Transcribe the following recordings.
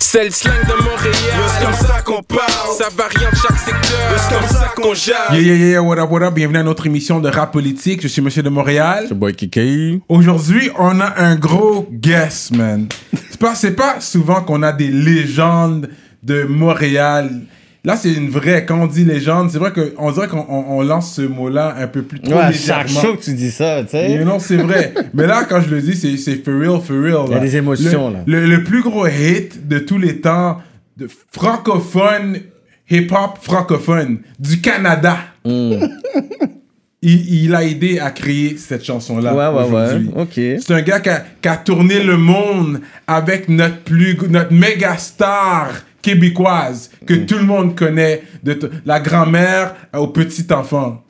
C'est le slang de Montréal. C'est comme ça qu'on parle. Ça varie en chaque secteur. C'est comme ça qu'on Yeah, jase. yeah, yeah, what up, what up? Bienvenue à notre émission de rap politique. Je suis Monsieur de Montréal. boy Kiki. Aujourd'hui, on a un gros guest, man. C'est pas, c'est pas souvent qu'on a des légendes de Montréal. Là, c'est une vraie. Quand on dit légende, c'est vrai qu'on dirait qu'on on- on lance ce mot-là un peu plus trop Ouais, à chaque légèrement. show que tu dis ça, tu sais. Mais non, c'est vrai. Mais là, quand je le dis, c'est, c'est for real, for real. Il y a là. des émotions, le, là. Le, le plus gros hit de tous les temps, de francophone, hip-hop francophone, du Canada. Hmm. il, il a aidé à créer cette chanson-là. Ouais, ouais, ouais. aujourd'hui. Ok. C'est un gars qui a, qui a tourné le monde avec notre plus, notre méga star québécoise que Mm. tout le monde connaît, de t- la grand-mère au petit enfant.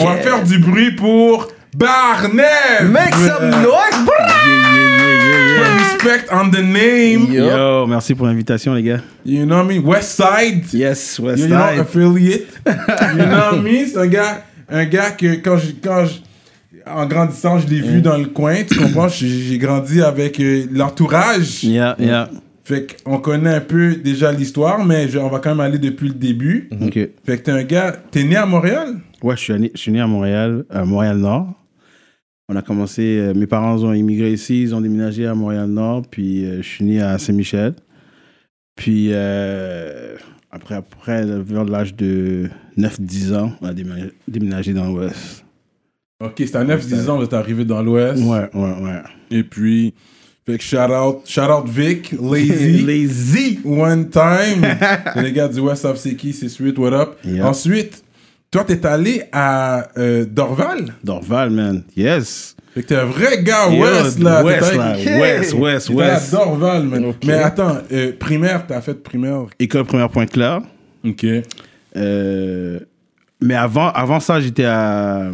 On va faire du bruit pour Barney. Make some noise, brrr! Respect on the name. Yo. Yo, merci pour l'invitation, les gars. You know me, West Side. Yes, West you Side. know, euh, affiliate. you know me, c'est un gars, un gars que quand je, quand je- en grandissant, je l'ai vu dans le coin, tu comprends? J'ai j'ai grandi avec euh, l'entourage. Yeah, Mm. yeah. Fait qu'on connaît un peu déjà l'histoire, mais je- on va quand même aller depuis le début. Ok. Fait que t'es un gars, t'es né à Montréal? Ouais, je suis, né, je suis né à Montréal, à Montréal-Nord. On a commencé, euh, mes parents ont immigré ici, ils ont déménagé à Montréal-Nord, puis euh, je suis né à Saint-Michel. Puis euh, après, après, vers l'âge de 9-10 ans, on a déménagé, déménagé dans l'Ouest. Ok, c'est à 9-10 ans, vous êtes arrivé dans l'Ouest. Ouais, ouais, ouais. Et puis, fait que shout out, shout out Vic, Lazy. Lazy! One time. C'est les gars du West of Seki, c'est Sweet, what up? Yeah. Ensuite, toi, t'es allé à euh, Dorval. Dorval, man. Yes! Fait que t'es un vrai gars West, là. T'es West, allé- là. T'es West, West, allé à West. Dorval, man. Mais attends, euh, primaire, t'as fait primaire. École première pointe claire. Ok. Euh, mais avant, avant ça, j'étais à,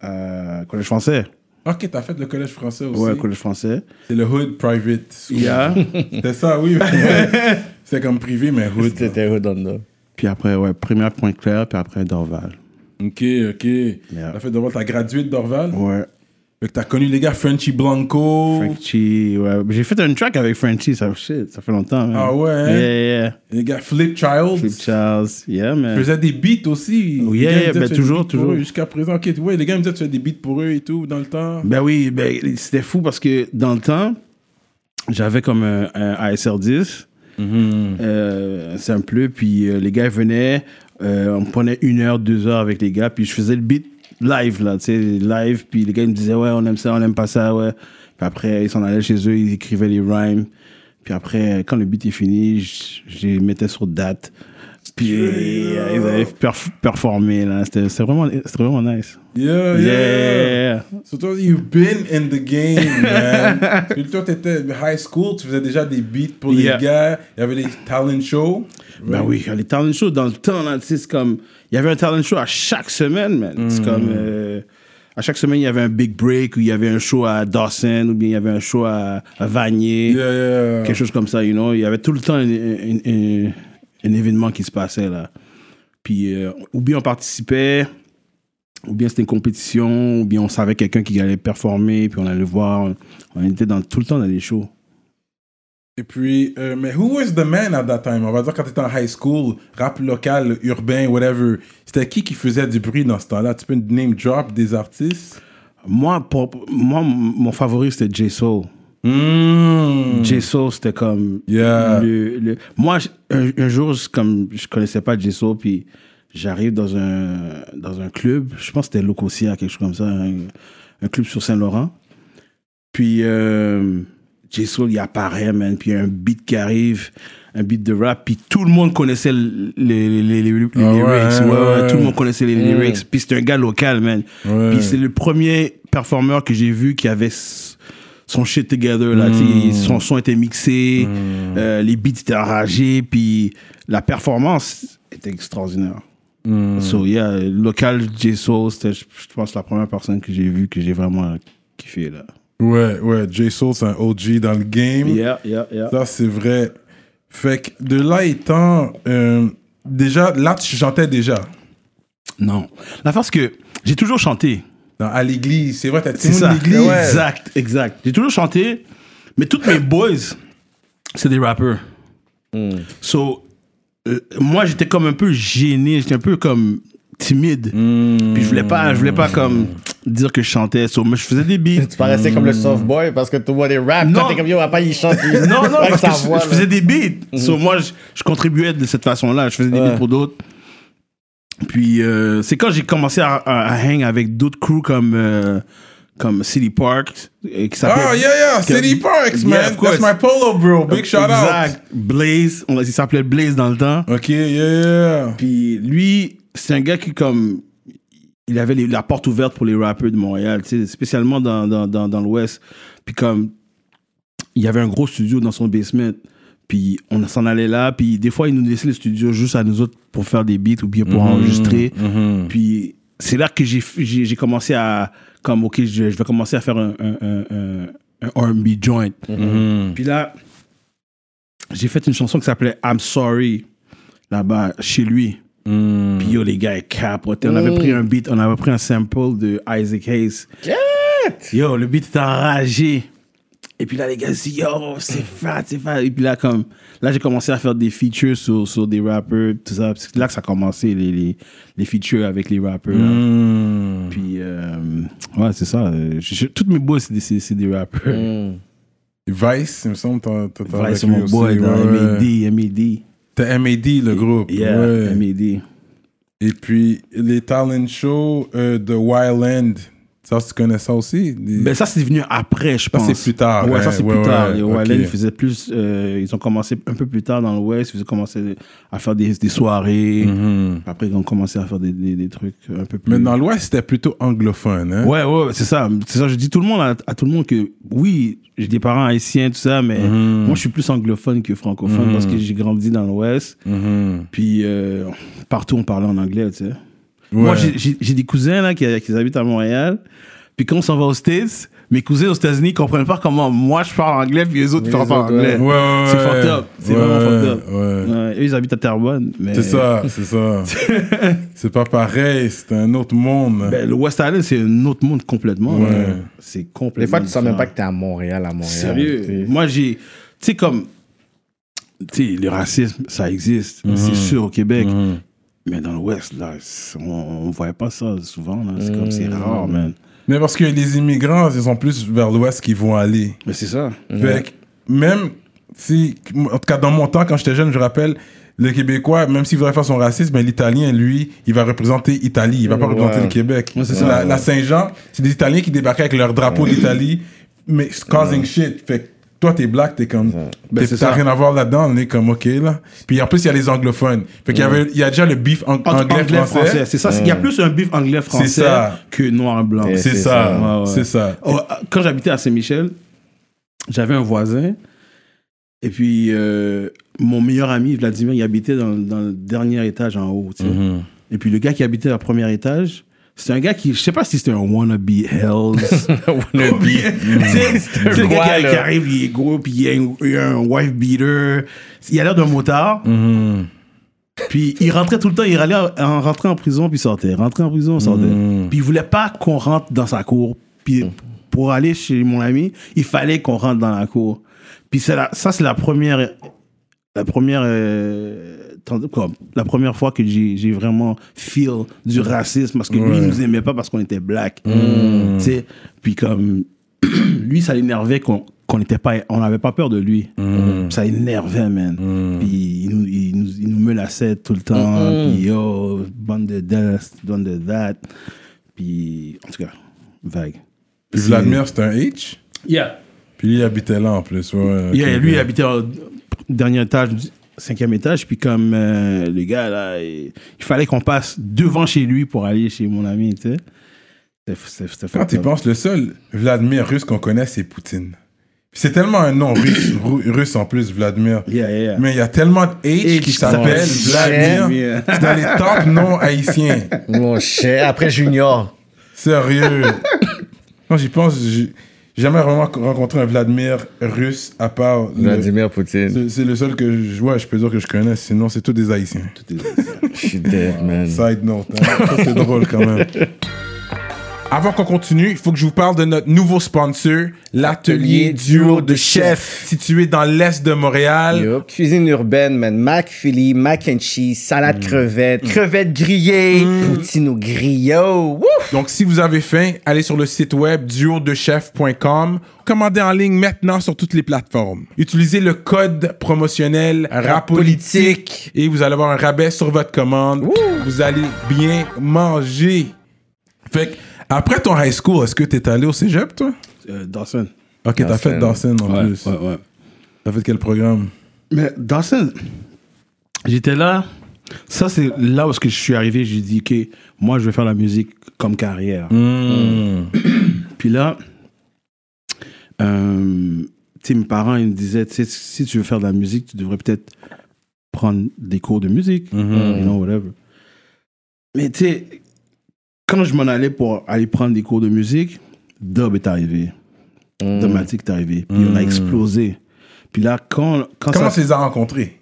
à collège français. Ok, t'as fait le collège français aussi. Ouais, collège français. C'est le hood private. school. Yeah. C'était ça, oui. C'est comme privé, mais hood. là. C'était redondo. puis après, ouais, première pointe claire, puis après Dorval. Ok, ok. T'as fait Dorval, t'as gradué de Dorval. Ouais. Fait que t'as connu les gars Frenchy Blanco. Frenchie, ouais. J'ai fait un track avec Frenchie, ça, shit, ça fait longtemps. man. Ah ouais, hein? Yeah, yeah, yeah. Les gars Flip Child. Flip Charles, yeah, Je man. faisais des beats aussi. Oui, Les gars me yeah, disaient, ben, tu fais des toujours, beats pour toujours. eux Jusqu'à présent, ok, ouais, les gars me disaient, tu fais des beats pour eux et tout, dans le temps. Ben oui, ben, c'était fou parce que dans le temps, j'avais comme un, un ASR 10, euh, c'est un pleu, puis euh, les gars venaient, euh, on me prenait une heure, deux heures avec les gars, puis je faisais le beat live, là, tu sais, live, puis les gars ils me disaient, ouais, on aime ça, on aime pas ça, ouais. Puis après, ils s'en allaient chez eux, ils écrivaient les rhymes. Puis après, quand le beat est fini, je, je les mettais sur date. Puis euh, ils avaient perf- performé, là. C'était c'était vraiment, c'était vraiment Oh, nice. Yeah, yeah. Yeah. Surtout, you've been in the game, man. Puis toi, t'étais high school, tu faisais déjà des beats pour les Yeah. gars. Il y avait les talent shows. Ben oui, les talent shows dans le temps, là, tu sais, c'est comme. Il y avait un talent show à chaque semaine, man. C'est comme. euh, à chaque semaine, il y avait un big break, ou il y avait un show à Dawson, ou bien il y avait un show à, à Vanier, Yeah, yeah. quelque chose comme ça, you know. Il y avait tout le temps un, un- un- un événement qui se passait, là. Puis, euh, ou bien on participait, ou bien c'était une compétition, ou bien on savait quelqu'un qui allait performer, puis on allait le voir. On, on était dans, tout le temps dans les shows. Et puis, euh, mais who was the man at that time? On va dire quand t'étais en high school, rap local, urbain, whatever. C'était qui qui faisait du bruit dans ce temps-là? Tu peux name drop des artistes? Moi, pour- moi m- mon favori, c'était J-Soul. Mm. J-Soul, c'était comme. Yeah. le- le- Moi, j- un, un jour, je- comme je connaissais pas J-Soul, puis j'arrive dans un, dans un club, je pense que c'était Locosia, quelque chose comme ça, un, un club sur Saint-Laurent. Puis euh, J-Soul, il apparaît, man, puis il y a un beat qui arrive, un beat de rap, puis tout le monde connaissait l- les, les, les- les- les lyrics. Ah ouais, Ouais, ouais, ouais. Mm. tout le monde connaissait les lyrics. Puis c'est un gars local, man. Ouais. Puis c'est le premier performeur que j'ai vu qui avait s- son shit together, là. tu sais, Son son était mixé, euh, les beats étaient enragés, puis la performance était extraordinaire. So, yeah, local J-Soul, c'était, je je pense, la première personne que j'ai vue que j'ai vraiment kiffé, là. Ouais, ouais, J-Soul, c'est un OG dans le game. Yeah, yeah, yeah. Ça, c'est vrai. Fait que de là étant, euh, déjà, là, tu chantais déjà. Non. La force que j'ai toujours chanté. Dans- à l'église, c'est vrai, t'as C'est ça. l'église. Exact, exact. J'ai toujours chanté, mais toutes mes boys, c'est des rappeurs. Hmm. So, euh, moi, j'étais comme un peu gêné, j'étais un peu comme timide. Puis je voulais pas, je voulais pas comme dire que je chantais. So, moi, je faisais des beats. Tu paraissais comme le soft boy parce que tout le monde est rap. Hmm. Non. Toi, t'es comme yo, papa, il chante. il- Non, non, avec parce sa que je- voix, je, là. faisais des beats. Hmm. So, moi, je, je contribuais de cette façon-là. Je faisais des Ouais. beats pour d'autres. Puis, euh, c'est quand j'ai commencé à, à- à hang avec d'autres crews comme, euh, comme City Park, euh, qui s'appelait... Oh, yeah, yeah, que- City Parks, Yeah, man. of That's course. my polo, bro. Big shout out. Exact. Blaze. On, il s'appelait Blaze dans le temps. Ok, yeah, yeah. Puis, lui, c'est un gars qui, comme... Il avait les- la porte ouverte pour les rappeurs de Montréal, tu sais, spécialement dans, dans, dans, dans l'Ouest. Puis, comme... il y avait un gros studio dans son basement. Puis on s'en allait là, puis des fois, il nous laissait le studio juste à nous autres pour faire des beats ou bien pour enregistrer. Puis c'est là que j'ai j'ai j'ai commencé à, comme, OK, je, je vais commencer à faire un, un, un- un- un R&B joint. Puis là, j'ai fait une chanson qui s'appelait I'm Sorry, là-bas, chez lui. Hmm. Puis yo, les gars, ils capotaient. On avait pris un beat, on avait pris un sample de Isaac Hayes. Yo, le beat était enragé. Et puis là, les gars, ils disent, yo, c'est fat, c'est fat. Et puis là, comme, là, j'ai commencé à faire des features sur, sur des rappers, tout ça. C'est là que ça a commencé, les, les, les features avec les rappers. là. Hmm. Puis, euh, ouais, c'est ça. Euh, je- je- toutes mes boys, c'est des, c'est- c'est des rappers. Vice, il me semble, t'as t'as- t'as Ouais, Hmm. avec c'est lui mon aussi, boy, dans E ouais. M.A.D., M.A.D. T'as MAD, le groupe. Yeah, E ouais. M.A.D. Et puis, les talent shows euh, de Wildland. Ça, tu connais ça aussi? Les- Ben ça, c'est venu après, je Ça, pense. c'est plus tard, Ouais, hein, ça, c'est ouais, plus ouais, tard. Les ok. Wallens, ils faisaient plus... euh, ils ont commencé un peu plus tard dans l'Ouest. Ils ont commencé à faire des, des soirées. Mhm. Hmm. Après, ils ont commencé à faire des, des, des trucs un peu plus... Mais dans l'Ouest, c'était plutôt anglophone. Hein? Ouais, ouais, ouais, c'est ça. C'est ça, je dis tout le monde à, à tout le monde que oui, j'ai des parents haïtiens, tout ça, mais Mhm. moi, je suis plus anglophone que francophone parce que j'ai grandi dans l'Ouest. Mm-hmm. Puis euh, partout, on parlait en anglais, tu sais. Moi, j'ai- j'ai j'ai des cousins là, qui, qui habitent à Montréal. Puis quand on s'en va aux States, mes cousins aux États-Unis ne comprennent pas comment moi je parle anglais, puis les autres Les parlent pas autres, anglais. Ouais, ouais. ouais, C'est ouais. fucked up. C'est Ouais, vraiment fucked up. ouais. Ouais, eux, ils habitent à Terrebonne. mais- C'est ça, c'est ça. c'est pas pareil, c'est un autre monde. Ben, le West Island, c'est un autre monde complètement. Ouais. là. C'est complètement. Des fois, tu sens même différent. pas que t'es à Montréal, à Montréal. Sérieux. tu sais. Moi, j'ai. Tu sais, comme. Tu sais, le racisme, ça existe. Mhm. C'est sûr au Québec. Mais dans l'Ouest, là, c'est- on, on voyait pas ça souvent. là. C'est comme, c'est Mhm. rare, man. Mais parce que les immigrants, ils sont plus vers l'Ouest qu'ils vont aller. Mais c'est ça. Fait que même si, en tout cas dans mon temps, quand j'étais jeune, je rappelle, le Québécois, même s'il voudrait faire son racisme, mais l'Italien, lui, il va représenter l'Italie, il va pas représenter Ouais. le Québec. Ouais, c'est ça. La, la Saint-Jean, c'est des Italiens qui débarquaient avec leur drapeau d'Italie, mais it's causing shit. Fait que toi, t'es black, t'es comme. Ben, t'es- c'est T'as ça. rien à voir là-dedans, on est comme ok là. Puis en plus, il y a les anglophones. Fait qu'il y, avait, il y a déjà le beef ang- Entre anglais-français. C'est ça. Il y a plus un bif anglais-français ça. que noir et blanc. Et C'est C'est ça, ça. Ouais, ouais. c'est ça. Oh, quand j'habitais à Saint-Michel, j'avais un voisin. Et puis, euh, mon meilleur ami, Vladimir, il habitait dans, dans le dernier étage en haut. tu sais. Et puis, le gars qui habitait au premier étage, c'était un gars qui, je sais pas si c'était un wannabe Hells. wannabe. C'est le roi, gars qui, là. qui arrive, il est gros, puis il a, une- il a un wife beater. Il a l'air d'un motard. Mm. Puis il rentrait tout le temps, il allait en- en rentrait en prison, puis il sortait. Rentrait en prison, sortait. Puis il voulait pas qu'on rentre dans sa cour. Puis pour aller chez mon ami, il fallait qu'on rentre dans la cour. Puis c'est la- ça, c'est la première, la première, euh, tant- comme, la première fois que j'ai j'ai vraiment feel du racisme parce que lui, il nous aimait pas parce qu'on était black. Tu sais, puis comme lui, ça l'énervait qu'on qu'on n'était pas, on n'avait pas peur de lui. Ça énervait, man. Puis il nous, il, nous, il nous menaçait tout le temps. Puis yo, bande de dust, bande de that. Puis en tout cas, vague. Puis C'est- Vladimir, c'est un H. Yeah. Puis lui, il habitait là en plus. Ouais, Yeah, ok, lui, il ouais. habitait au dernier étage, du cinquième étage. Puis comme euh, le gars, là, il, il fallait qu'on passe devant chez lui pour aller chez mon ami, tu sais. C'était- c'était- c'était Quand tu fucked up. penses, le seul Vladimir russe qu'on connaît, c'est Poutine. Puis C'est tellement un nom russe, ru- russe en plus, Vladimir. Yeah, yeah, yeah. Mais il y a tellement de H qui qui s'appelle s'appelle Vladimir. Vladimir. C'est dans les top noms haïtiens. Mon cher. Après Junior. Sérieux. Quand j'y pense, j'ai j'ai jamais vraiment rencontré un Vladimir russe à part. le- Vladimir Poutine. C'est- C'est le seul que je, ouais, je peux dire que je connais, sinon c'est tous des haïtiens. Je suis dead, man. Side note, hein. Ça, c'est drôle quand même. Avant qu'on continue, il faut que je vous parle de notre nouveau sponsor, l'atelier duo de chef, situé dans l'est de Montréal. Yup. Cuisine urbaine, man. Mac Philly, mac and cheese, salade Hmm. crevette, crevette grillée, poutine au griot. Wouf! Donc, si vous avez faim, allez sur le site web duodechef.com. Commandez en ligne maintenant sur toutes les plateformes. Utilisez le code promotionnel RAPOLITIQUE et vous allez avoir un rabais sur votre commande. Vous allez bien manger. Fait que, après ton high school, est-ce que t'es allé au cégep, toi? Euh, Dawson. Ok, t'as fait Dawson en Ouais, plus. ouais, ouais. T'as fait quel programme? Mais Dawson, j'étais là. Ça, c'est là où est-ce que je suis arrivé. J'ai dit, OK, moi, je vais faire la musique comme carrière. Mm. Puis là, euh, tu sais, mes parents, ils me disaient, tu sais, si tu veux faire de la musique, tu devrais peut-être prendre des cours de musique. you know, whatever. Mais tu sais, quand je m'en allais pour aller prendre des cours de musique, Dub est arrivé. Dubmatic est arrivé. Puis on a explosé. Puis là, quand, quand Comment tu ça... les as rencontrés?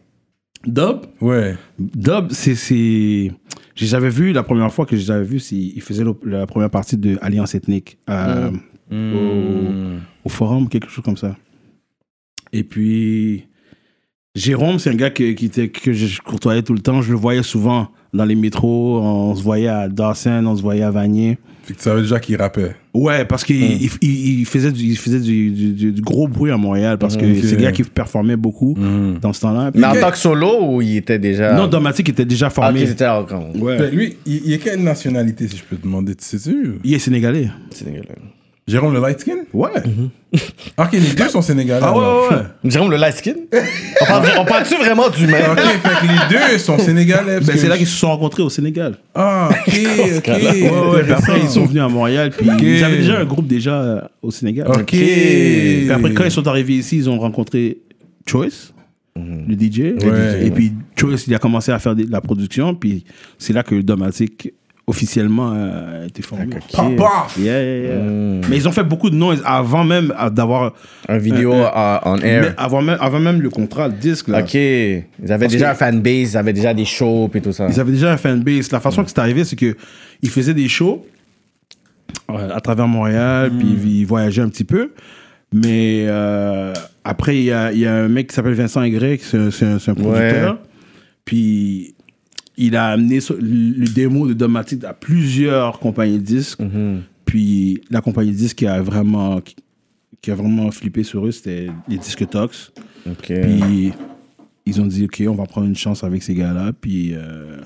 Dub, Ouais. Dub, c'est. c'est- J'avais vu la première fois que j'avais vu, c'est- il faisait le- la première partie de Alliance Ethnique euh, Mm. au, au forum, quelque chose comme ça. Et puis, Jérôme, c'est un gars que, qui était- que je courtoyais tout le temps. Je le voyais souvent dans les métros. On se voyait à Dawson, on se voyait à Vanier. Fait que tu savais déjà qu'ils rappaient. Ouais, parce qu'il Mm. il, il- il faisait, du, il faisait du, du- du- du gros bruit à Montréal parce que ok. c'est le gars qui performait beaucoup dans ce temps-là. Mm. Mais en tant que solo, ou il était déjà. Non, Domatic était déjà Ah, ok, formé. c'était en grand. Ouais. Fait que Ben, lui, il, il est quelle nationalité, si je peux te demander, tu sais-tu? Il est sénégalais. C'est dégueulasse. Jérôme le light skin? Mm-hmm. Ouais. Ok, les deux sont sénégalais. Ah ouais, alors. ouais, ouais. Jérôme, le light skin On parle- On parle-tu vraiment du même Ok, fait que les deux sont sénégalais. parce Ben, c'est que- là qu'ils se sont rencontrés au Sénégal. Ah, ok, ok. Ouais, ouais, puis après, intéressant. ils sont venus à Montréal. Puis Ok. ils avaient déjà un groupe déjà euh, au Sénégal. Ok. Puis après, quand ils sont arrivés ici, ils ont rencontré Choice, le DJ. Ouais. Et puis Choice, il a commencé à faire de la production. Puis c'est là que Domatic officiellement euh, a été formé. Pop off! Yeah, yeah, yeah. Mais ils ont fait beaucoup de noms avant même euh, d'avoir. Un vidéo Euh, euh, euh, on mais air. Avant même, avant même le contrat, le disque. Là. Ok. Ils avaient Parce déjà que- un fanbase, ils avaient déjà des shows et tout ça. Ils avaient déjà un fanbase. La façon que c'est arrivé, c'est que ils faisaient des shows euh, à travers Mm. Montréal, puis ils voyageaient un petit peu. Mais euh, après, il y a, il y a un mec qui s'appelle Vincent Aigret, qui c'est un- c'est un, c'est un producteur. Ouais. Puis il a amené so- le démo de Domatic à plusieurs compagnies de disques. Mm-hmm. Puis la compagnie de disques qui a vraiment, qui, qui a vraiment flippé sur eux, c'était les disques Tox. Ok. Puis ils ont dit, OK, on va prendre une chance avec ces gars-là. Puis euh,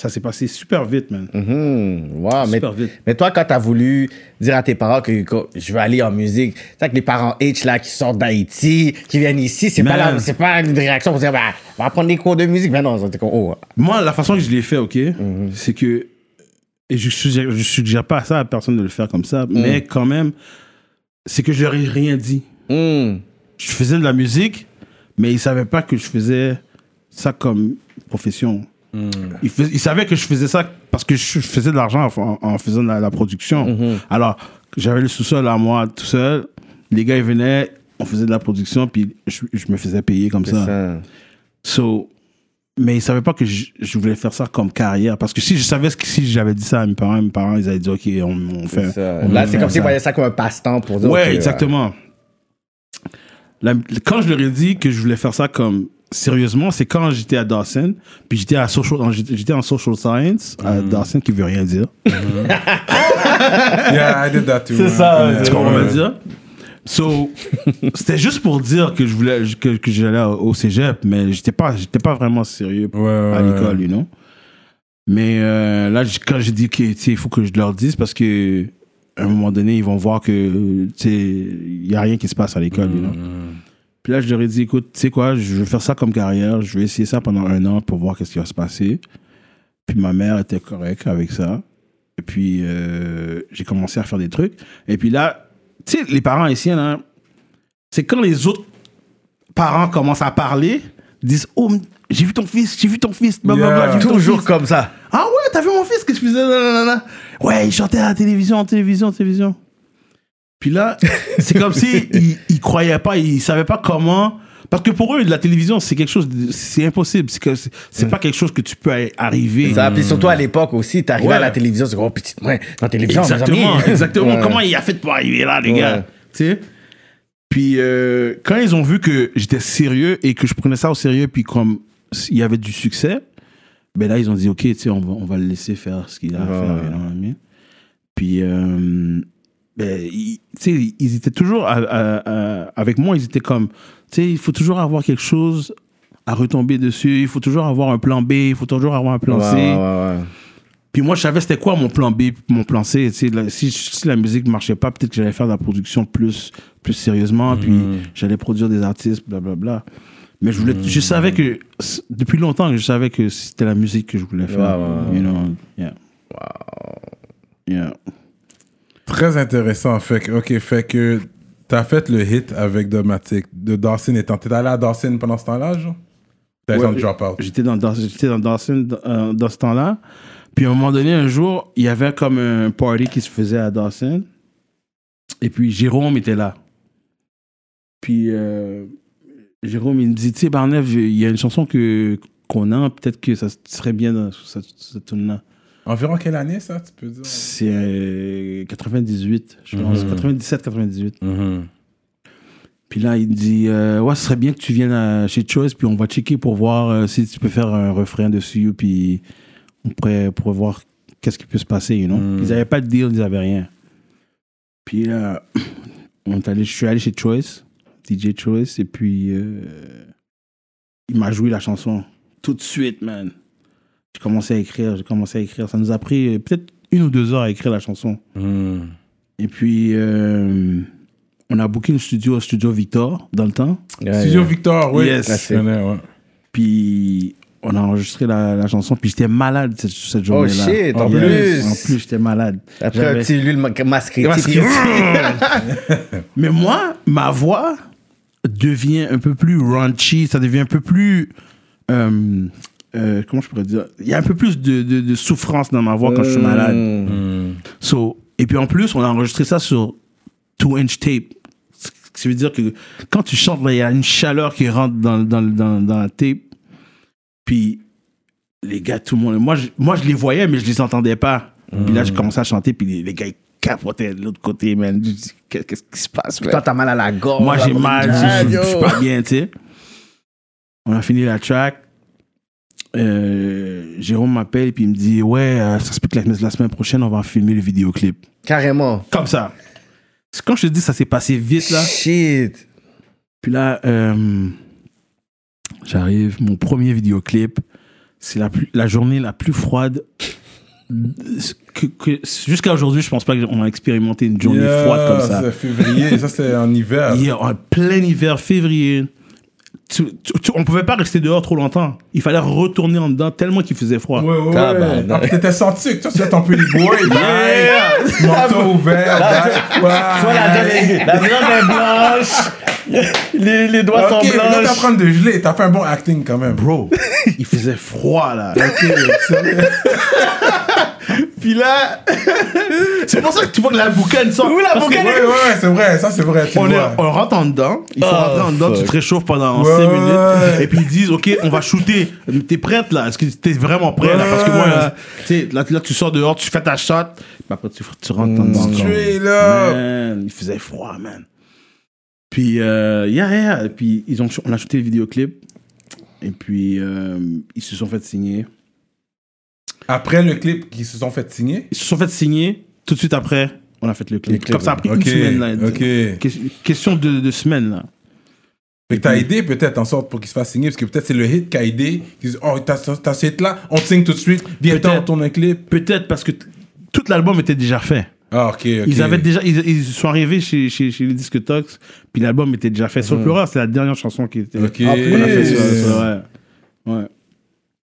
ça s'est passé super vite, man. Mhm. Wow, mais, Super vite. mais toi, quand t'as voulu dire à tes parents que, que je veux aller en musique, c'est vrai que les parents H là qui sortent d'Haïti, qui viennent ici, c'est pas, Man. la- c'est pas une réaction pour dire bah, on va prendre des cours de musique. Mais non, c'était comme oh. Moi, la façon que je l'ai fait, OK, c'est que. Et je suggère, je suggère pas ça à personne de le faire comme ça, mais quand même, c'est que je leur ai rien dit. hmm, Je faisais de la musique, mais ils savaient pas que je faisais ça comme profession. Hmm. Ils, fais- ils savaient que je faisais ça parce que je faisais de l'argent en, en faisant de la, la production. Hmm, Alors, j'avais le sous-sol à moi tout seul. Les gars, ils venaient, on faisait de la production, puis je, je me faisais payer comme c'est ça. So, mais ils ne savaient pas que je, je voulais faire ça comme carrière. Parce que si je savais ce que si j'avais dit ça à mes parents, mes parents, ils allaient dire, OK, on, on fait. C'est ça. Euh, on Là, fait c'est comme s'ils ça. voyaient ça comme un passe-temps pour dire Ouais, euh, ok, euh, exactement. La- quand je leur ai dit que je voulais faire ça comme sérieusement, c'est quand j'étais à Dawson, puis j'étais à social, en- j'étais en social science à Mhm. Dawson, qui veut rien dire. Yeah, I did that too. C'est ça, Yeah. Tu comprends ce que je Ouais. veux dire? So, c'était juste pour dire que je voulais que, que j'allais au au cégep, mais j'étais pas j'étais pas vraiment sérieux Ouais, ouais, à l'école, ouais. you know. Mais euh, là, j- quand j'ai dit que tu sais, il faut que je leur dise parce que à un moment donné, ils vont voir que euh, tu sais, il y a rien qui se passe à l'école, you know. Puis là, je leur ai dit, écoute, tu sais quoi, je veux faire ça comme carrière, je vais essayer ça pendant un an pour voir qu'est-ce qui va se passer. Puis ma mère était correcte avec ça. Et puis, euh, j'ai commencé à faire des trucs. Et puis là, tu sais, les parents haïtiens, là, c'est quand les autres parents commencent à parler, disent Oh, m- j'ai vu ton fils, j'ai vu ton fils, blablabla, Yeah. j'ai vu ton Toujours fils. comme ça. Ah ouais, t'as vu mon fils, qu'est-ce que je faisais Nanana. Ouais, il chantait à la télévision, en télévision, en télévision. Puis là, c'est comme si il, il croyait pas, il savait pas comment. parce Parce que pour eux, la télévision, c'est quelque chose, de- c'est impossible. C'est que- c'est pas quelque chose que tu peux a- arriver. Ça, puis surtout à l'époque aussi, t'arrivais Hmm. Ouais. à la télévision, c'est comme, oh, petite main, dans la télévision, mes Exactement, amis. exactement. Ouais. Comment il a fait pour arriver là, les Ouais. gars Tu sais Puis euh, quand ils ont vu que j'étais sérieux et que je prenais ça au sérieux, puis comme il y avait du succès, ben là ils ont dit ok, tu sais, on va, on va le laisser faire ce qu'il a à Ouais. faire. you know what I mean? Puis euh, ben, ils- tu sais, ils étaient toujours à- à- à- avec moi, ils étaient comme, tu sais, il faut toujours avoir quelque chose à retomber dessus, il faut toujours avoir un plan B, il faut toujours avoir un plan Ouais, C. ouais, ouais, ouais. Puis moi, je savais c'était quoi mon plan B, mon plan C. tu sais, là, si, si la musique marchait pas, peut-être que j'allais faire de la production plus, plus Mm. sérieusement, puis j'allais produire des artistes, blablabla. Mais je, voulais, Mm. je savais que, c- depuis longtemps, que je savais que c'était la musique que je voulais faire. Ouais, ouais, ouais. You know, yeah. Yeah. Très intéressant. Fait que, ok, fait que t'as fait le hit avec Domatic de Dawson étant. T'es allé à Dawson pendant ce temps-là, genre T'as été Ouais, en drop-out. J'étais dans, dans, j'étais dans Dawson dans, euh, dans ce temps-là. Puis à un moment donné, un jour, il y avait comme un party qui se faisait à Dawson. Et puis Jérôme était là. Puis euh, Jérôme, il me dit, tu sais, Barnev, il y a une chanson que, qu'on a, peut-être que ça serait bien dans cette, cette tune-là. Environ quelle année, ça, tu peux dire C'est euh, 98, je pense. 97-98. Puis là, il dit euh, Ouais, ce serait bien que tu viennes à- chez Choice, puis on va checker pour voir euh, si tu peux faire un refrain dessus, puis on pourrait, pourrait voir qu'est-ce qui peut se passer, you know? Ils n'avaient pas de deal, ils n'avaient rien. Puis là, on est allé, je suis allé chez Choice, DJ Choice, et puis euh, il m'a joué la chanson tout de suite, man. J'ai commencé à écrire, j'ai commencé à écrire. Ça nous a pris euh, peut-être une ou deux heures à écrire la chanson. Mm-hmm. Et puis, euh, on a booké une studio au studio Victor dans le temps. Ouais, Studio ouais. Victor, oui. Yes. Je connais, ouais. Puis, on a enregistré la, la chanson. Puis, j'étais malade cette, cette Oh journée-là. shit, en Yes. plus. En plus, j'étais malade. Après, J'avais- un petit lui, le masque Masque- Mais moi, ma voix devient un peu plus raunchy. Ça devient un peu plus. euh, euh, comment je pourrais dire Il y a un peu plus de, de- de souffrance dans ma voix quand je suis malade. So, et puis en plus, on a enregistré ça sur 2 inch tape. Ce qui veut dire que quand tu chantes, là, il y a une chaleur qui rentre dans, dans, dans, dans la tape. Puis les gars, tout le monde. Moi je, moi, je les voyais, mais je les entendais pas. Puis là, je commençais à chanter, puis les, les gars, ils capotaient de l'autre côté, man. Je dis, Qu'est- Qu'est-ce qui se passe, man? Toi, t'as mal à la gorge. Moi, j'ai mal, je- je- je suis yo. pas bien, tu sais. On a fini la track. Euh, Jérôme m'appelle puis il me dit ouais euh, ça se peut que la, la semaine prochaine on va filmer le vidéoclip Carrément. comme ça quand je te dis ça s'est passé vite là Shit. puis là, euh, j'arrive, mon premier vidéoclip, c'est la, plus- la journée la plus froide. que- que- Jusqu'à aujourd'hui, je pense pas qu'on a expérimenté une journée Yeah, froide comme ça. C'est février, ça c'est en hiver. Hier, en plein hiver, février, tu- tu- tu- on pouvait pas rester dehors trop longtemps. Il fallait retourner en dedans tellement qu'il faisait froid. Ouais, ouais, ouais. Tabarnak. Ah, puis t'étais senti que toi, tu as ton peu les bois, Yeah. manteau ouvert, backpack. la viande est blanche. Les, les doigts Ok, là, t'es en train de geler, t'as fait un bon acting quand même. Bro, il faisait froid là. Puis là, c'est pour ça que tu vois que la boucane sort. Oui, la Parce que- Ouais, ouais, c'est vrai, ça c'est vrai, tu on, est- vois. on rentre en dedans, il faut Oh, rentrer en dedans, tu fuck. te réchauffes pendant Ouais. 5 minutes, et puis ils disent, ok, on va shooter, t'es prête là, est-ce que t'es vraiment prêt là, parce que moi, là, tu sais, là, là, tu sors dehors, tu fais ta shot, puis après tu, tu rentres en dedans. Straight up. Man, il faisait froid, man. Puis, euh, yeah, yeah, et puis ils ont, on a shooté le vidéoclip, et puis euh, ils se sont fait signer. Après le clip qui se sont fait signer. Ils se sont fait signer, tout de suite après, on a fait le clip. Le clip, Comme ça a pris Ok, une semaine là. ok. Fait Que- Question de, de semaine là. que t'as aidé peut-être en sorte pour qu'il se fasse signer, parce que peut-être c'est le hit qui a aidé. Qui dit, oh, t'as t'as ce hit-là, on te signe tout de suite, bientôt Peut-être. on tourne un clip. Peut-être parce que t- tout l'album était déjà fait. Ah, ok, ok. Ils avaient déjà, ils, ils sont arrivés chez, chez, chez les Disque Tox, puis l'album était déjà fait. Sur Pleura, c'est la dernière chanson qui était. Ah. Ok. Ah, plus. qu'on a fait sur- sur- ouais. Ouais.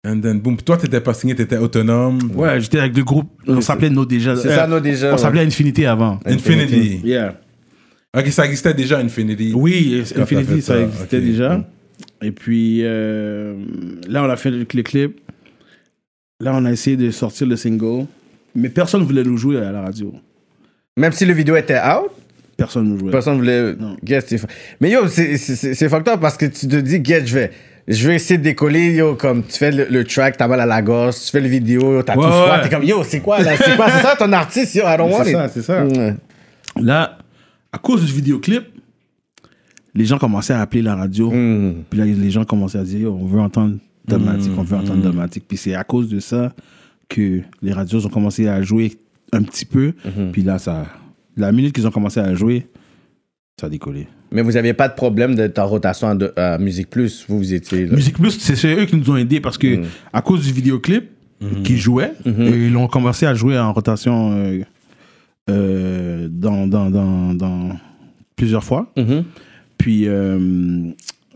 And then, boom. Toi, t'étais pas signé, t'étais autonome. Ouais, j'étais avec deux groupes. On s'appelait No déjà. C'est ça, No Déjà, On ouais. s'appelait Infinity avant. Infinity. Yeah. Ok, ça existait déjà, Infinity. Oui, t'as fait Infinity, ça, ça, existait ok. déjà. Et puis euh, là, on a fait le, le clip. Là, on a essayé de sortir le single, mais personne voulait le jouer à la radio. Même si le vidéo était out. personne ne jouait. Personne voulait. Guess, c'est fa- Mais yo, c'est- c'est c'est fucked up parce que tu te dis, guess, je vais. Je vais essayer de décoller, yo, comme tu fais le, le track, t'as mal à la gorge, tu fais le vidéo, yo, t'as Ouais, tout froid, ouais. t'es comme, yo, c'est quoi, là, c'est quoi, c'est ça ton artiste, yo, I don't want C'est it. ça, c'est ça. Mm. Là, à cause du vidéoclip, les gens commençaient à appeler la radio. Hmm. Mm. Puis là, les gens commençaient à dire Yo, on veut entendre Dogmatic, on veut entendre Dogmatic. Puis c'est à cause de ça que les radios ont commencé à jouer un petit peu. Puis là, ça, la minute qu'ils ont commencé à jouer, ça a décollé. Mais vous aviez pas de problème d'être en rotation à, de- à Musique Plus, vous, vous étiez là. Musique Plus, c'est c'est eux qui nous ont aidés parce Mm. que à cause du vidéoclip Mm-hmm. qui jouait, euh, ils ont commencé à jouer en rotation euh, euh, dans, dans, dans, dans plusieurs fois. Mm-hmm. Puis, euh,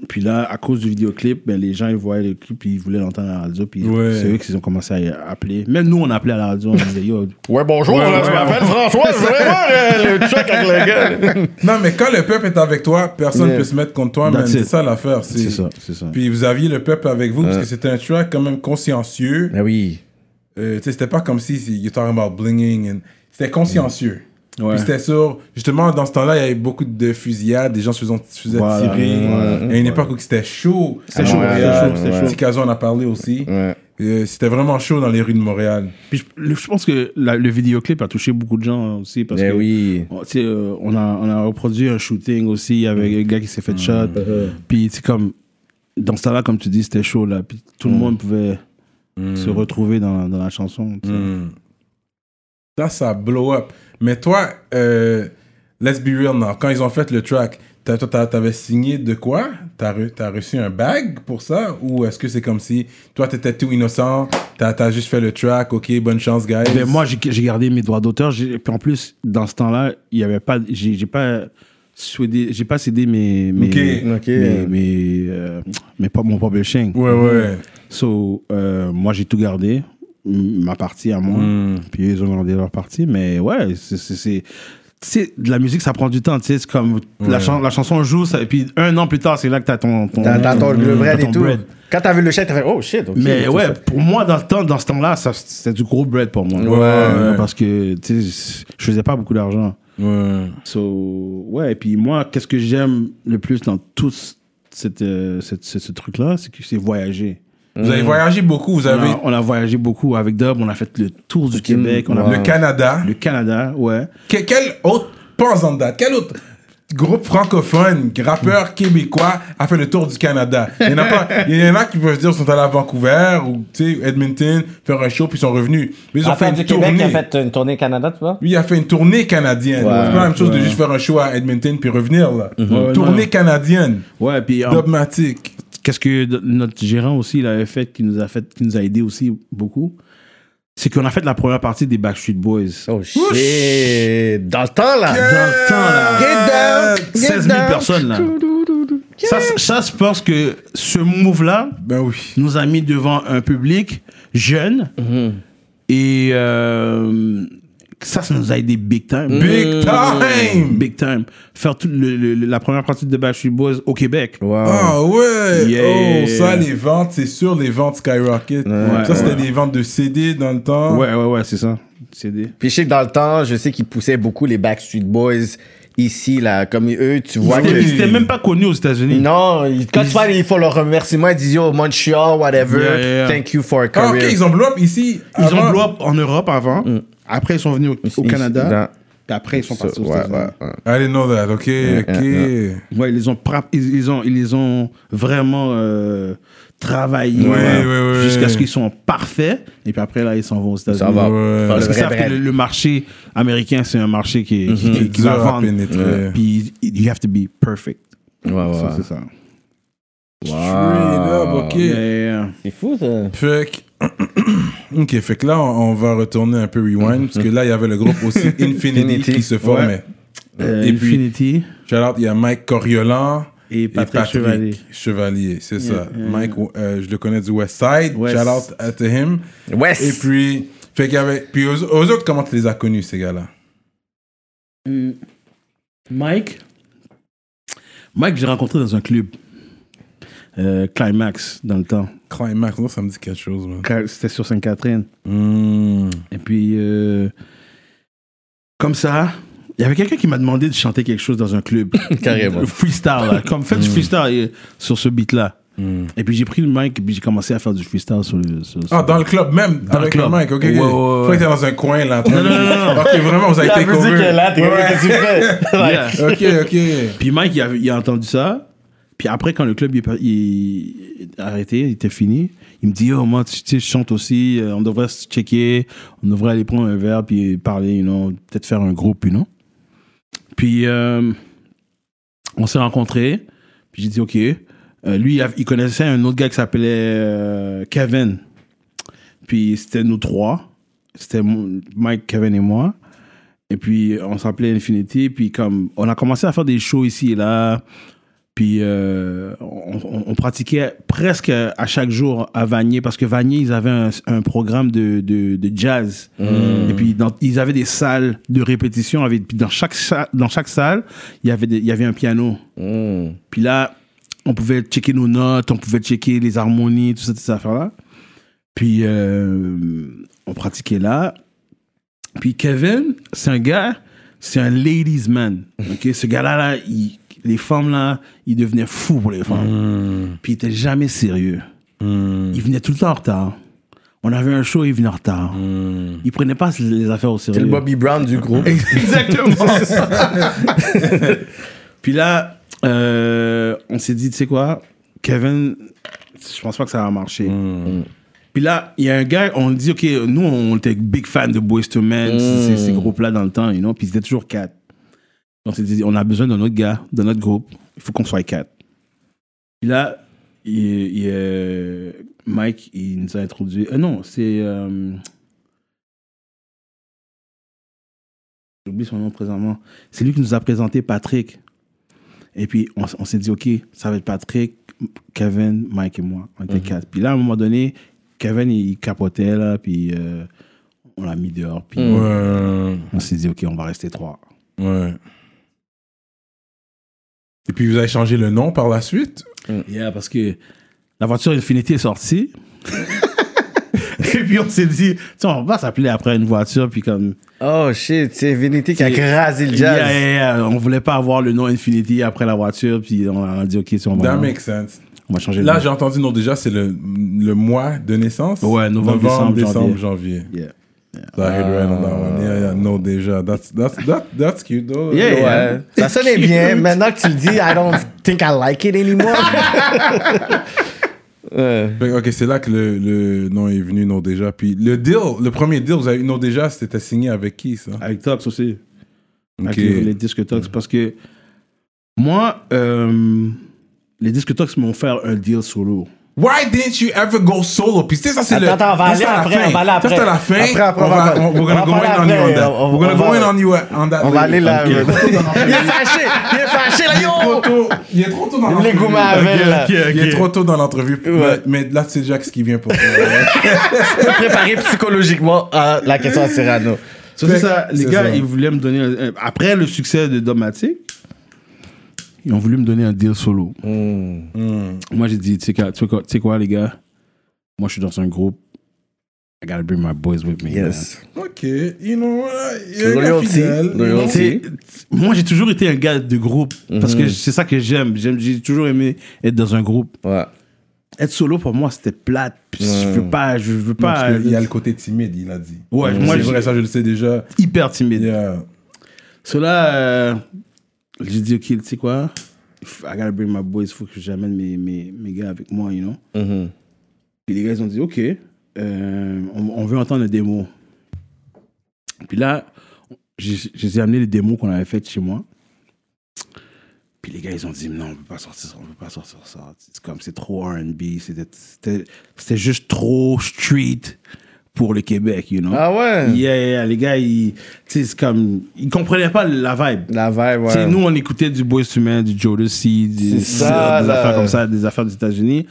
puis là, à cause du vidéoclip, ben, les gens ils voyaient le clip puis ils voulaient l'entendre à la radio. Puis Ouais. c'est eux qui ont commencé à appeler. Même nous, on appelait à la radio. On disait Yo, Ouais, bonjour, euh, là, je m'appelle François, je vais voir le track avec le gars. Non, mais quand le peuple est avec toi, personne ne Yeah. peut se mettre contre toi, That's man. C'est it. ça l'affaire. c'est- C'est ça, c'est ça. Puis vous aviez le peuple avec vous, parce que c'était un track quand même consciencieux. Ben oui. Euh, tu sais, c'était pas comme si si you're talking about blinging. and- C'était consciencieux. Ouais. Puis c'était sur. Justement, dans ce temps-là, il y avait beaucoup de fusillades, des gens se faisaient, se faisaient Voilà, tirer. ouais. Il y a une époque où c'était chaud. C'était chaud, Montréal. c'était chaud, c'était chaud. Mm. Petit Cazon en a parlé aussi. Ouais. Euh, c'était vraiment chaud dans les rues de Montréal. Puis je, le- je pense que la- le vidéoclip a touché beaucoup de gens aussi parce Ben que oui. on, tu sais, euh, on a on a reproduit un shooting aussi avec Mm. un gars qui s'est fait shot. Puis c'est comme dans ce temps-là comme tu dis c'était chaud là. Puis tout Mm. le monde pouvait se retrouver dans, dans la chanson. tu sais. Mm. Ça, ça blow up. Mais toi, euh, let's be real now. Quand ils ont fait le track, t'as- toi, t'as- t'avais signé de quoi T'as re- t'as reçu un bag pour ça Ou est-ce que c'est comme si toi, t'étais tout innocent, t'as as juste fait le track, ok, bonne chance, guys. Ben, moi j'ai j'ai gardé mes droits d'auteur. J'ai- Puis en plus dans ce temps-là il y avait pas j'ai j'ai pas cédé j'ai pas cédé mes mes Ok. Ok. mes, mes, euh, mes pop- mon publishing. Ouais, ouais. So, euh, moi, j'ai tout gardé, m- ma partie à Mm. moi. Puis ils ont gardé leur partie. Mais ouais, c'est- c'est. c'est- tu sais, de la musique, ça prend du temps. Tu sais, c'est comme la, chan- la chanson joue, ça- et puis un an plus tard, c'est là que t'as ton. ton T'as t'as ton le t'as bread Mm. ton et tout. bread. Quand t'as vu le chèque, t'as fait, oh shit, ok. Mais tout ouais, ça. pour moi, dans, le temps, dans ce temps-là, ça, c'était du gros bread pour moi. ouais. Parce que, tu sais, je faisais pas beaucoup d'argent. Mm. Ouais. So, ouais, et puis moi, qu'est-ce que j'aime le plus dans tout ce- cette, euh, cette- ce- ce truc-là, c'est que c'est voyager. Vous avez voyagé beaucoup, vous Ah On avez a, on a voyagé beaucoup avec Dub, on a fait le tour du Québec, on a le Canada. le Canada, ouais. Que- quel autre, pas en date, quel autre groupe francophone, rappeur québécois a fait le tour du Canada? Il y en a, pas, il y en a qui peuvent se dire sont allés à Vancouver ou tu sais, Edmonton, faire un show puis ils sont revenus. Mais ils ont fait une tournée. une tournée Canada, tu vois Lui, il a fait une tournée canadienne. c'est pas la même chose de juste faire un show à Edmonton puis revenir. Là. Ouais, tournée non. canadienne, Ouais, puis en- dogmatique. qu'est-ce que d- notre gérant aussi il avait fait qui nous a fait qui nous a aidé aussi beaucoup, c'est qu'on a fait la première partie des Backstreet Boys. Oh shit. Dans le temps, là. Dans le temps là, Get down, get 16 000 down. personnes là. Ça, c'est- ça, je pense que ce move là Ben oui. nous a mis devant un public jeune et euh, ça, ça nous a aidé big time. Big time! Big time. Faire tout le- le- le- la première partie de Backstreet Boys au Québec. Oh. Ah ouais! Yeah. Oh, ça, les ventes, c'est sûr, les ventes skyrocket. ça, c'était des ventes de CD dans le temps. Ouais, ouais, ouais, c'est ça. CD. Puis je sais que dans le temps, je sais qu'ils poussaient beaucoup les Backstreet Boys ici, là. Comme eux, tu vois C'était que. c'était même pas connu aux États-Unis. Non, ils- quand tu vois, ils font leur remerciement, ils disent yo, Montreal, whatever, Yeah, yeah, yeah. thank you for a Ah, career. ok, ils ont blow up ici. Ils ont avant. blow up en Europe avant. Après, ils sont venus au, au Mm. Ils- Canada. dans- Puis après, ils sont partis aux Ouais, États-Unis. ouais, Ouais, ouais. I didn't know that. Ok, ok. ils les ont, pra- ils, ils ont, ils les ont vraiment euh, travaillé Ouais, ouais, ouais, ouais. jusqu'à ce qu'ils sont parfaits. Et puis après, là, ils s'en vont aux États-Unis. Ça Ouais. va. Faire Parce le qu'ils vrai savent que bread. le, le marché américain, c'est un marché qui, qui, Mm-hmm. qui- qui Dur va à vendre. pénétrer. Ouais. Puis, you have to be perfect. Ouais, ouais, Ça, ouais. c'est ça. Straight Ah, up, ok. Yeah, yeah. C'est fou, ça. Fait que... Ok, fait que là, on on va retourner un peu rewind, parce que là, il y avait le groupe aussi Infinity qui se formait. Euh, Et puis- Infinity. Shout out, il y a Mike Coriolan Et Patrick Chevalier. Chevalier, c'est ça. Mike, euh, je le connais du West Side. West. Shout out à- to him. West. Et puis, fait qu'il y avait... Puis aux, aux autres, comment tu les as connus, ces gars-là? Mike. Mike, j'ai rencontré dans un club. Euh, Climax, dans le temps. Climax, non, ça me dit quelque chose, man. Cla- C'était sur Hmm. Sainte-Catherine. Mm. Et puis, euh, comme ça, Il y avait quelqu'un qui m'a demandé de chanter quelque chose dans un club. Carrément. Le freestyle, là. Comme, fais du freestyle euh, sur ce beat-là. Et puis j'ai pris le mic et puis j'ai commencé à faire du freestyle sur le. sur- sur- Ah, dans le club même, avec club. le mic, ok. Ouais, ouais, ouais. Faut que t'es dans un coin là. Non, non, non. Ok, vraiment, vous avez La été musique cover. est là, t'es comme, qu'est-ce que tu fais? Like, Yeah. Ok, ok. Puis Mike, il a, il a entendu ça. Puis après, quand le club il est, par- il est arrêté, il était fini, il me dit Oh, moi, tu sais, je chante aussi, euh, on devrait se checker, on devrait aller prendre un verre, puis parler, you know, peut-être faire un groupe, you know. Puis euh, on s'est rencontrés, puis j'ai dit Ok. Euh, lui, il, a- il connaissait un autre gars qui s'appelait euh, Kevin. Puis c'était nous trois. C'était mon- Mike, Kevin et moi. Et puis, euh, on s'appelait Infinity. Puis, comme, on a commencé à faire des shows ici et là. Puis, euh, on, on- on pratiquait presque à chaque jour à Vanier. Parce que Vanier, ils avaient un, un programme de, de- de jazz. Et puis, dans- ils avaient des salles de répétition. Avec, puis, dans chaque, sa- dans chaque salle, il y avait, des- il y avait un piano. Hmm. Puis là, on pouvait checker nos notes, on pouvait checker les harmonies, tout ça, toutes ces affaires-là. Puis, euh, on pratiquait là. Puis Kevin, c'est un gars, c'est un ladies man. ok Ce gars-là, là, il- les femmes, là, il devenait fou pour les femmes. Puis il était jamais sérieux. Il venait tout le temps en retard. On avait un show, il venait en retard. Il prenait pas les affaires au C'est sérieux. le Bobby Brown du groupe. Exactement. Puis là, euh, on s'est dit, tu sais quoi, Kevin, je pense pas que ça va marcher. Puis là, il y a un gars, on dit, OK, nous, on était big fan de Boyz II Men, ces, ces groupes-là dans le temps, you know, puis c'était toujours quatre. On s'est dit, on a besoin d'un autre gars, de notre groupe, il faut qu'on soit quatre. Puis là, il- il, euh, Mike, il nous a introduit. euh, non, c'est. euh, J'oublie son nom présentement. C'est lui qui nous a présenté Patrick. Et puis, on, s- on s'est dit, OK, ça va être Patrick, Kevin, Mike et moi. On était quatre. Puis là, à un moment donné, Kevin, il capotait, là, puis euh, on l'a mis dehors. Puis Ouais. on s'est dit, OK, on va rester trois. Ouais. Et puis vous avez changé le nom par la suite Yeah, parce que la voiture Infinity est sortie. et puis on s'est dit, tu sais, on va pas s'appeler après une voiture, puis comme. Oh shit, c'est Vinity qui a C'est- crasé le Yeah, jazz. yeah, yeah, On voulait pas avoir le nom Infinity après la voiture, puis on a dit, ok, si on That va, makes sense. on va changer Là, le j'ai entendu, non, déjà, c'est le, le mois de naissance Ouais, novembre, décembre, janvier. nom. Yeah. So I hit right on that Euh, one. Yeah, yeah, no, déjà. That's, that's, that, that's cute, though. Yeah, yeah. Ouais. Ça sonnait bien. Maintenant que tu le dis, I don't think I like it anymore. Ouais. Fait que, Ok, c'est là que le, le nom est venu, non, déjà. Puis le deal, le premier deal, vous avez eu non, déjà, c'était signé avec qui, ça Avec Tox aussi. Ok. Ah, Avec les, les disques Tox. Parce que moi, euh, les disques Tox m'ont fait un deal solo. Why didn't you ever go solo? Puis tu sais, ça, c'est le. Attends, attends, on va ça, aller c'est à la après, fin. on va aller Ça, c'est à la après. fin. Après, après, on on va. va- on- We're gonna on go va in parler on you on après, that. on- We're gonna on go va- in on you on that. On va aller later. là. Ok. ouais. Il est fâché. Il est fâché, là, Trop yo. tôt. Il est trop tôt dans Il voulait l'entrevue. gommer avec, Ok, là. ok, ok. Il est trop tôt dans l'entrevue. Ouais. Mais mais là, c'est Jack ce qui vient pour toi. Préparé psychologiquement à la question à Cyrano. Ça, Fait c'est ça. que- Les c'est gars, ça. ils voulaient me donner. un- un- après le succès de Domatic, ils ont voulu me donner un deal solo. Hmm. Hmm. Moi, j'ai dit, tu sais quoi- tu sais quoi, tu sais quoi, les gars Moi, je suis dans un groupe. I gotta bring my boys with me. Yes. Ok, you know what? Il y a un gars Loyalty. fidèle. man. Loyalty. Tu sais, Moi, j'ai toujours été un gars de groupe. Parce que c'est ça que j'aime. J'aime- J'ai toujours aimé être dans un groupe. Ouais. être solo pour moi c'était plate Puis je veux pas je veux Non, parce pas que Il y a le côté timide, il a dit. Ouais, Mm. moi, c'est j'ai- vrai, ça, je le sais déjà. euh, hyper timide Yeah. cela euh, j'ai dit ok tu sais quoi If I gotta bring my boys faut que j'amène mes, mes, mes gars avec moi you know puis les gars ils ont dit ok euh, on, on veut entendre le démo puis là j'ai- je les ai amené les démos qu'on avait faites chez moi puis les gars, ils ont dit non, on ne peut pas sortir ça, on ne peut pas sortir ça. C'est comme c'est trop RB, c'était- c'était c'était juste trop street pour le Québec, you know. Ah ouais? Yeah, yeah, yeah. les gars, ils, tu sais, c'est comme, ils comprenaient pas la vibe. La vibe, Tu sais, ouais. nous, on écoutait du Boyz II Men, du Jodeci, du- C'est ça, des là. affaires comme ça, des affaires des États-Unis.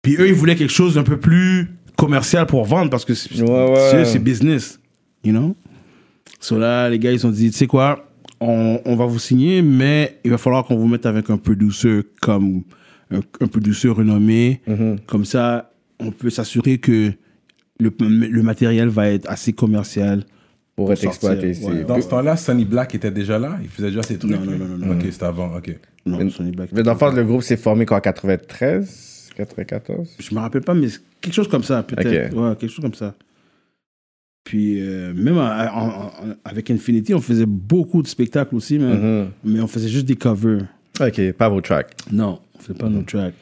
Puis eux, ils voulaient quelque chose d'un peu plus commercial pour vendre parce que c'est Ouais, ouais. c'est business, you know? So là, les gars, ils ont dit, tu sais quoi, on, on va vous signer, mais il va falloir qu'on vous mette avec un peu douceur, comme un, un peu douceur renommé. Mm-hmm. Comme ça, on peut s'assurer que le, le matériel va être assez commercial pour être exploité. sortir, ouais. c'est- Dans ce temps-là, Sonny Black était déjà là Il faisait déjà ses trucs non, lui? non, non, non, Ok, c'était avant, ok. Non, Mais- Sonny Black. Mais dans le fond, le groupe s'est formé quoi, en 93, 94 Je me rappelle pas, mais c'est quelque chose comme ça, peut-être. Ok. Ouais, quelque chose comme ça. Puis, euh, même à- en- en- avec Infinity, on faisait beaucoup de spectacles aussi, mais, mais on faisait juste des covers. Ok, pas vos tracks. Non, on faisait pas nos tracks.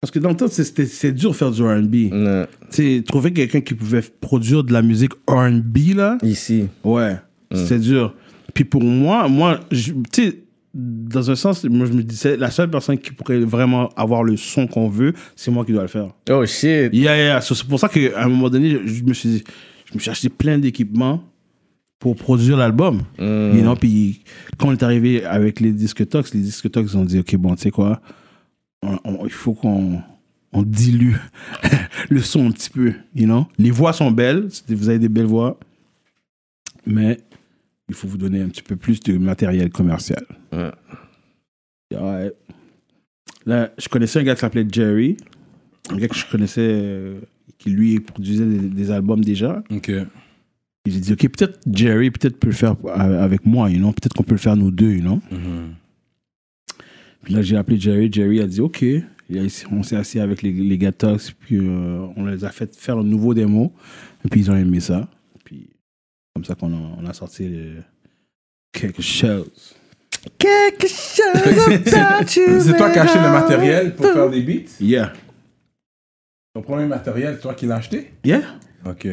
Parce que dans le temps, c'est- c'était- c'est dur de faire du RB. Non. Tu sais, trouver quelqu'un qui pouvait produire de la musique RB, là, Ici. ouais, c'est dur. Puis pour moi, moi, je- tu sais, dans un sens, moi, je me disais, la seule personne qui pourrait vraiment avoir le son qu'on veut, c'est moi qui dois le faire. Oh shit. Yeah, yeah. So, c'est pour ça qu'à un moment donné, je, je me suis dit, je me suis acheté plein d'équipements pour produire l'album. Mm. You know, puis quand on est arrivé avec les disques Tox, les disques Tox ont dit, OK, bon, tu sais quoi, on- on- il faut qu'on on dilue le son un petit peu. You know? Les voix sont belles, c'est- vous avez des belles voix, mais il faut vous donner un petit peu plus de matériel commercial. Ah Ouais. Ouais. Là, je connaissais un gars qui s'appelait Jerry, un gars que je connaissais, euh, qui lui produisait des, des albums déjà. Ok. Et j'ai dit, OK, peut-être Jerry, peut-être peut le faire a- avec moi, you know? peut-être qu'on peut le faire nous deux. You know? Mhm. Puis là, j'ai appelé Jerry. Jerry a dit, OK. Et là, il s'est- on s'est assis avec les, les gars de Tox, puis euh, on les a fait faire un nouveau démo. Et puis ils ont aimé ça. Puis comme ça qu'on a, on a sorti le- quelque chose. Quelque chose C'est toi qui as acheté le matériel pour faire des beats Yeah. Ton premier matériel, c'est toi qui l'as acheté Yeah. Ok.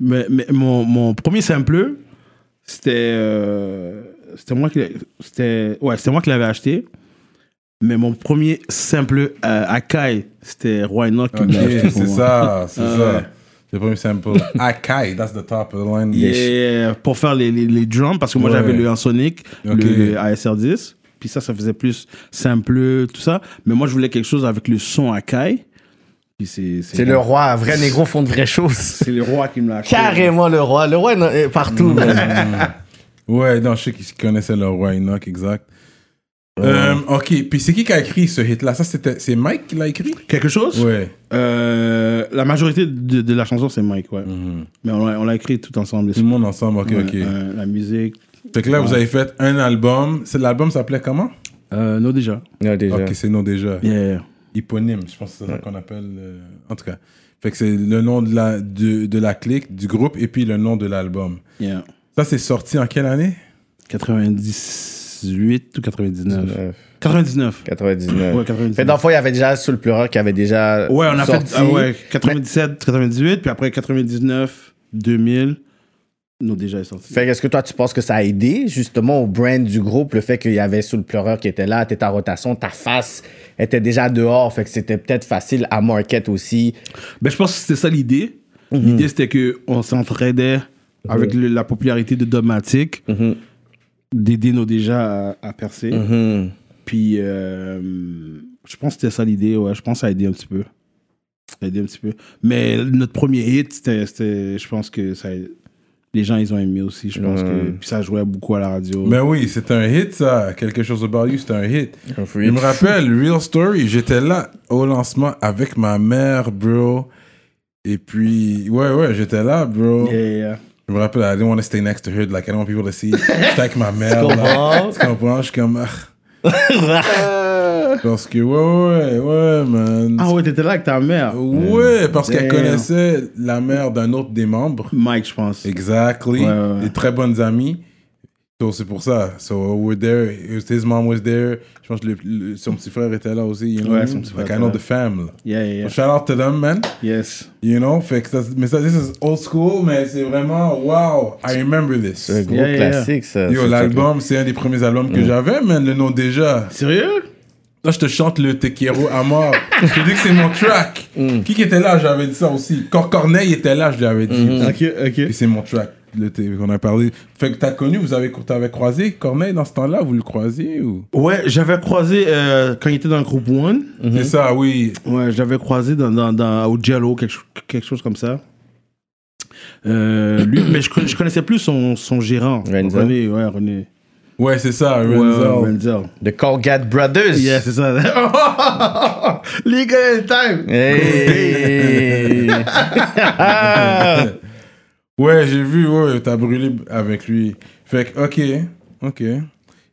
Mais, mais mon, mon premier sample, c'était. euh, c'était moi qui l'ai- c'était ouais c'était moi qui l'avais acheté mais mon premier simple Akai c'était Roy Nock qui me Ok, l'a acheté pour c'est moi. ça, c'est Ah ça. ouais. C'est le premier sample. Akai, that's the top of the line. Et, euh, pour faire les, les, les drums parce que moi Ouais. j'avais le Sonic Ok. le ASR10 puis ça ça faisait plus simple tout ça mais moi je voulais quelque chose avec le son Akai puis c'est C'est le roi, un vrai négro font de vraies choses. Mm. c'est le roi qui me l'a acheté Carrément le roi. Le roi est est partout. man. Ouais, non, je sais qu'ils connaissaient le roi Enoch, exact. Euh, ok, puis c'est qui qui a écrit ce hit-là Ça, c'était, c'est Mike qui l'a écrit quelque chose Ouais. Euh, la majorité de, de la chanson, c'est Mike, ouais. Mais on l'a, on l'a écrit tout ensemble. Tout le monde ensemble, ok, Ouais, ok. euh, la musique. Fait que là, vous avez fait un album. C'est, l'album s'appelait comment Euh, non, déjà. Non, déjà. Ok, c'est non déjà. Yeah. Hyponyme, je pense que c'est ça qu'on appelle. euh, En tout cas, fait que c'est le nom de la, de, de la clique, du groupe, et puis le nom de l'album. Yeah. Ça, c'est sorti en quelle année 98 ou 99 Euh, 99. 99. Ouais, 99. Fait que dans le fond, il y avait déjà sur le pleureur qui avait déjà. Ouais, on a sorti. fait ah ouais, 97, 98, puis après 99, 2000. Non, déjà est sorti. Fait que est-ce que toi, tu penses que ça a aidé justement au brand du groupe, le fait qu'il y avait sous le pleureur qui était là, t'étais en rotation, ta face était déjà dehors, fait que c'était peut-être facile à market aussi. Ben, je pense que c'était ça l'idée. L'idée, c'était qu'on s'entraidait avec le- la popularité de Domatic, Mhm. Mm-hmm, d'aider nos déjà à, à percer. mm-hmm. Puis, euh, je pense que c'était ça l'idée, ouais. Je pense que ça a aidé un petit peu. Ça a aidé un petit peu. Mais notre premier hit, c'était, c'était- je pense que ça, les gens, ils ont aimé aussi, je pense que. Puis ça jouait beaucoup à la radio. Ben oui, c'est un hit, ça. Quelque chose about you, c'est un hit. Un freak. Je me rappelle, Real Story, j'étais là au lancement avec ma mère, bro. Et puis, ouais, ouais, j'étais là, bro. Et, euh, Je me rappelle, I didn't want to stay next to her, like, I don't want people to see. J'étais avec ma mère, là. Tu comprends? Je suis comme, ah. Parce que, ouais, ouais, ouais, man. Ah ouais, t'étais là avec ta mère. Ouais, parce qu'elle Damn. connaissait la mère d'un autre des membres. Mike, je pense. Exactly. Ouais, ouais, ouais. Des très bonnes amies. So, c'est pour ça. So, we we're there. It was- his mom was there. Je pense que le- le- son petit frère était là aussi. You know? Ouais, son petit frère Like, I était know là. the family. Yeah, yeah, yeah. Shout out to them, man. Yes. You know? Fait que ça, mais ça, this is old school, mais c'est vraiment, wow, I remember this. Un gros Yeah, yeah, yeah. classique, Euh, ça. Yo, ce l'album, c'est un des premiers albums que j'avais, man. Le nom déjà. Sérieux? Là, je te chante le Tequiero à mort. je te dis que c'est mon track. Qui qui était là, j'avais dit ça aussi. Cor Corneille était là, je l'avais dit. Ok, ok. Et c'est mon track le thé- qu'on a parlé. Fait que t'as connu, vous avez, t'avais croisé Corneille dans ce temps-là, vous le croisiez ou Ouais, j'avais croisé euh, quand il était dans le groupe One. C'est ça, oui. Ouais, j'avais croisé dans, dans, dans- au Jello, quelque, cho- quelque chose comme ça. Euh, lui, mais je, con- je connaissais plus son, son gérant. Renzo. René, ouais, René. Ouais, c'est ça, Ouais, Renzo. ouais, Renzo. The Colgate Brothers. Yeah, c'est ça. Les gars, time. Hey. Ouais, j'ai vu, ouais, t'as brûlé avec lui. Fait que, ok, ok.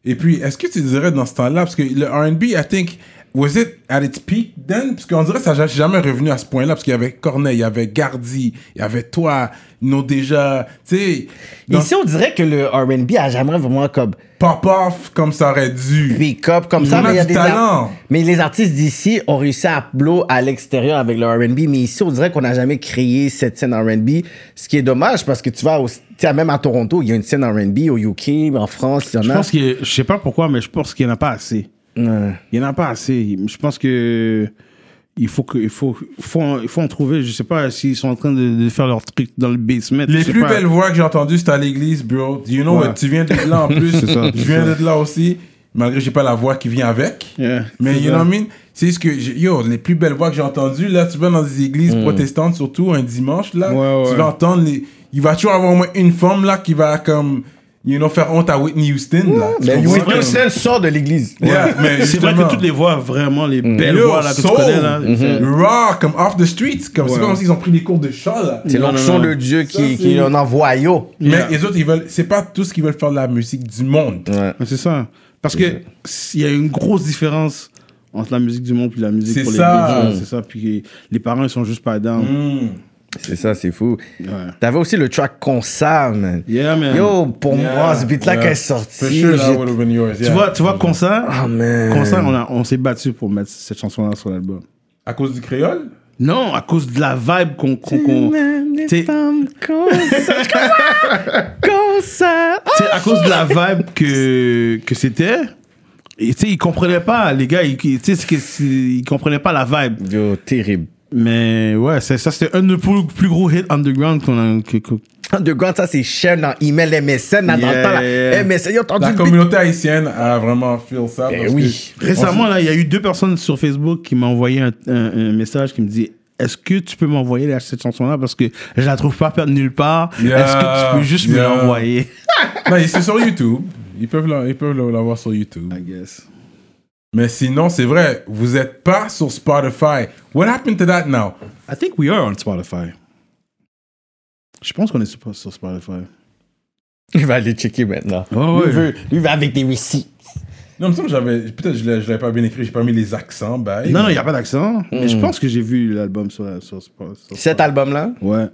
Et puis, est-ce que tu dirais dans ce temps-là, parce que le RB, I think, was it at its peak then? Parce qu'on dirait que ça n'a jamais revenu à ce point-là, parce qu'il y avait Corneille, il y avait Gardi, il y avait toi, nous déjà, tu sais. dans- Ici, on dirait que le RB a jamais vraiment comme Pop off comme ça aurait dû. pick up comme Il y ça. en a Mais, il y a du des ar- talent. mais les artistes d'ici ont réussi à blow à l'extérieur avec le RB. Mais ici, on dirait qu'on n'a jamais créé cette scène RB. Ce qui est dommage parce que tu vas au- tu sais, même à Toronto, il y a une scène RB, au UK, en France, il y Je en a. pense que, je sais pas pourquoi, mais je pense qu'il n'y en a pas assez. Ouais. Il n'y en a pas assez. Je pense que il faut que il faut faut en, il faut en trouver. Je sais pas s'ils sont en train de, de faire leur truc dans le basement. Les je sais plus pas. belles voix que j'ai entendues, c'était à l'église, bro. You know, Ouais. what, tu viens de là en plus. C'est ça, je c'est viens ça. de là aussi, malgré que j'ai pas la voix qui vient avec. Yeah, Mais c'est you ça. know what I mean? C'est ce que j'ai- yo, les plus belles voix que j'ai entendues là, tu vas dans des églises protestantes surtout un dimanche là, Mm. Ouais, ouais. tu vas entendre les il va toujours avoir au moins une femme là qui va comme you know faire honte à Whitney Houston là. Tu Mais comprends? Whitney Houston sort de l'église. Yeah, mais C'est vrai justement. que toutes les voix, vraiment les Mm. belles Yo, voix là, que tu soul, connais là. Mm-hmm. c'est- raw comme off the street comme c'est pas comme s'ils ont pris des cours de chant là. C'est Non, non, l'onction non. de Dieu qui, Ça, qui c'est- est un envoyau. Mais Yeah. les autres ils veulent c'est pas tous qui veulent faire de la musique du monde. Mais Ah, C'est ça. Parce que s'il y a une grosse différence entre la musique du monde puis la musique C'est pour les ça. gens, c'est ça. Puis les parents ils sont juste pas down. Mm. C'est ça, c'est fou. Ouais. T'avais aussi le track Consam, man. Yeah man. Yo, pour Yeah. moi, ce beat-là Yeah. qui est For sorti, sure, that j'ai- would have been yours, tu yeah. vois, tu vois, comme ça, Ah, man. comme ça, on, a- on s'est battu pour mettre cette chanson là sur l'album. à cause du créole Non, à cause de la vibe qu'on. qu'on- qu'on- t'sais- Tu sais, à cause de la vibe que, que c'était, et tu sais, ils comprenaient pas, les gars, ils, tu sais, ce que c'est- ils comprenaient pas la vibe. Yo, terrible. Mais ouais, c'est- ça, c'était un de nos plus, plus gros hits underground qu'on a. que- que- Underground, ça, c'est cher dans email MSN. Dans le Yeah, temps, là. yeah. MSN, yo, entendu La le communauté haïtienne a vraiment feel ça. beat? parce Ben oui. Récemment, là, il y a eu deux personnes sur Facebook qui m'ont envoyé un, un- un message qui me dit. Est-ce que tu peux m'envoyer la- cette chanson-là parce que je la trouve pas perdre nulle part. Yeah, Est-ce que tu peux juste me yeah. l'envoyer? que- Non, c'est sur YouTube. Ils peuvent la- ils peuvent l'avoir sur YouTube. I guess. Mais sinon, c'est vrai, vous êtes pas sur Spotify. What happened to that now? I think we are on Spotify. Je pense qu'on est sur sur Spotify. Il va aller checker maintenant. Ouais, ouais. Lui, veut- lui va avec des receipts. Non, il me semble que j'avais. Peut-être que je l'ai- je l'avais pas bien écrit, j'ai pas mis les accents. Bye. Non, non, il n'y a pas d'accent. Mais je pense que j'ai vu l'album sur, sur, sur, sur- Cet album-là, Ouais.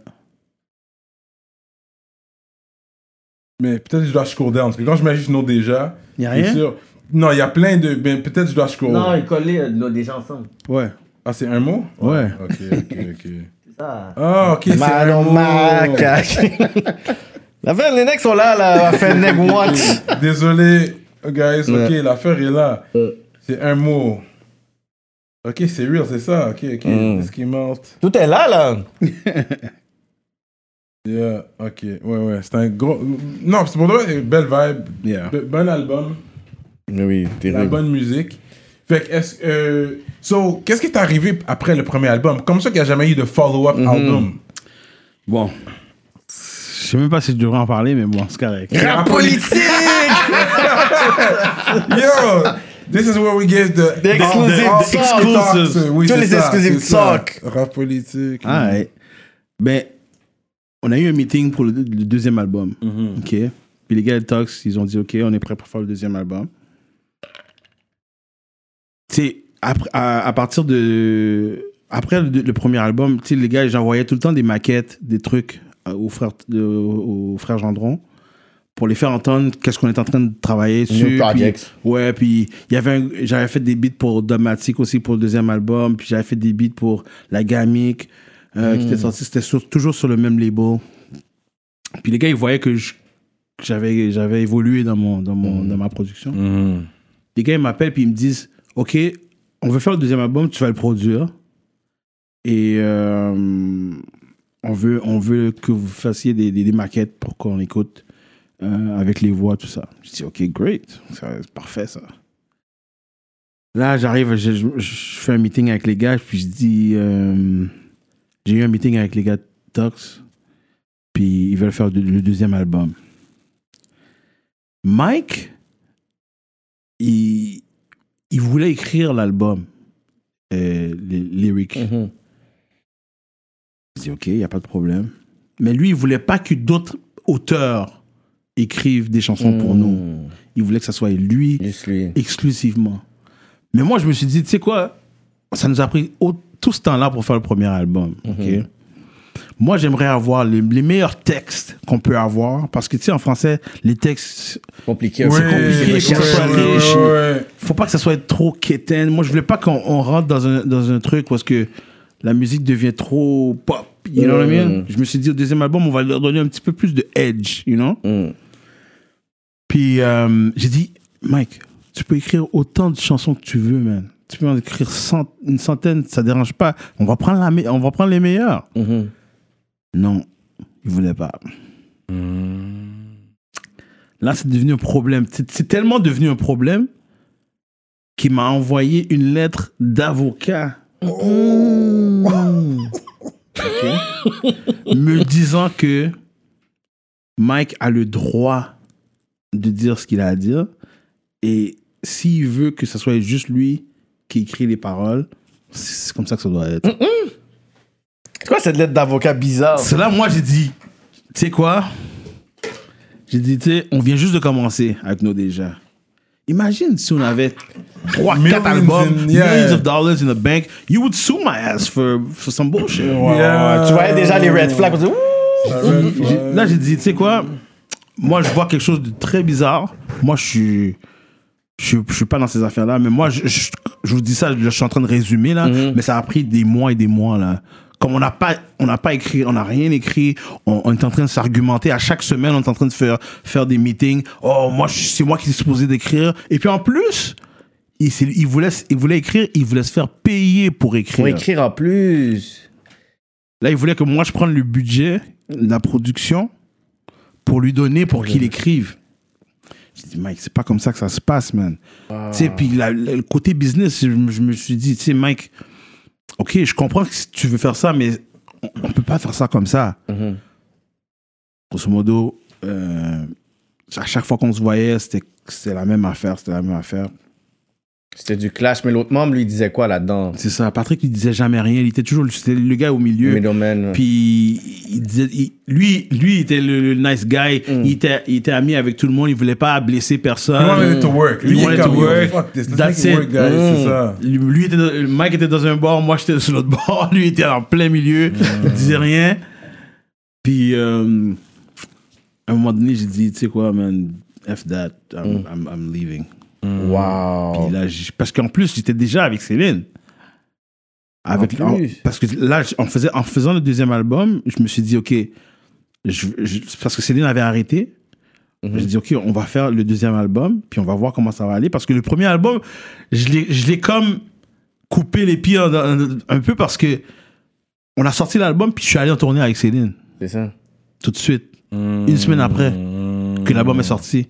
Mais peut-être que je dois scroll down. Parce que quand je mets juste nos déjà. Il n'y a c'est rien sûr- Non, il y a plein de. Ben, peut-être que je dois scroll. ils collaient déjà ensemble. Ouais. Ah, c'est un mot? Ouais. Ok, ok, ok. Ah, ok, c'est un Manon mot. Macaque. La fin, les necks sont là, là. La fin, neck what? Désolé, guys. Ok, Ouais. l'affaire est là. C'est un mot. Ok, c'est real, c'est ça. Ok, ok. Mm. Qu'est-ce qui monte? Tout est là, là. Yeah, ok. Ouais, ouais. C'est un gros. Non, c'est pour toi, belle vibe. Yeah. Be- Bon album, Mais oui, la bonne musique. Fait que, est-ce euh, so, qu'est-ce qui est arrivé après le premier album? Comme ça qu'il n'y a jamais eu de follow-up album. Bon. Je sais même pas si je devrais en parler, mais bon, c'est correct. Rap politique! Yo! This is where we get the, The exclusive all- talk. talks. Oui, Tous c'est les ça, exclusive c'est ça. talk. Rap politique. Ah, ouais. Ben, on a eu un meeting pour le, le deuxième album. OK. Puis les gars de Tox, ils ont dit, OK, on est prêt pour faire le deuxième album. Tu sais, après- à, à partir de... Après le, le premier album, tu sais, les gars, j'envoyais tout le temps des maquettes, des trucs euh, aux frères, de- aux frères Gendron pour les faire entendre qu'est-ce qu'on est en train de travailler sur. puis- projects. ouais, puis il y avait un- j'avais fait des beats pour Domatic aussi pour le deuxième album, puis j'avais fait des beats pour La Gamique euh, qui était sorti, c'était sur- toujours sur le même label. Puis les gars, ils voyaient que je- que j'avais j'avais évolué dans mon dans mon dans ma production. Les gars, ils m'appellent puis ils me disent OK, on veut faire le deuxième album, tu vas le produire. Et euh, on, veut, on veut que vous fassiez des, des- des maquettes pour qu'on écoute euh, avec les voix, tout ça. Je dis, OK, great. Ça, C'est parfait, ça. Là, j'arrive, je, je- je fais un meeting avec les gars, puis je dis, euh, j'ai eu un meeting avec les gars de Tox, puis ils veulent faire de- le deuxième album. Mike, il, il voulait écrire l'album, euh, les lyrics. Je dis, OK, il n'y a pas de problème. Mais lui, il voulait pas que d'autres auteurs écrivent des chansons Mm. pour nous. Il voulait que ça soit lui Juste Hmm. lui. exclusivement. Mais moi, je me suis dit, tu sais quoi, ça nous a pris au- tout ce temps-là pour faire le premier album. ok? Moi, j'aimerais avoir les, les meilleurs textes qu'on peut avoir, parce que tu sais, en français, les textes, Compliqué. Ouais, c'est compliqué, ouais, c'est pas ouais, riche. ouais, ouais. faut pas que ça soit trop quétaine. Moi, je voulais pas qu'on on rentre dans un, dans un truc où est-ce que la musique devient trop pop. You know what I mean? Je me suis dit, au deuxième album, on va leur donner un petit peu plus de edge, you know? Mm. Puis euh, j'ai dit, Mike, tu peux écrire autant de chansons que tu veux, man. Tu peux en écrire cent- une centaine, ça dérange pas. On va prendre, la me- on va prendre les meilleurs. Mhm. Non, il voulait pas. Là, c'est devenu un problème. C'est c'est tellement devenu un problème qu'il m'a envoyé une lettre d'avocat. Ok. Me disant que Mike a le droit de dire ce qu'il a à dire. Et s'il veut que ce soit juste lui qui écrit les paroles, c'est comme ça que ça doit être. C'est quoi cette lettre d'avocat bizarre? C'est là, moi, j'ai dit, tu sais quoi J'ai dit, tu sais, on vient juste de commencer avec nous déjà. Imagine si on avait 3, Millions 4 albums, in- yeah. millions of dollars in the bank, you would sue my ass for, for some bullshit. Yeah. Tu voyais déjà les red flags. on disait, Ouh! J'ai- Euh, Là, j'ai dit, tu sais quoi Moi, je vois quelque chose de très bizarre. Moi, je suis. Je, je suis pas dans ces affaires-là, mais moi, je, je- je vous dis ça, je suis en train de résumer là, mais ça a pris des mois et des mois là. Comme on n'a pas, on n'a pas écrit, on n'a rien écrit, on, on est en train de s'argumenter à chaque semaine, on est en train de faire, faire des meetings. Oh, moi, je- c'est moi qui suis supposé d'écrire. Et puis en plus, il, s'est- il voulait, il voulait écrire, il voulait se faire payer pour écrire. Pour écrire en plus. Là, il voulait que moi je prenne le budget de la production pour lui donner pour qu'il écrive. J'ai dit, Mike, c'est pas comme ça que ça se passe, man. Tu sais, puis la- la- le côté business, je, me- je me suis dit, tu sais, Mike, ok, je comprends que si tu veux faire ça, mais on, on peut pas faire ça comme ça. Mhm. Grosso modo, euh, à chaque fois qu'on se voyait, c'était c'était la même affaire, c'était la même affaire. C'était du clash, mais l'autre membre, lui, il disait quoi là-dedans? C'est ça, Patrick, il disait jamais rien, il était toujours c'était le gars au milieu. Middleman. ouais. Puis il disait- il- lui, lui il était le, le nice guy. Il, était, il était ami avec tout le monde. Il voulait pas blesser He wanted personne. it to work. Lui, You il wanted est to comme, work. yo, fuck this, let's That's make it Mm. it. work, guys, uh, c'est ça. Lui, lui était dans- Mike était dans un bar, moi j'étais sur l'autre bar. Lui était en plein milieu. Il disait rien. Puis euh, à un moment donné, j'ai dit, tu sais quoi, man, f that, I'm, I'm- I'm leaving. Hum. Wow. Puis là, j'ai- parce qu'en plus, j'étais déjà avec Céline. Avec, En plus. en- parce que là, j- en, faisais- en faisant le deuxième album, je me suis dit, OK, je- je- parce que Céline avait arrêté. Mhm. J'ai dit, OK, on va faire le deuxième album, puis on va voir comment ça va aller. Parce que le premier album, je l'ai- je l'ai comme coupé les pieds en- en- un peu parce que on a sorti l'album, puis je suis allé en tournée avec Céline C'est ça. tout de suite, une semaine après que l'album est sorti.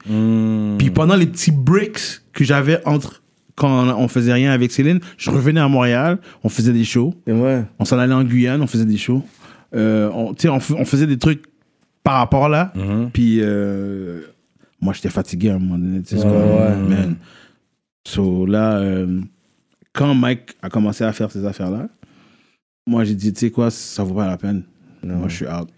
Puis pendant les petits breaks que j'avais entre quand on faisait rien avec Céline, je revenais à Montréal, on faisait des shows, Et ouais. on s'en allait en Guyane, on faisait des shows, Euh, on, tu sais, on, f- on faisait des trucs par rapport là. Mhm. Puis euh, moi j'étais fatigué à un moment donné, tu sais ce Ouais, qu'on- ouais. man. So là, euh, quand Mike a commencé à faire ces affaires là, moi j'ai dit tu sais quoi, ça vaut pas la peine. Moi je suis out.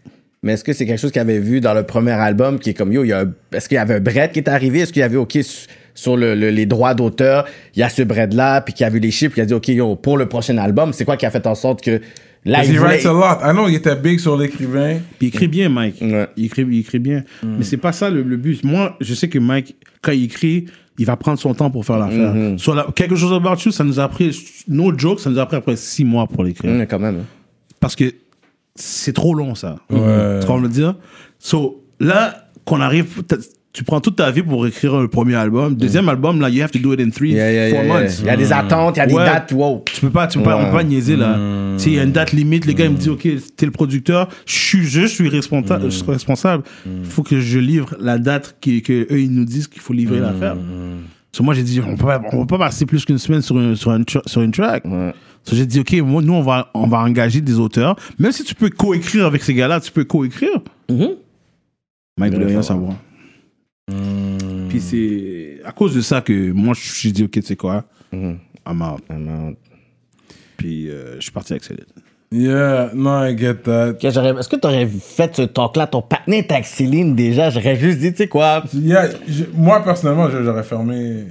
Mais est-ce que c'est quelque chose qu'il avait vu dans le premier album qui est comme yo, il y a un- est-ce qu'il y avait un bread qui est arrivé? Est-ce qu'il y avait OK su- sur le- le- les droits d'auteur, il y a ce bread là, puis qu'il a vu les chiffres, puis il a dit OK yo, pour le prochain album, c'est quoi qui a fait en sorte que là 'Cause il he voulait... writes a lot. I know, il était big sur l'écrivain. Puis il écrit bien, Mike. Ouais. Il, écrit, il écrit bien. Hmm. Mais c'est pas ça le, le but. Moi, je sais que Mike, quand il écrit, il va prendre son temps pour faire l'affaire. Hmm, Sur la- quelque chose about you, ça nous a pris, no joke, ça nous a pris après six mois pour l'écrire. Hum, quand même. hein. Parce que c'est trop long, ça. Tu comprends ce que je veux dire? So, là, qu'on arrive, t'as- tu prends toute ta vie pour écrire le premier album. Deuxième album, là, you have to do it in three, Hmm. Yeah, yeah, four yeah, yeah. months. Hmm. Il y a des attentes, il y a Ouais. des dates, wow. Tu peux pas, tu peux pas, on peut pas niaiser là. Tu sais, il y a une date limite, les gars, ils me disent, OK, t'es le producteur, je suis, je suis responsa- je suis responsable. Faut que je livre la date qui, que eux, ils nous disent qu'il faut livrer l'affaire. So, moi, j'ai dit, on peut, pas- on peut pas passer plus qu'une semaine sur, un- sur, un tra- sur une track. So, j'ai dit, OK, moi, nous, on va, on va engager des auteurs. Même si tu peux coécrire avec ces gars-là, tu peux coécrire. Mike voulait rien savoir. Puis c'est à cause de ça que moi, je me suis dit, OK, tu sais quoi, I'm out. Vraiment. Puis euh, je suis parti avec Céline. Yeah, no, I get that. Que j'aurais- Est-ce que t'aurais fait ce talk-là, ton patiné était avec Céline déjà? J'aurais juste dit, tu sais quoi? Yeah, je- moi personnellement, je- j'aurais fermé.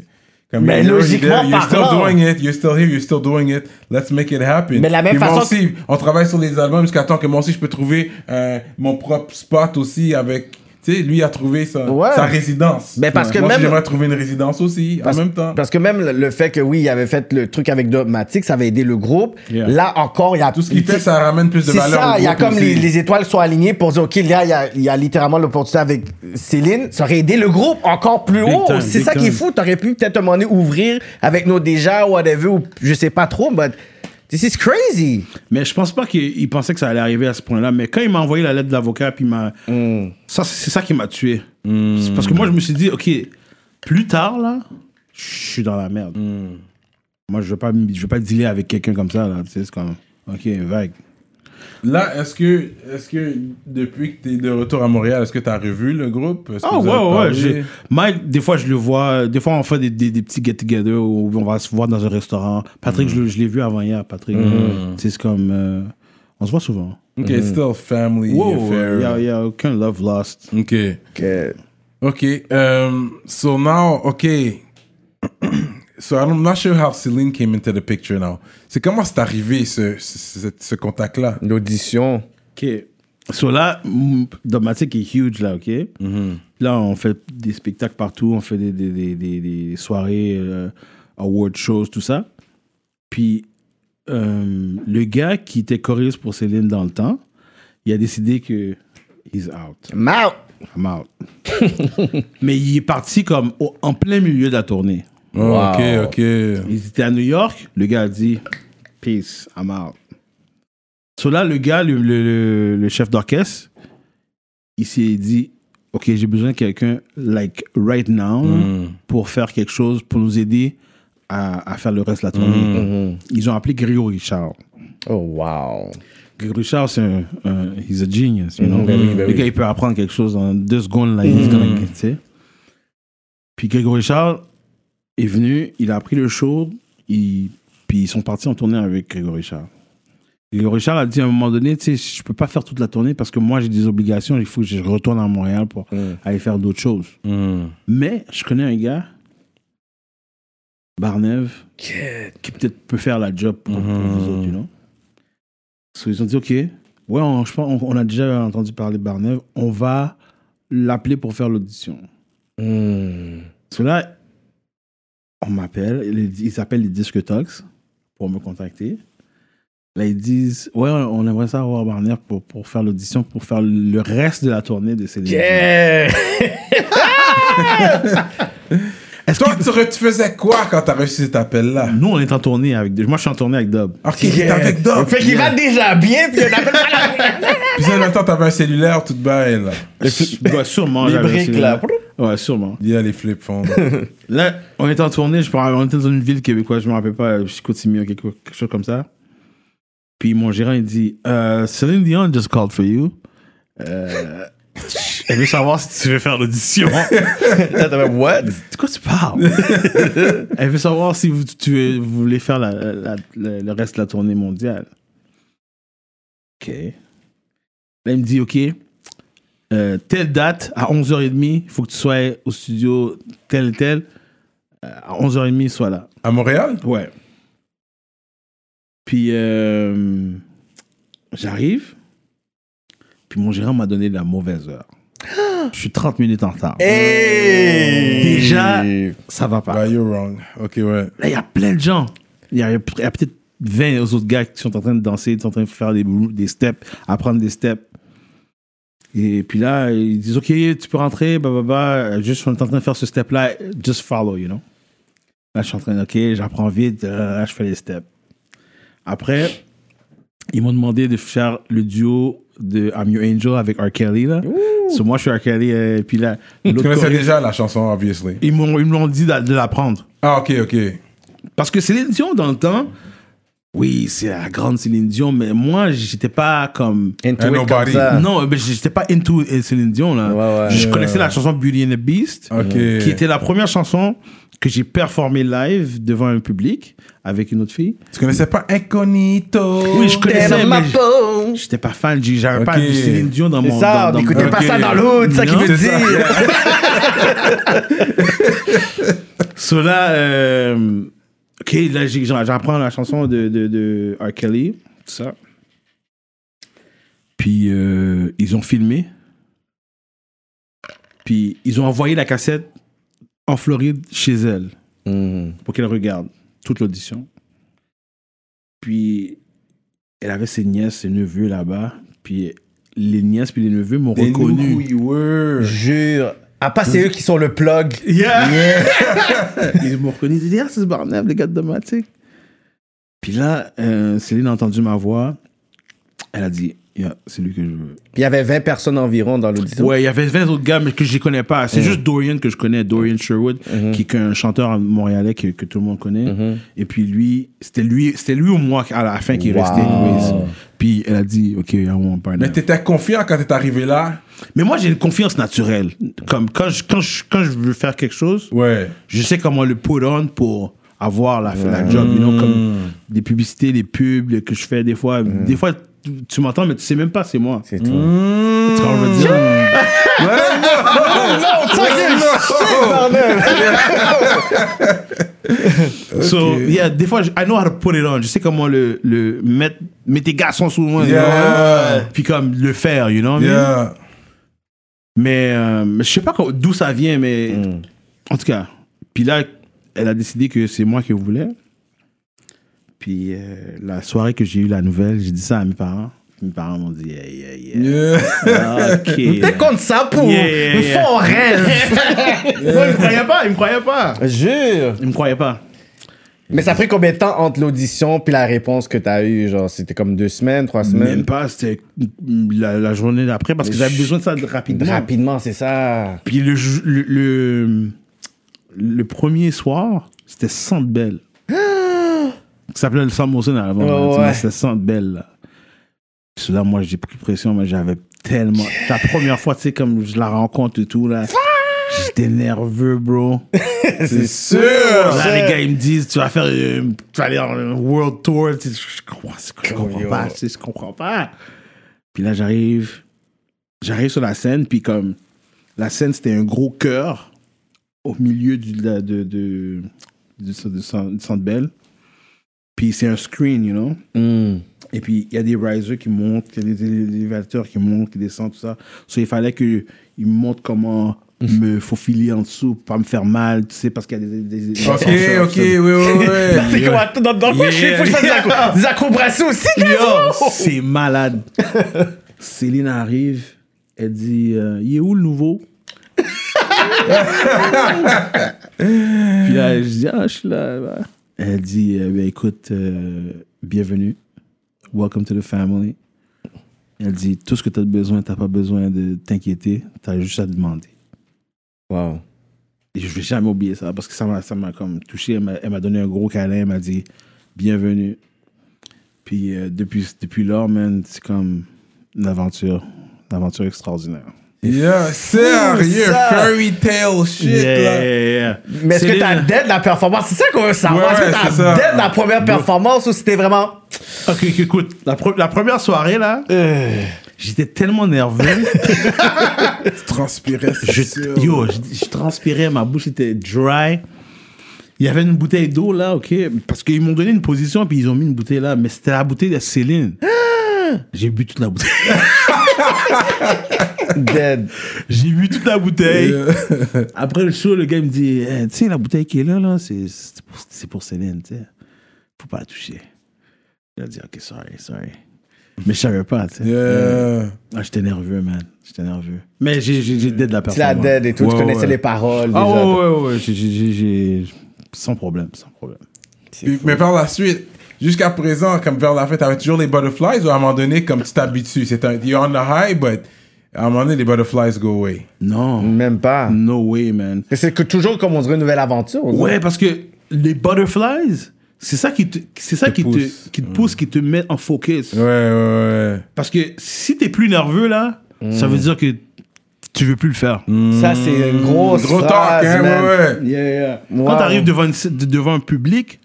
Comme, Mais you're logiquement there, you're still parlant. doing it, you're still here, you're still doing it. Let's make it happen. Mais de la même Puis moi façon aussi, on travaille sur les albums jusqu'à temps que moi aussi je peux trouver euh, mon propre spot aussi avec. Tu sais, lui a trouvé sa, Ouais. sa résidence. Mais parce que moi, aussi, même- j'aimerais trouver une résidence aussi Parce- en même temps. Parce que même le, le fait que oui, il avait fait le truc avec Dogmatic, ça avait aidé le groupe. Yeah. Là encore, il y a Tout ce qu'il fait, ça ramène plus de C'est valeur. ça, au il y a groupe comme aussi. les, les étoiles sont alignées pour dire, OK, là, il y a, il y a littéralement l'opportunité avec Céline. Ça aurait aidé le groupe encore plus Big haut. time, C'est big ça qui est time. fou. T'aurais pu peut-être un moment donné ouvrir avec nos déjà ou whatever, ou je sais pas trop, but this is crazy. Mais je pense pas qu'il il pensait que ça allait arriver à ce point-là. Mais quand il m'a envoyé la lettre d'avocat, puis il m'a. Ça, c'est ça qui m'a tué. C'est Parce que moi, je me suis dit, OK, plus tard, là, je suis dans la merde. Hmm. Moi, je veux pas, m- je veux pas dealer avec quelqu'un comme ça, là. Tu sais, c'est comme. OK, vague. Là, est-ce que, est-ce que depuis que tu es de retour à Montréal, est-ce que tu as revu le groupe Est-ce que Ah vous ouais, avez ouais, parlé? ouais. j'ai- Mike, des fois, je le vois. euh, Des fois, on fait des, des- des petits get-together où on va se voir dans un restaurant. Patrick, je, le- je l'ai vu avant hier, Patrick. Tu sais, C'est comme. euh, on se voit souvent. Ok, Hmm. it's still a family Wow, affair. il n'y a, y a aucun love lost. Ok. Que- Okay. Um, so now, okay. so I'm not sure how Celine came into the picture now. C'est comment c'est arrivé ce, ce, ce- ce contact-là? L'audition. OK. So là, mm, Dogmatic est huge, là, OK? Là, on fait des spectacles partout, on fait des, des, des, des- des soirées, euh, award shows, tout ça. Puis, euh, le gars qui était choriste pour Céline dans le temps, il a décidé que he's out, Mount. I'm out. Mais il est parti comme au- en plein milieu de la tournée. Oh, Ok, ok. Ils étaient à New York, le gars a dit Peace, I'm out. So là, le gars, le, le- le- le chef d'orchestre, il s'est dit Ok, j'ai besoin de quelqu'un, like right now, pour faire quelque chose, pour nous aider à, à faire le reste de la Mm. tournée. Ils ont appelé Grégoire Richard. Oh, wow. Grégoire Richard, c'est un, un- He's a genius, you know. bah le gars, il peut apprendre quelque chose en deux secondes, là, he's gonna- tu sais. Puis Grégoire Richard est venu, il a pris le show, il- puis ils sont partis en tournée avec Grégoire Richard. Grégoire Richard a dit à un moment donné, tu sais, je peux pas faire toute la tournée parce que moi, j'ai des obligations, il faut que je retourne à Montréal pour aller faire d'autres choses. Mais je connais un gars, Barnève, qui peut-être peut faire la job pour, pour vous autres, you know. So, ils ont dit, OK, ouais, on, je pense, on, on a déjà entendu parler de Barnève, on va l'appeler pour faire l'audition. Mm. So là, on m'appelle, ils ils appellent les Disque Talks pour me contacter. Là, ils disent, ouais, on aimerait ça avoir Barnève pour, pour faire l'audition, pour faire le reste de la tournée de Céline. Yeah. Est-ce Toi, que- tu, re- tu faisais quoi quand t'as reçu cet appel-là? Nous, on est en tournée avec... Moi, je suis en tournée avec Dub. Ok, t'étais avec Doc. Fait qu'il va déjà bien, puis on appelle pas la- Puis en même temps, t'avais un cellulaire tout belle. là. Ouais, bah, sûrement. Les j'avais briques, aussi- là. Ouais, sûrement. Yeah, les flips fondent. Là, on était en tournée, je pense, on était dans une ville québécoise, je me rappelle pas, je continue ou quelque, quelque chose comme ça. Puis mon gérant, il dit Euh, Céline Dion just called for you. Euh, elle veut savoir si tu veux faire l'audition. Là, t'as fait, what? De quoi tu parles Elle veut savoir si vous, tu veux- vous voulez faire la- la- la- le reste de la tournée mondiale. OK. Là, il me dit, OK, euh, telle date, à 11h30, il faut que tu sois au studio tel et tel. Euh, à 11h30, sois là. À Montréal? Ouais. Puis, euh, j'arrive. Puis mon gérant m'a donné la mauvaise heure. Je suis 30 minutes en retard. Hey! Déjà, ça va pas. Bah, you're wrong. Ok, ouais. Là, il y a plein de gens. Il y a, il y a peut-être 20 autres gars qui sont en train de danser, qui sont en train de faire des, moves, des steps, apprendre des steps. Et puis là, ils disent Ok, tu peux rentrer, bah, bah, bah, juste on est en train de faire ce step-là, just follow, you know. Là, je suis en train de Ok, j'apprends vite, euh, là, je fais les steps. Après, ils m'ont demandé de faire le duo de I'm Your Angel avec R. Kelly, là. So, moi, je suis R. Kelly, euh, et puis là, Tu l'autre connaissais choriste- déjà la chanson, obviously. ils m'ont ils me l'ont dit d'a- de la prendre. Ah, ok, ok. Parce que Céline Dion, dans le temps, oui, c'est la grande Céline Dion, mais moi, j'étais pas comme. Into Ain't it comme nobody. ça. Non, mais j'étais pas into euh, Céline Dion, là. Ouais, ouais. Je connaissais la chanson Beauty and the Beast, Ok. qui était la première chanson que j'ai performé live devant un public avec une autre fille. Tu connaissais pas Incognito? Oui, je connaissais, T'aimes ma mais j- peau. j'étais pas fan. j'ai- J'avais pas Ok. de Céline Dion dans C'est mon... dans- ça, dans- n'écoutez pas Ok. ça dans l'autre, c'est ça qu'il Non, veut c'est ça. dire. So là, euh, ok, là, j'ai- j'en- j'apprends la chanson de, de, de R. Kelly, tout ça. Puis euh, ils ont filmé. Puis ils ont envoyé la cassette en Floride chez elle pour qu'elle regarde toute l'audition. Puis elle avait ses nièces, ses neveux là-bas. Puis les nièces puis les neveux m'ont They knew who reconnu. you were. Jure. À part Mm. c'est eux qui sont le plug. Yeah! ils m'ont reconnu. Ils disaient, ah, c'est Barnum, les gars de Domatique. Puis là, euh, Céline a entendu ma voix. Elle a dit, Yeah, c'est lui que je veux. Puis Il y avait 20 personnes environ dans l'audition. Ouais, il y avait 20 autres gars, mais que je les connais pas. C'est juste Dorian que je connais, Dorian Sherwood, qui est un chanteur montréalais que, que tout le monde connaît. Et puis lui, c'était lui, c'était lui ou moi à la fin qui Wow. restait. anyways. Puis elle a dit, OK, I want partner. Mais t'étais confiant quand t'es arrivé là? Mais moi, j'ai une confiance naturelle. Comme quand je, quand je, quand je veux faire quelque chose, Ouais. je sais comment le put on pour avoir la, la job, you know, Mm. comme des publicités, des pubs que je fais des fois. Des fois, tu, tu m'entends, mais tu sais même pas, c'est moi. C'est toi. Tu vois, je veux dire. Mm. So, yeah, des fois, je- I know how to put it on. Je sais comment le, le mettre, mais tes gars sont sous moi, you Yeah. know? Puis comme le faire, you know. what I mean? Yeah. Mais euh, je sais pas quand- d'où ça vient, mais en tout cas. Puis là, elle a décidé que c'est moi qu'elle voulait. Puis euh, la soirée que j'ai eu la nouvelle, j'ai dit ça à mes parents. Mes parents m'ont dit yeah, yeah, yeah. Ah, ok. T'es contre ça pour Yeah, yeah, une yeah. fois on rêve. Non, ils me croyaient pas, ils me croyaient pas. Jure. Ils me croyaient pas. Mais ça a pris combien de temps entre l'audition puis la réponse que t'as eue? Genre, c'était comme deux semaines, trois Même semaines? pas, c'était la, la journée d'après parce que j'avais besoin de ça rapidement. Rapidement, c'est ça. Puis le, ju- le, le, le premier soir, c'était Centre Belle. Ah. Ça s'appelait le Samboursin avant. là, Ouais, tu vois, ouais. C'était Centre Belle. Là. Puis là, moi, j'ai pris pression, mais j'avais tellement. C'est La première fois, tu sais, comme je la rencontre et tout, là. J'étais nerveux, bro. C'est sûr! Là, les gars, ils me disent, tu vas faire, euh, tu vas aller en euh, world tour. Tu sais, Je, je comprends, je comprends Yo. pas, tu sais, je comprends pas. Puis là, j'arrive, j'arrive sur la scène, puis comme la scène, c'était un gros cœur au milieu du, de, de, de, du- du- du centre- du centre Bell. Puis c'est un screen, you know. Hmm. Et puis, il y a des risers qui montent, il y a des élévateurs qui montent, qui descendent, tout ça. So, il fallait qu'ils me montrent comment Mhm. me faufiler en dessous, pour pas me faire mal, tu sais, parce qu'il y a des... des- des- Ok, des- ok, oui, oui, C'est oui. comme attends, dans, dans le coin, je sais, faut que je fasse des accro- des acrobaties aussi, Yo, gars! c'est malade. Céline arrive, elle dit, euh, il est où le nouveau? puis là, je dis, ah, je suis là. là. Elle dit, euh, ben, écoute, euh, bienvenue. Welcome to the family. Elle dit, tout ce que tu as besoin, t'as pas besoin de t'inquiéter, t'as juste à demander. Wow. Et je vais jamais oublier ça parce que ça m'a, ça m'a comme touché. Elle m'a, elle m'a donné un gros câlin. Elle m'a dit bienvenue. Puis euh, depuis, depuis lors, man, c'est comme une aventure. Une aventure extraordinaire. Yeah, sérieux, ça. fairy tale shit, là. Mais est-ce que t'as Céline- euh, dead la performance? C'est ça qu'on veut savoir. Ouais, est-ce ouais, que c'est t'as ça. dead la première performance ou c'était vraiment. Ok, ok, écoute, la, pre- la première soirée, là, Euh. j'étais tellement nerveux. Tu transpirais, c'est sûr. je, yo, je, je transpirais, ma bouche était dry. Il y avait une bouteille d'eau là, ok, parce qu'ils m'ont donné une position puis ils ont mis une bouteille là, mais c'était la bouteille de Céline. Ah! J'ai bu toute la bouteille. Dead. J'ai bu toute la bouteille. Yeah. Après le show, le gars il me dit, Eh, tu sais la bouteille qui est là là, c'est c'est pour, c'est pour Céline, tu sais, faut pas la toucher. Il a dit, ok, sorry, sorry. Mais je savais pas, tu sais. Yeah. Ah, j'étais nerveux, man. J'étais nerveux. Mais j'ai j'ai- j'ai dead la Tu la performance. dead et tout, tu Ouais, connaissais ouais. les paroles. Ah déjà. ouais, ouais, ouais, j'ai- j'ai- j'ai- j'ai- Sans problème, sans problème. Puis- mais par la suite, jusqu'à présent, comme vers la fin, t'avais toujours les butterflies ou à un moment donné, comme tu t'habitues, c'est un, you're on the high, but à un moment donné, les butterflies go away. Non. Même pas. Mm. No way, man. Mais C'est que toujours comme on dirait une nouvelle aventure. on dirait. Ouais, parce que les butterflies, c'est ça qui te, c'est ça Te qui pousse. te, qui te Mm. pousse, qui te met en focus. Ouais, ouais, ouais. Mm. Parce que si t'es plus nerveux, là, ça veut dire que tu veux plus le faire. Ça, c'est une grosse Gros phrase, talk, hein, man. ouais, ouais. Yeah, yeah. Wow. Quand tu arrives devant, une- de- devant un public,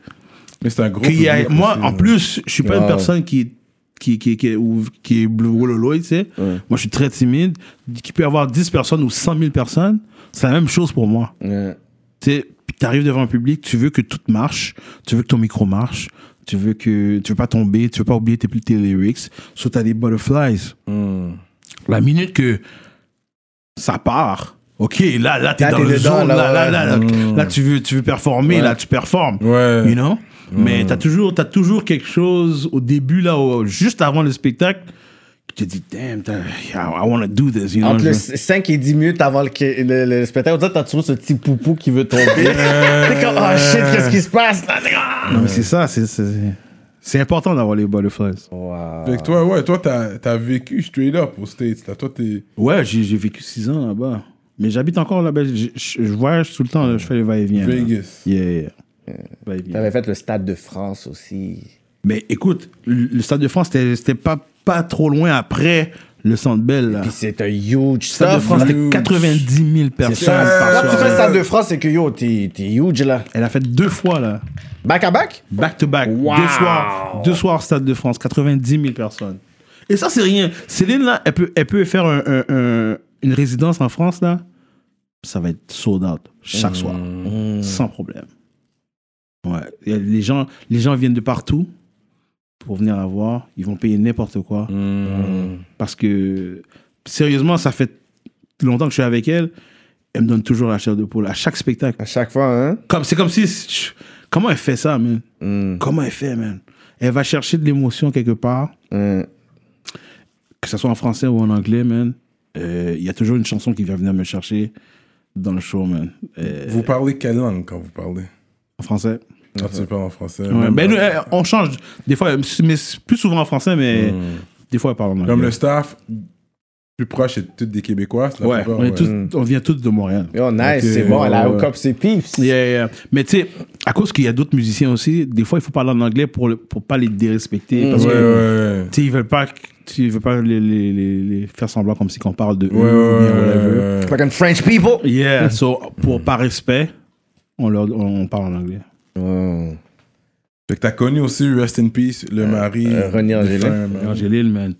Mais c'est un gros. qu'il y a- public moi, aussi, en ouais. plus, je suis pas Ouais. une personne qui, qui, qui, qui, ou- qui est bleu tu sais. Moi, je suis très timide. Qui peut y avoir 10 personnes ou 100 000 personnes, c'est la même chose pour moi. Ouais. Tu sais, puis t'arrives devant un public, tu veux que tout marche, tu veux que ton micro marche, tu veux que tu veux pas tomber, tu veux pas oublier tes, tes lyrics, soit t'as des butterflies. La minute que ça part, ok, là, là t'es Là, dans t'es le dedans, zone, là, là, là, ouais. là, là, là, tu veux, tu veux performer, là tu performes, Ouais. you know. Mais t'as toujours, t'as toujours quelque chose au début là, au- juste avant le spectacle, qui te dit damn, t'as- I wanna do this, you know. Entre Je- le 5 et 10 minutes avant le, le, le spectacle, on dirait que t'as toujours ce petit poupou qui veut tomber. T'es comme, oh shit, qu'est-ce qui se passe là? ah. Non, mais c'est ça, c'est- c'est c'est important d'avoir les butterflies. Fait que toi, ouais, toi, t'as as vécu straight up aux States. Là. Toi, t'es. Ouais, j'ai j'ai vécu 6 ans là-bas. Mais j'habite encore là-bas. Je- Je je voyage tout le temps. là. Je fais les va-et-vient. là. Vegas. Yeah, yeah. Euh, Va-et-vient. T'avais fait le Stade de France aussi. Mais écoute, le le Stade de France, c'était c'était pas, pas trop loin après le Centre Bell. là. Puis Le c'est un huge Ah. Stade de stuff. France, là. c'était 90 000 personnes ça. par Quand tu fais le soir. Stade de France, c'est que yo, t'es t'es huge là. Elle a fait deux fois, là. Back à back? Back to back. Deux soirs. Deux soirs, Stade de France. 90 000 personnes. Et ça, c'est rien. Céline, là, elle peut, elle peut faire un- un- un- une résidence en France, là. Ça va être sold out chaque soir. Sans problème. Ouais. Et Les gens, les gens viennent de partout pour venir la voir. Ils vont payer n'importe quoi. Parce que, sérieusement, ça fait longtemps que je suis avec elle. Elle me donne toujours la chair de poule à chaque spectacle À chaque fois, hein? comme c'est comme si je- comment elle fait ça man comment elle fait man elle va chercher de l'émotion quelque part Mm. que ce soit en français ou en anglais man Euh, il y a toujours une chanson qui vient venir me chercher dans le show man Euh, Vous parlez quelle langue quand vous parlez en français Quand tu parles en français. Ouais, même- ben, nous, elle- on change des fois euh, mais c'est plus souvent en français mais des fois elle parle en anglais Comme le staff plus proche est toutes des Québécois. c'est la ouais, plupart, on, est tous- Mm. on vient tous de Montréal Yo, nice, Donc, c'est euh, bon. Elle a ouais, hook up ses peeps. Yeah, yeah. Mais tu sais, à cause qu'il y a d'autres musiciens aussi, des fois il faut parler en anglais pour, le- pour pas les dérespecter. Parce Hmm. Ouais, que ouais, ouais. Tu sais, ils veulent pas, que- tu- ils veulent pas les, les- les- les faire semblant comme si qu'on parle de eux Ouais, ouais, ou bien whatever. ouais, ouais. Fucking French people. Yeah, so, pour par respect, on, leur, on, on parle en anglais. Fait que t'as connu aussi Rest in Peace, le mari. euh, René défunt, Angélil. man. Angélil, man,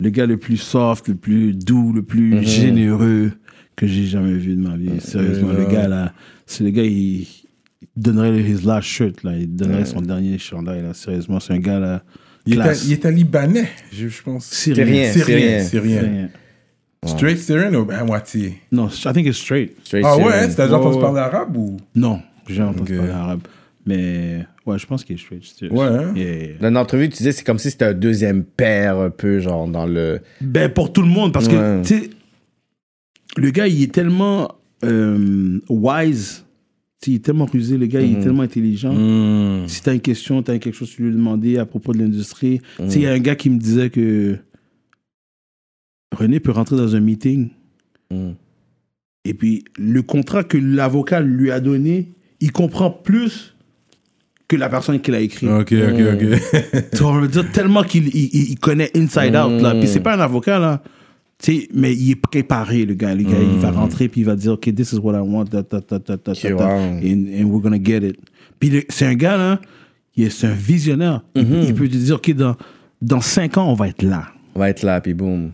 le gars le plus soft, le plus doux, le plus Uh-huh. généreux que j'ai jamais vu de ma vie. Sérieusement, le euh, gars là, c'est le gars, il, il donnerait his last shirt, là, il donnerait son dernier chandail, là. Sérieusement, c'est un gars là, Il était, classe. il était libanais, je, je pense. Syrien. Syrien. Syrien, Syrien. Syrien. Syrien. Straight Syrien ou à moitié Non, I think it's straight. Straight Ah ouais, serious. hein, t'as déjà Ouais, entendu ouais. parler arabe ou Non, j'ai jamais entendu Ok. parler arabe. Mais ouais, je pense qu'il est straight. je- Ouais, hein? Yeah, yeah, yeah. Dans l'entrevue, tu disais c'est comme si c'était un deuxième père, un peu, genre, dans le. Ben, pour tout le monde, parce Ouais. que, tu sais, le gars, il est tellement euh, wise, tu sais, il est tellement rusé, le gars, il est tellement intelligent. Mhm. Si t'as une question, t'as quelque chose, tu lui demander à propos de l'industrie. Mm. Tu sais, il y a un gars qui me disait que René peut rentrer dans un meeting. Mm. Et puis, le contrat que l'avocat lui a donné, il comprend plus que la personne qui l'a écrit. Ok, Mm. ok, ok. Tu vois, on veut dire tellement qu'il il, il- il connaît inside out là. Puis c'est pas un avocat là. Tu sais, mais il est préparé le gars. Le gars, il va rentrer puis il va dire ok, this is what I want, ta, ta, ta, ta, ta, ta, Ok, ta, wow. and, and we're gonna get it. Puis le- c'est un gars là, il est- c'est un visionnaire. Il- il, peut te dire ok, dans dans cinq ans on va être là. On va être là, puis boum.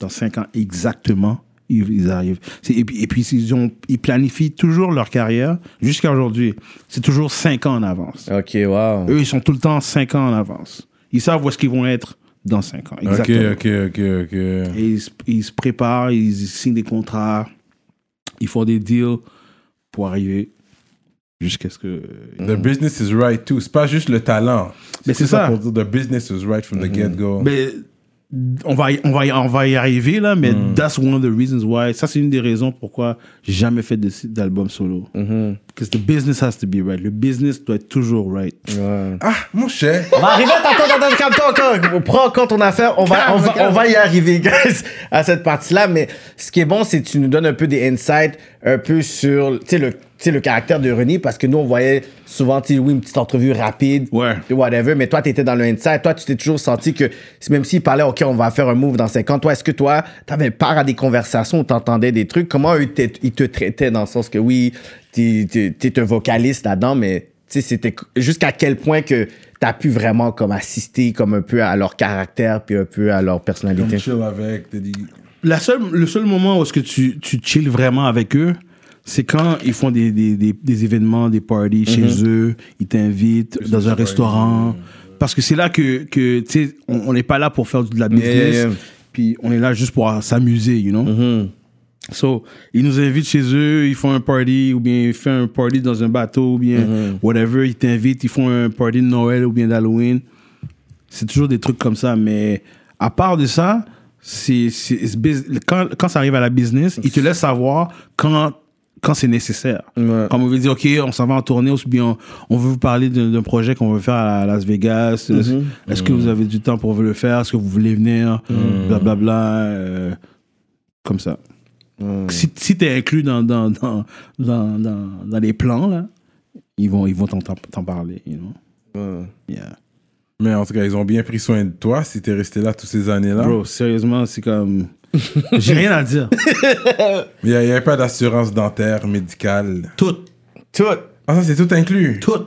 Dans cinq ans exactement, ils, ils arrivent. C'est- Et puis, et puis ils ont ils planifient toujours leur carrière jusqu'à aujourd'hui. C'est toujours cinq ans en avance. Ok, wow. Eux, ils sont tout le temps 5 ans en avance. Ils savent où est-ce qu'ils vont être dans 5 ans. Ok, Exactement. ok, ok, ok. Et ils, se- ils se préparent, ils signent des contrats, ils font des deals pour arriver jusqu'à ce que... The business is right too. C'est pas juste le talent. Mais c'est ça. pour dire the business is right from the get-go. Mais on va, y- on, va, y- on va y arriver là, mais Hmm. that's one of the reasons why. Ça, c'est une des raisons pourquoi j'ai jamais fait de- d'album solo. Mm-hmm. Because the business has to be right. Le business doit être toujours right. Ouais. Ah, mon cher. On va arriver, t'attends, t'attends, calme-toi encore. Prends encore ton affaire, on va, on va, on va y arriver, guys, à cette partie-là. Mais ce qui est bon, c'est que tu nous donnes un peu des insights, un peu sur, tu sais, le tu sais, le caractère de René parce que nous, on voyait souvent, tu sais, oui, une petite entrevue rapide. Ouais. puis Whatever. Mais toi, t'étais dans le inside. Toi, tu t'es toujours senti que même s'il parlait, OK, on va faire un move dans 50, toi, est-ce que toi, t'avais part à des conversations où t'entendais des trucs? Comment eux, t'es- ils te traitaient dans le sens que oui, t'es, t'es- t'es un vocaliste là-dedans, mais tu sais, c'était jusqu'à quel point que t'as pu vraiment comme assister comme un peu à leur caractère puis un peu à leur personnalité? Comme chill avec, t'as dit. La seule, le seul moment où est-ce que tu, tu chilles vraiment avec eux, c'est quand ils font des, des, des, des événements, des Mhm. parties chez eux, ils t'invitent dans un restaurant. Parce que c'est là que, que tu sais, on on n'est pas là pour faire de la business, yeah, Mhm. yeah. puis on est là juste pour s'amuser, you know? So, ils nous invitent chez eux, ils font un party, ou bien ils font un party dans un bateau, ou bien Mhm. whatever, ils t'invitent, ils font un party de Noël ou bien d'Halloween. C'est toujours des trucs comme ça, mais à part de ça, c'est c'est- c'est bus- quand, quand ça arrive à la business, ils te laissent savoir quand, quand c'est nécessaire. Ouais. Quand on veut dire, OK, on s'en va en tournée, ou bien on, on veut vous parler d'un d'un projet qu'on veut faire à Las Vegas. Est-ce est-ce que vous avez du temps pour le faire? Est-ce que vous voulez venir? Blablabla. euh, comme ça. Si, si t'es inclus dans, dans, dans, dans, dans- dans les plans, là, ils vont ils vont t'en- t'en t'en parler, you know? Yeah. Mais en tout cas, ils ont bien pris soin de toi si t'es resté là toutes ces années-là. Bro, sérieusement, c'est comme... J'ai rien à dire. Il n'y avait pas d'assurance dentaire, médicale. Tout, Tout! Ah, ça, c'est tout inclus. tout.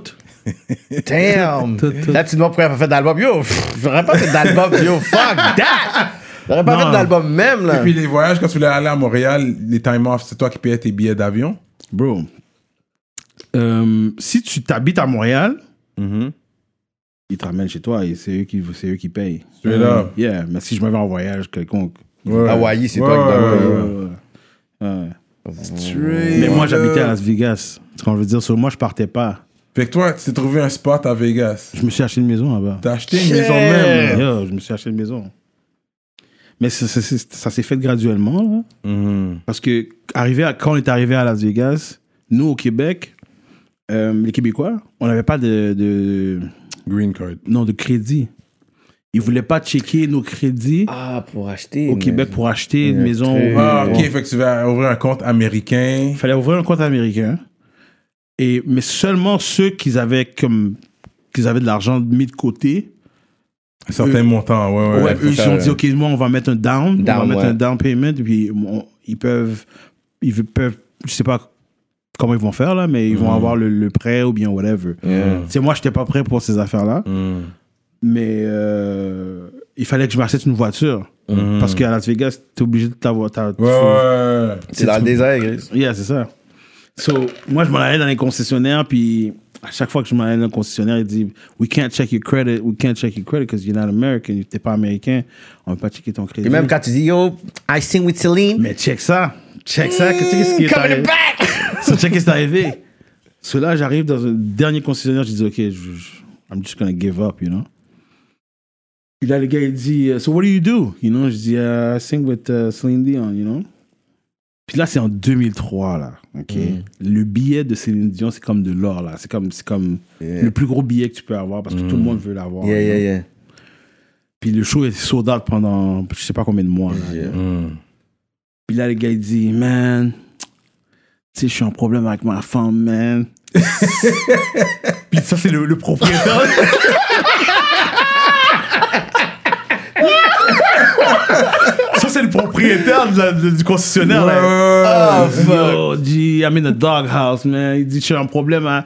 Damn! Tout, tout. Là, tu te demandes pourquoi elle a pas fait d'album. Yo, pff, j'aurais pas fait d'album. Yo, fuck that! J'aurais pas Non. fait d'album même, Et là. puis les voyages, quand tu voulais aller à Montréal, les time off, c'est toi qui payais tes billets d'avion. Bro, euh, si tu t'habites à Montréal, Mm-hmm. ils te ramènent chez toi et c'est eux qui, c'est eux qui payent. Euh, Straight up. Yeah, mais si je me vais en voyage quelconque... euh, Ouais. Hawaï, c'est toi qui dois ouais, payer. ouais, ouais. Ouais. Mais moi, j'habitais à Las Vegas. Ce qu'on veut dire, sur moi, je partais pas. Fait que toi, tu t'es trouvé un spot à Vegas. Je me suis acheté une maison là-bas. T'as acheté une maison même. là. Yo, je me suis acheté une maison. Mais ça, ça- ça- ça s'est fait graduellement, là. Mhm. Parce que, arrivé à- quand on est arrivé à Las Vegas, nous, au Québec, euh, les Québécois, on n'avait pas de, de, Green card. non, de crédit. Ils ne voulaient pas checker nos crédits Ah, pour acheter. au mais- Québec pour acheter une Le maison. truc. ou- Ah, ok, Ouais. fait que tu vas ouvrir un compte américain. Il fallait ouvrir un compte américain. Et, mais seulement ceux qu'ils avaient comme qu'ils avaient de l'argent mis de côté. Un certain Euh, montant, ouais, ouais. Ouais, eux, ils se ça, sont ouais. dit, OK, moi, on va mettre un down. on va Down, mettre ouais. un down payment. Puis on- ils peuvent, ils ve- peuvent, je sais pas comment ils vont faire, là, mais ils Mhm. vont avoir le, le prêt ou bien whatever. Yeah. Tu sais, moi, j'étais pas prêt pour ces affaires-là. Mm. Mais euh, il fallait que je m'achète une voiture. Mhm. Parce qu'à Las Vegas, t'es obligé de t'avoir. t'as- Ouais, faut- Ah. ouais, ouais. C'est dans le désert, Chris. Yeah, c'est ça. So, moi, je m'en allais dans les concessionnaires, puis à chaque fois que je m'en allais dans le concessionnaire, il dit We can't check your credit, we can't check your credit because you're not American, t'es pas américain, on peut pas checker ton crédit. Et même quand tu dis Yo, I sing with Celine. Mais check ça, check ça, check ce qui est Coming arrivé. back! So, check ce qui est arrivé. So là, j'arrive dans un dernier concessionnaire, je dis Ok, je- je- I'm just gonna give up, you know. Puis là, le gars, il dit euh, So what do you do? You know, je dis uh, I sing with uh, Celine Dion, you know. Puis là, c'est en 2003, là. OK? Mmh. Le billet de Céline Dion, c'est comme de l'or, là. C'est comme, c'est comme le plus gros billet que tu peux avoir parce que tout le monde veut l'avoir. Mmh. Yeah, yeah, yeah. Puis le show est sold out pendant je sais pas combien de mois. Là. Puis là, le gars, il dit, man, tu sais, je suis en problème avec ma femme, man. Puis ça, c'est le, le propriétaire. ça, c'est le propriétaire de la- de- du concessionnaire. Ouais, là. Ah. Oh, ouais, ouais. Yo, G, I'm in a doghouse, man. Il dit, j'ai un problème à...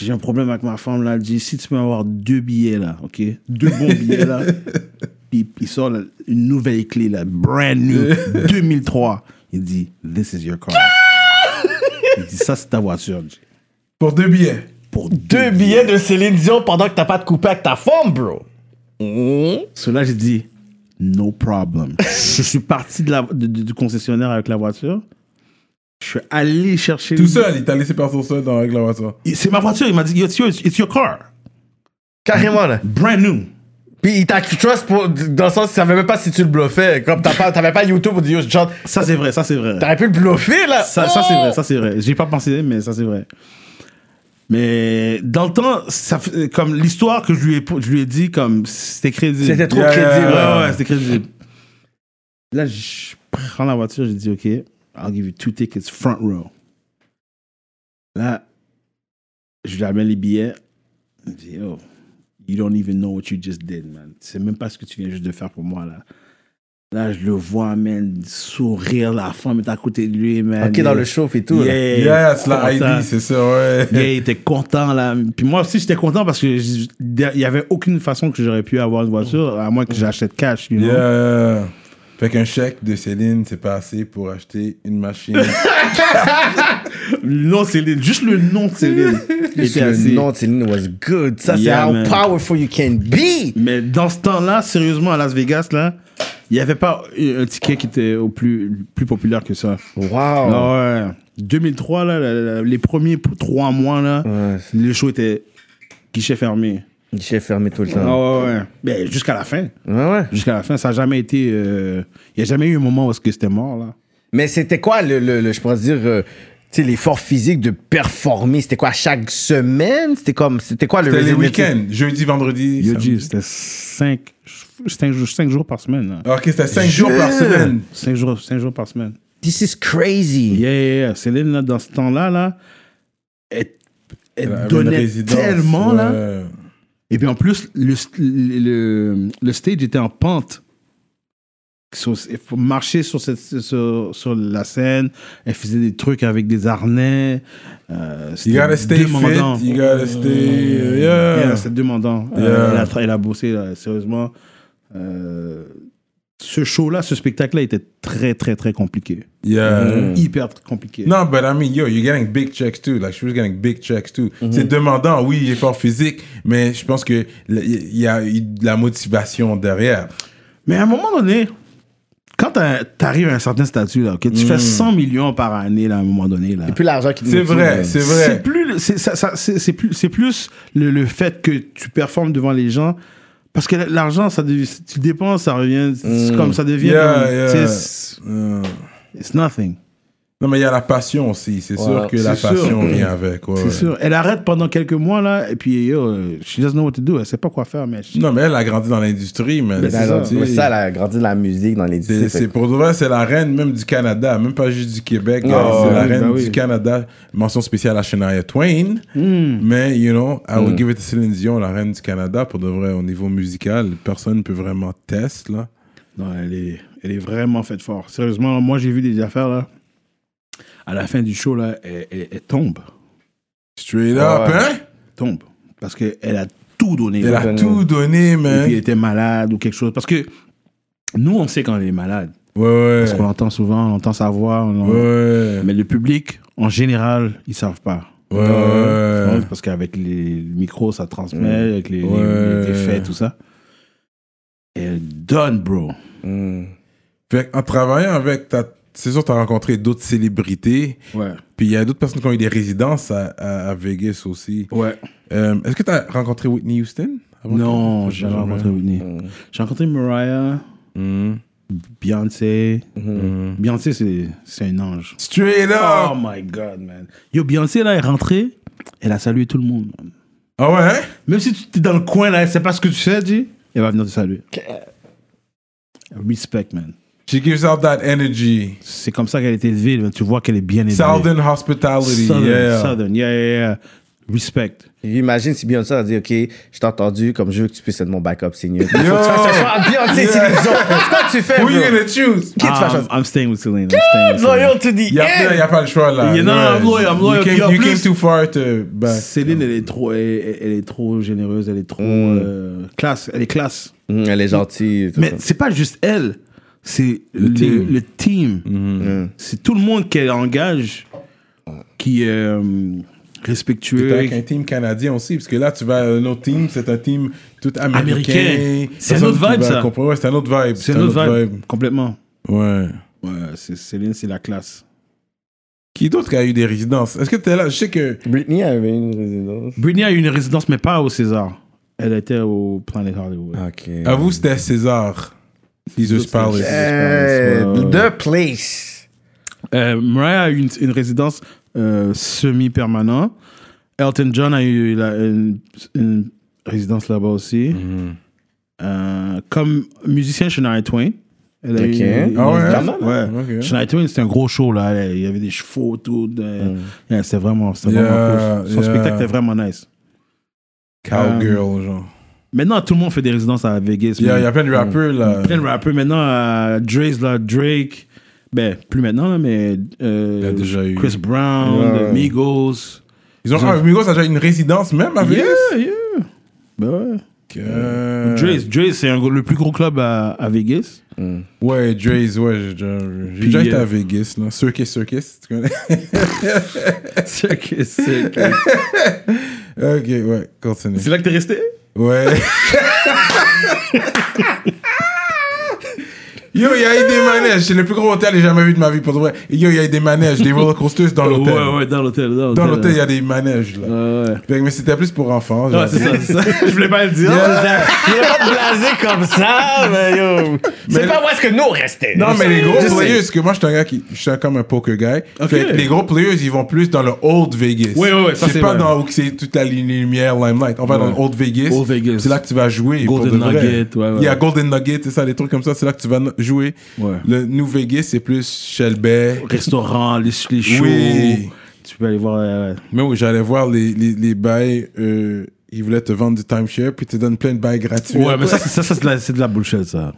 J'ai un problème avec ma femme, là. Il dit, si tu peux avoir deux billets, là, OK? Deux bons billets, là. Puis il sort là, une nouvelle clé, là, brand new, 2003. Il dit, this is your car. Il dit, ça, c'est ta voiture, G. Pour deux billets. Pour Deux billets de Céline Dion pendant que t'as pas de coupé avec ta femme, bro. Cela, j'ai dit, no problem. je suis parti de la, de- de- du concessionnaire avec la voiture. Je suis allé chercher... Tout seul, il t'a laissé partir seul dans la voiture. Il- C'est ma voiture. Il m'a dit, it's your, it's your car. Carrément, là. Brand new. Puis il t'a trust pour, dans le sens, tu savais même pas si tu le bluffais. Comme t'as pas- t'avais pas YouTube ou Yo, genre, Ça, c'est vrai, ça, c'est vrai. t'aurais pu le bluffer, là. Ça, ça, c'est Oh! vrai, ça, c'est vrai. J'ai pas pensé, mais ça, c'est vrai. Mais dans le temps, ça, fait- comme l'histoire que je lui ai, je lui ai dit, comme c'était crédible. C'était trop Yeah, yeah, crédible. Ouais, yeah. ouais, ouais, c'était crédible. Là, je prends la voiture, j'ai dit, OK, I'll give you two tickets front row. Là, je lui amène les billets. Il me dit, yo, you don't even know what you just did, man. Tu sais même pas ce que tu viens juste de faire pour moi, là. Là, je le vois, man, sourire, la femme est à côté de lui, man. Ok, dans le chauffe et tout. là. Yeah, Yes, la content. ID, c'est ça, ouais. Yeah, il était content là. Puis moi aussi, j'étais content parce que j- il y avait aucune façon que j'aurais pu avoir une voiture à moins que j'achète cash. You know? Yeah. Fait qu'un chèque de Céline, c'est pas assez pour acheter une machine. Le nom de Céline, juste le nom de Céline. Juste était le assez. nom de Céline was good. Ça, Yeah, c'est how man. powerful you can be. Mais dans ce temps-là, sérieusement, à Las Vegas là, il n'y avait pas un ticket qui était au plus plus populaire que ça. Wow. Ah ouais. 2003 là, la- la- les premiers p- trois mois là, Ouais, le show était guichet fermé. J'ai fermé tout le Ah temps. ouais, ouais. Mais jusqu'à la fin. Ouais, ouais. Jusqu'à la fin, ça n'a jamais été. euh, Il n'y a jamais eu un moment où est-ce que c'était mort, là. Mais c'était quoi, le, le- le- je pourrais dire, euh, tu sais, l'effort physique de performer? C'était quoi, chaque semaine? C'était comme, c'était quoi le C'était les resume- week-ends, jeudi, vendredi. Yoji, samedi. c'était 5 cinq, jours- cinq jours par semaine. Là. Ok, c'était 5 jours par semaine. 5 jours, cinq jours par semaine. This is crazy. Yeah, yeah, yeah. Céline, là, dans ce temps-là, là, elle, elle Elle avait une donnait résidence, tellement, là. ouais. Et puis en plus, le, st- le, le stage était en pente. Sur- Il faut marcher sur, cette, sur, sur la scène. Elle faisait des trucs avec des harnais. Euh, You gotta c'était stay demandant. Mm. fit, you gotta stay... Yeah, Yeah. c'est demandant. Euh, Yeah. elle, a, tra- elle a bossé, là, sérieusement. Euh, ce show-là, ce spectacle-là était très, très, très compliqué. Yeah. Hyper compliqué. Non, but I mean, yo, you're getting big checks too. Like, she was getting big checks too. Mhm. C'est demandant, oui, effort physique, mais je pense que le- il y a eu de la motivation derrière. Mais à un moment donné, quand t'as- t'arrives à un certain statut, là, ok, tu Hmm. fais 100 millions par année là, à un moment donné. Là. Et puis l'argent qui nous C'est motive, vrai, euh, c'est vrai. C'est plus, le- c'est, ça- ça- c'est, c'est plus, c'est plus le, le fait que tu performes devant les gens. Parce que l'argent, ça dev- tu dépenses, ça revient, c'est comme ça devient. Hmm. Yeah, comme, yeah. tu sais, c'est- Euh, it's nothing. Non, mais il y a la passion aussi. C'est sûr que la C'est sûr. passion vient avec. ouais, C'est ouais. sûr. Elle arrête pendant quelques mois, là, et puis, yo, she doesn't know what to do. Elle sait pas quoi faire, mais... she- Non, mais elle a grandi dans l'industrie, mais c'est ça. tu sais, Mais ça, elle a grandi dans la musique, dans les c'est- c'est- pour de vrai, c'est la reine même du Canada, même pas juste du Québec. guys. Oh, c'est la oui, reine bah du oui. Canada. Mention spéciale à Shania Twain. Hmm. Mais, you know, I would give it to Céline Dion, la reine du Canada. Pour de vrai, au niveau musical, personne ne peut vraiment test, là. Hmm. Non, elle est, elle est vraiment faite fort. Sérieusement, moi, j'ai vu des affaires, là. À la fin du show, là, elle, elle- elle tombe. Straight Ah up, ouais. hein? Tombe. Parce qu'elle a tout donné. Elle là. a tout donné, Et man. puis, elle était malade ou quelque chose. Parce que nous, on sait quand elle est malade. Ouais, ouais. Parce qu'on l'entend souvent, on entend sa voix. on l'en- Ouais. Mais le public, en général, ils savent pas. Ouais, ouais. Ouais, Parce qu'avec les micros, ça transmet, avec les, les- Ouais. les effets, tout ça. Elle donne, bro. Hmm. Fait en travaillant avec ta. C'est sûr, t'as rencontré d'autres célébrités. Ouais. Puis il y a d'autres personnes qui ont eu des résidences à, à- à Vegas aussi. Ouais. Euh, Est-ce que t'as rencontré Whitney Houston avant Non, que- j'ai jamais rencontré Whitney. J'ai rencontré Mariah, Mhm. Beyoncé. Mm. Beyoncé, c'est, c'est un ange. Straight Oh up! my God, man. Yo, Beyoncé, là, est rentrée. Elle a salué tout le monde. man. Ah ouais? hein? Même si tu t'es dans le coin, là, elle sait pas ce que tu fais, dis. Elle va venir te saluer. Respect, man. She gives out that energy. C'est comme ça qu'elle est élevée. là. Tu vois qu'elle est bien élevée. Southern hospitality. Southern, yeah. Southern. Yeah, yeah, yeah. Respect. Imagine si Beyoncé a dit, OK, je t'ai entendu, comme je veux que tu puisses être mon backup senior. Faut que tu Yo! fasses un choix à Beyoncé, c'est les autres. C'est quoi que tu fais, Who you bro? gonna choose? Qui tu vas I'm, choisir? Um, I'm staying with Selena. I'm staying with Selena. Loyal to the Il n'y a, end. y a pas le choix là. Yeah, non, Ouais. I'm loyal, I'm You loyal. came- Puis en You came, plus- too far to back. Céline, elle est trop, elle, elle- elle est trop généreuse, elle est trop euh, classe, elle est classe. Mm, elle est gentille. et tout Mais ça. c'est pas juste elle, c'est le, le team. Mm-hmm. C'est tout le monde qu'elle engage qui est euh, T'es avec un respectueux. team canadien aussi, parce que là, tu vas à un autre team, c'est un team tout américain. Américain. C'est Personne un autre qui vibe, va ça. comprendre. Ouais, c'est un autre vibe. C'est notre vibe, complètement. Ouais. Ouais, c'est- Céline, c'est la classe. Qui d'autre qui a eu des résidences Est-ce que t'es là Je sais que. Britney avait une résidence. Britney a eu une résidence, mais pas au César. Elle était au Planet Hollywood. OK. À vous, c'était César. Jesus Palace. Ouais, ouais, ouais. The Place. Euh, Mariah a eu une, une résidence euh, semi-permanente. Elton John a eu la- une, une résidence là-bas aussi. Euh, comme musicien, Shania Twain. Elle a Ok. eu- Ah ouais, eu- hein? ouais. Ok. Shania Twain, c'était un gros show, là. Il y avait des chevaux, tout. de- Yeah, c'était vraiment, c'était Yeah, vraiment cool. Son Mm. yeah. spectacle était vraiment nice. Cowgirl, genre. Mm. Maintenant, tout le monde fait des résidences à Vegas. Il y, a- man. il y a plein de rappeurs, là. Mm. plein de rappeurs. Maintenant, euh, Drake, là, Drake. Ben, plus maintenant, là, mais. euh, Il y a déjà eu. Chris Brown, Ouais. The Migos. Ils ont, ah, Migos a déjà une résidence même à Vegas? Euh, Yeah, yeah. Ben ouais. Que- Drake, Drake, c'est un gros- le plus gros club à, à Vegas. Ouais, Dre's, ouais, j'ai déjà, j'ai Puis, déjà été euh, à Vegas, là. Circus, circus, tu connais? c'est que- c'est que- ok, ouais, continue. C'est là que t'es resté? Ouais. Yo, il y a eu des manèges. C'est le plus gros hôtel que j'ai jamais vu de ma vie, pour de vrai. Et Yo, il y a eu des manèges, des roller coasters dans l'hôtel. Ouais, ouais, dans l'hôtel. Dans l'hôtel, il y a des manèges, là. Ouais, ouais. Fait que- Mais c'était plus pour enfants. genre. Ah, Ouais, c'est ça, c'est ça. Je voulais pas le dire. Il est pas blasé comme ça, mais yo. Mais- C'est pas où est-ce que nous on restait. Non, mais les gros Je sais. players, parce que moi, je suis un gars qui. Je suis comme un poker guy. Ok. Fait que les gros players, ils vont plus dans le Old Vegas. Oui, oui, oui, ça, c'est pas vrai. dans où c'est toute la lune- lumière, limelight. On va dans Ouais. le Old Vegas. Old Vegas. C'est là que tu vas jouer. pour Golden de vrai. Nugget, ouais, ouais. Il y a Golden Nugget, c'est ça, des trucs comme ça. C'est là que tu vas no- jouer. Ouais. Le New Vegas, c'est plus Shell Bay. Restaurant, les, les shows. Oui. Tu peux aller voir. euh, Mais oui, j'allais voir les, les, les bails. euh, ils voulaient te vendre du timeshare, puis ils te donnent plein de bails gratuits. Ouais, mais ça, c'est ça, ça, c'est de la- c'est de la bullshit, ça.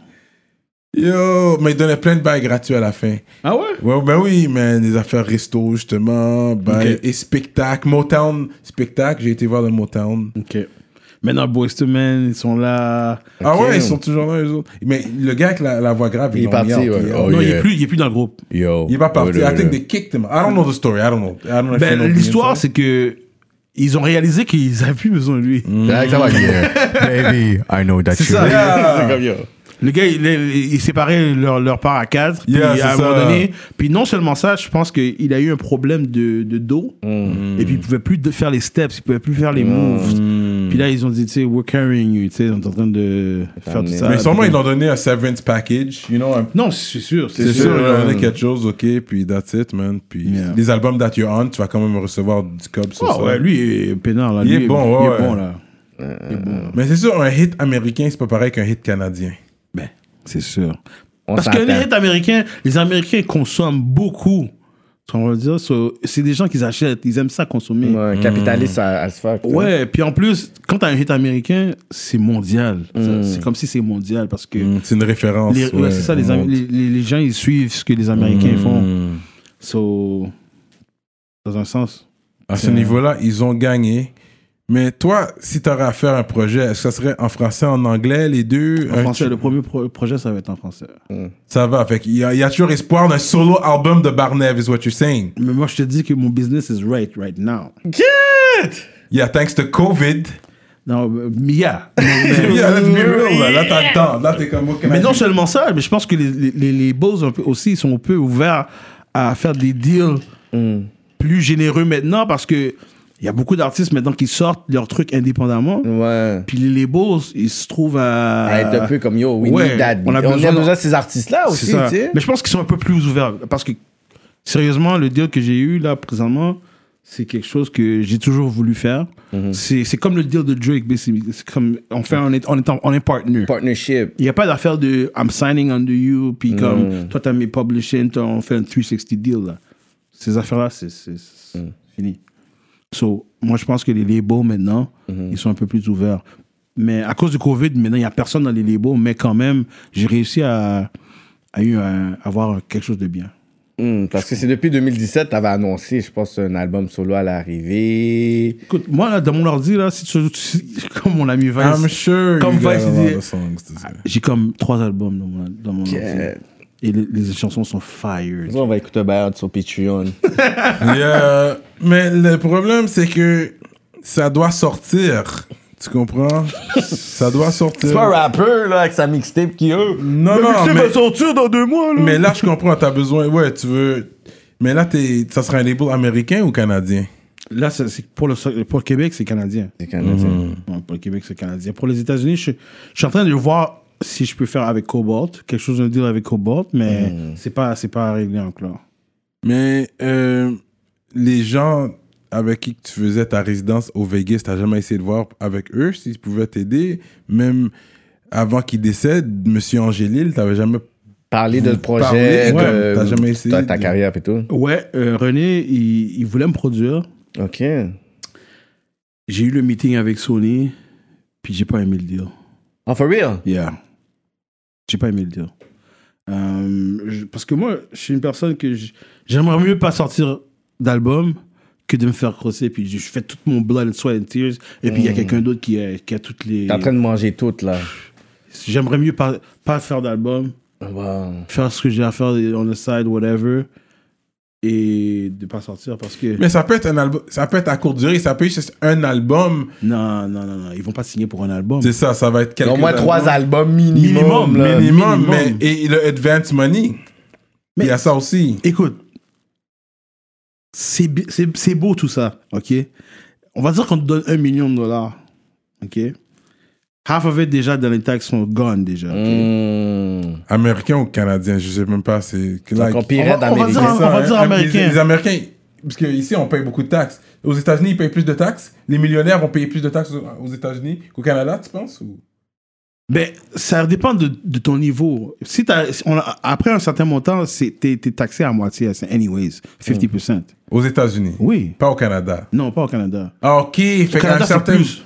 Yo, mais ils donnaient plein de bails gratuits à la fin. Ah ouais? Ouais, ben oui, man, des affaires resto, justement, bail et spectacle. Motown, spectacle, j'ai été voir le Motown. Ok. Maintenant, Boyz II Men, ils sont là. Ah ouais, ils sont toujours là, eux autres. Mais le gars avec la, la voix grave, Il est l'ont mis parti, out, ouais. out. Oh, non, il, yeah. est plus, il est plus dans le groupe. Yo. Il est pas parti. Ouais, I think ouais. they kicked him. I don't know the story. I don't know. I don't know if you know Ben, the l'histoire, inside. c'est que ils ont réalisé qu'ils n'avaient plus besoin de lui. Là, ça va, yeah. Baby, I know that C'est you- ça. Yeah. Ah. C'est comme yo. Le gars, il, il- il séparait leur, leur part à quatre. Puis Yeah, c'est à un moment ça. donné, puis non seulement ça, je pense qu'il a eu un problème de, de dos. Mm. Et puis il pouvait plus de- faire les steps, il pouvait plus faire les moves. Puis là, ils ont dit, tu sais, we're carrying you, tu sais, on est en train de faire tout Mais ça. Mais sûrement, ils l'ont donné un severance package, you know, un Non, c'est sûr, c'est C'est sûr, sûr. il euh, leur donné quelque chose, ok, puis that's it, man. Puis Yeah. les albums that you're on, tu vas quand même recevoir du cob sur Ah ça. ouais, lui, il est peinard, là. Il Lui, est bon, ouais, Il est bon, ouais. là. Mais c'est sûr, un hit américain, c'est pas pareil qu'un hit canadien. Ben, c'est sûr. On Parce que les s'entend. hits américains, les Américains consomment beaucoup. Tu vois, On va dire, so- c'est des gens qu'ils achètent, ils aiment ça consommer. Ouais. Ouais, Hmm. Capitaliste à à ce fuck. tu sais. puis en plus, quand t'as un hit américain, c'est mondial. Ça, Mm. C'est comme si c'est mondial parce que C'est une référence. Mm. les- ouais, c'est ça, les, Am- les- les- les gens ils suivent ce que les Mm. Américains font. So, dans un sens. À Euh. ce niveau-là, ils ont gagné. Mais toi, si tu aurais à faire un projet, est-ce que ça serait en français, en anglais, les deux En Un- Mm. français, le premier pro- projet, ça va être en français. Ça va, fait qu'il y, a- il y a toujours espoir d'un solo album de Barnev, is what you're saying. Mais moi, je te dis que mon business is right right now. Yeah, thanks to COVID. Non, euh, Mia. Yeah, let's be real, là, là t'as le temps. Là, t'es comme, ok, Mais man. non seulement ça, mais je pense que les, les, les- les boss un peu aussi ils sont un peu ouverts à faire des deals Mm. plus généreux maintenant parce que il y a beaucoup d'artistes maintenant qui sortent leurs trucs indépendamment. Ouais. Puis les labels, ils se trouvent à, Mm. À être un peu comme yo, we Euh, Ouais, need that. on a besoin de d'un- ces artistes-là C'est aussi, ça. tu sais. Mais je pense qu'ils sont un peu plus ouverts parce que sérieusement, le deal que j'ai eu là présentement, c'est quelque chose que j'ai toujours voulu faire. Mm-hmm. C'est c'est comme le deal de Drake, basically. c'est comme on fait on est on est, en- on est partner. Partnership. Il n'y a pas d'affaire de I'm signing under you, puis comme toi, t'as mes publishing, toi, on fait un 360 deal. Là. Ces affaires-là, c'est c'est- c'est fini. So, moi, je pense que les labels maintenant, ils sont un peu plus ouverts. Mais à cause du COVID, maintenant, il n'y a personne dans les labels, mais quand même, j'ai réussi à, à eu un- avoir quelque chose de bien. Hmm, parce que c'est depuis 2017, t'avais annoncé, je pense, un album solo à l'arrivée. Écoute, moi, là, dans mon ordi, là, si tu- si- comme mon ami Vince, I'm sure Comme you got a Vice lot dit- of songs to say. j'ai comme trois albums dans mon, dans mon Yeah. ordi. Et les, les chansons sont fire. On va écouter Bayard sur Patreon. Yeah, mais le problème, c'est que ça doit sortir. Tu comprends? Ça doit sortir. C'est pas un rappeur, là, avec sa mixtape qui, eux. Non, non, mais, sortir dans deux mois, là. mais là, je comprends, t'as besoin. Ouais, tu veux. Mais là, t'es- ça sera un label américain ou canadien? Là, ça, c'est pour, le, pour le Québec, c'est canadien. C'est canadien. Mhm. Ouais, Pour le Québec, c'est canadien. Pour les États-Unis, je, je suis en train de voir si je peux faire avec Cobalt, quelque chose de deal avec Cobalt, mais Mm. c'est pas c'est pas réglé encore. Mais euh, les gens avec qui tu faisais ta résidence au Vegas, t'as jamais essayé de voir avec eux s'ils pouvaient t'aider. Même avant qu'ils décèdent, Monsieur Angélil, t'avais jamais Parler de parlez, projet, Mhm. ouais, de t'as jamais essayé ta, ta de- carrière et tout. Ouais, euh, René, il, il voulait me produire. OK. J'ai eu le meeting avec Sony, puis j'ai pas aimé le deal. Oh, for real? Yeah. J'ai pas aimé le deal. Euh, je- parce que moi, je suis une personne que je- j'aimerais mieux pas sortir d'album que de me faire crosser. Puis je je fais tout mon blood and sweat and tears. Et puis il y a quelqu'un d'autre qui a, qui a toutes les. Mm. T'es en train de manger tout, là. J'aimerais mieux pas, pas faire d'album, Wow. faire ce que j'ai à faire on the side, whatever, et de pas sortir parce que. Mais ça peut être un album, ça peut être à courte durée, ça peut être juste un album. Non, non, non, non, ils vont pas signer pour un album. C'est ça, ça va être quelques Au moins trois albums minimum. Minimum, là. minimum. minimum, mais et le advance money. Mais- il y a ça aussi. Écoute, c'est bi- c'est- c'est beau tout ça, ok? On va dire qu'on te donne un million de dollars, ok? Half of it déjà dans les taxes sont gone déjà. ok? Mmh. Américain ou canadien, je sais même pas. C'est like- Encore On pire va- on va d'Amérique. dire- C'est ça, dire hein. américain. Les, les Américains, parce qu'ici, on paye beaucoup de taxes. Aux États-Unis, ils payent plus de taxes. Les millionnaires vont payer plus de taxes aux- aux États-Unis qu'au Canada, tu penses ou... Mais Ben, ça dépend de, de ton niveau. Si t'as- si on a- après un certain montant, c'est- t'es es taxé à moitié, c'est anyways, 50%. Aux États-Unis. Oui. Pas au Canada. Non, pas au Canada. Ah, ok. Fait Au qu'à Canada, un c'est certain... plus.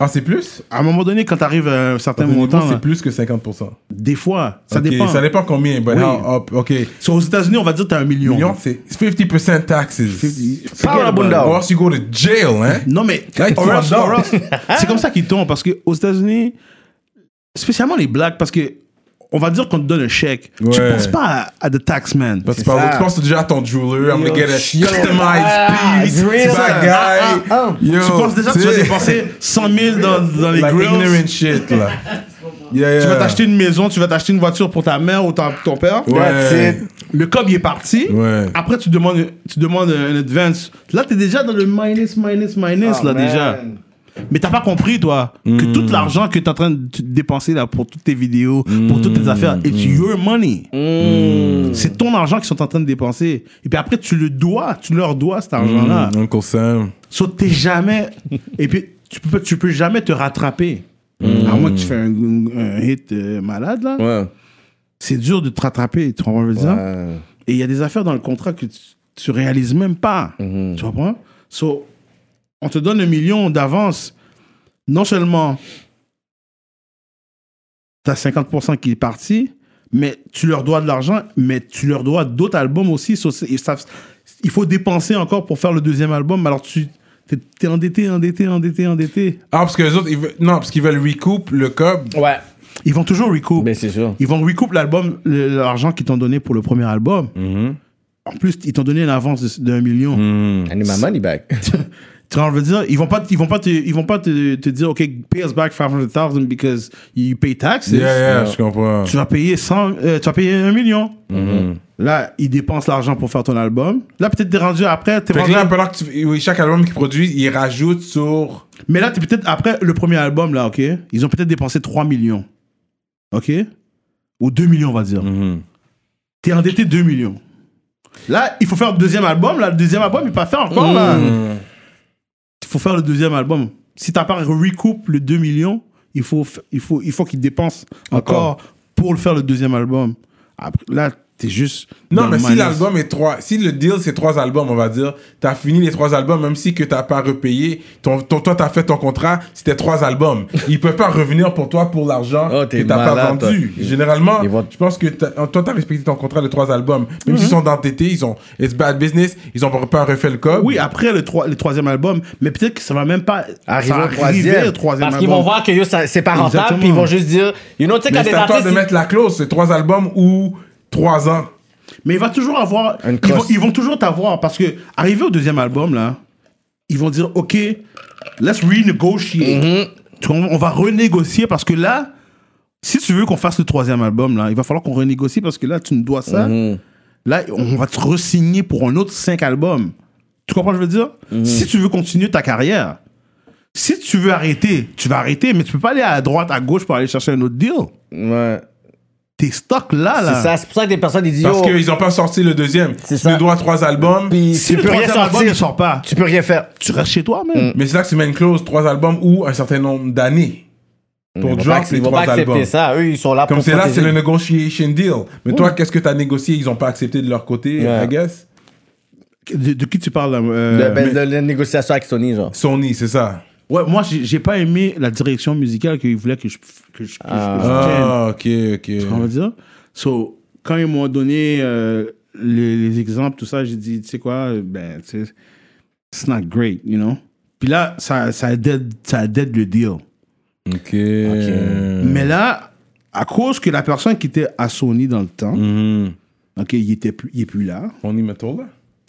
Ah, c'est plus À un moment donné, quand t'arrives à un certain Au niveau, montant, là, c'est plus que 50%. des fois, hein. ça Ok, dépend. Ça dépend combien. But Oui. how up, ok. Sur aux États-Unis, on va dire que t'as un million. Million, c'est it's 50% taxes. 50. Parabunda. Or else you go to jail, hein? Non, mais Là, ils or sont else- dedans. or else- c'est comme ça qu'ils tombent parce qu'aux États-Unis, spécialement les blacks, parce que on va dire qu'on te donne un chèque. Tu Ouais. penses pas à, à The Tax Man. Parce que tu ça. penses- tu penses déjà à ton jeweler, I'm gonna get a yo. Ah, customized piece, grill. bad guy. Ah, ah, Yo, tu penses déjà que tu vas sais. dépenser 100 000 dans, dans les like grills. ignorant shit là. Yeah, yeah. Tu vas t'acheter une maison, tu vas t'acheter une voiture pour ta mère ou ta- ton père. Ouais. Mm, That's it. Le cob il est parti. Ouais. Après, tu demandes, tu demandes un advance. Là, t'es déjà dans le minus, minus, minus, Oh, là, man. déjà. Mais t'as pas compris, toi, que tout Mm. l'argent que t'es en train de t- dépenser là, pour toutes tes vidéos, pour toutes tes Mm. affaires, it's your money. C'est ton argent qu'ils sont en train de dépenser. Et puis après, tu le dois, tu leur dois cet argent-là. Uncle Sam. Sauf que t'es jamais. Et puis, tu peux, tu peux jamais te rattraper. À moins que tu fais un, un hit euh, malade, là. Hmm. Ouais. C'est dur de te rattraper, tu comprends ce que je veux dire? Ouais. Et il y a des affaires dans le contrat que tu, tu réalises même pas. Tu comprends? So, on te donne un million d'avance. Non seulement tu as 50% qui est parti, mais tu leur dois de l'argent, mais tu leur dois d'autres albums aussi. So, c'est- et ça- il faut dépenser encore pour faire le deuxième album. Alors tu t'es t'es endetté, endetté, endetté, endetté. Ah, parce que les autres, ils veulent... non, parce qu'ils veulent recoup le cob. Ouais. Ils vont toujours recoup. Ben, c'est sûr. Ils vont recoup l'album, le- l'argent qu'ils t'ont donné pour le premier album. Mm. Mhm. En plus, ils t'ont donné une avance de- d'un million. I need my money back. Tu vois, je veux dire, ils vont pas, ils vont pas, te, ils vont pas te, te dire, OK, pay us back 500,000 because you pay taxes. Yeah, yeah, je comprends. Tu vas payer 100, euh, tu vas payer 1 million. Là, ils dépensent l'argent pour faire ton album. Là, peut-être t'es rendu après, t'es Fait que rendu. là, pendant que tu- oui, chaque album qu'ils produisent, ils rajoutent sur. Mais là, t'es peut-être après le premier album, là, OK? Ils ont peut-être dépensé 3 millions. OK? Ou 2 millions, on va dire. Mhm. T'es endetté 2 millions. Là, il faut faire le deuxième album. Là, le deuxième album, il n'est pas fait encore. Là. Mhm. Il faut faire le deuxième album. Si t'as pas recoupe le 2 millions, il faut, f- il faut, il faut qu'ils dépensent encore. pour le faire le deuxième album. Après, là, t'es juste. Non, dans mais le si minus. l'album est trois, si le deal c'est trois albums, on va dire, t'as fini les trois albums, même si que t'as pas repayé, ton, ton, toi t'as fait ton contrat, c'était trois albums. Ils peuvent pas revenir pour toi pour l'argent Oh, que t'es t'as pas malade, toi. vendu. Généralement, Ils vont- je pense que t'as- toi t'as respecté ton contrat de trois albums. Même s'ils sont endettés, ils ont, it's bad business, ils ont pas refait le code. Oui, après le, trois- le troisième album, mais peut-être que ça va même pas Arriver ça va au troisième. au troisième Parce qu'ils vont album. voir que yo, ça- c'est pas rentable, Exactement. puis ils vont juste dire, you know, tu sais, quand mais des c'est à toi artistes. de mettre la clause, c'est trois albums ou trois ans. Mais il va toujours avoir. Une Ils vont, crosse. ils vont toujours t'avoir parce que, arrivé au deuxième album, là, ils vont dire OK, let's renegotiate. Mhm. Tu vois, On va renégocier parce que là, si tu veux qu'on fasse le troisième album, là, il va falloir qu'on renégocie parce que là, tu me dois ça. Mhm. Là, on va te re-signer pour un autre cinq albums. Tu comprends ce que je veux dire? Mhm. Si tu veux continuer ta carrière, si tu veux arrêter, tu vas arrêter, mais tu peux pas aller à droite, à gauche pour aller chercher un autre deal. Ouais. T'es stock là, là. C'est ça, c'est pour ça que des personnes ils disent, Parce yo, qu'ils ont pas sorti le deuxième. C'est Tu ça. dois trois albums. puis Si tu le peux rien troisième album ne sortir. sort pas, Tu peux rien faire. Mm. tu restes chez toi, même. Mais c'est là que tu mets une clause, trois albums ou un certain nombre d'années. pour Ils vont drop pas- les ils vont trois pas accepter albums. ça. Eux, ils sont là Comme pour c'est là, protéger- c'est le negotiation deal. Mais toi, qu'est-ce que t'as négocié Ils ont pas accepté de leur côté, Ouais. I guess De, de qui tu parles là de, euh, ben, mais- de la négociation avec Sony, genre. Sony, c'est ça. Ouais, moi, j'ai j'ai pas aimé la direction musicale qu'ils voulaient que je, que je, que je- que je prenne. Ah, ok, ok. Tu comprends ce que je veux dire? So, quand ils m'ont donné euh, les, les exemples, tout ça, j'ai dit, tu sais quoi, euh, ben, tu sais, it's not great, you know? Puis là, ça, ça, dead, ça dead le deal. Ok. Mm. Mais là, à cause que la personne qui était à Sony dans le temps, Mm-hmm. Mhm. ok, il était plus, il est plus là, Sony Matola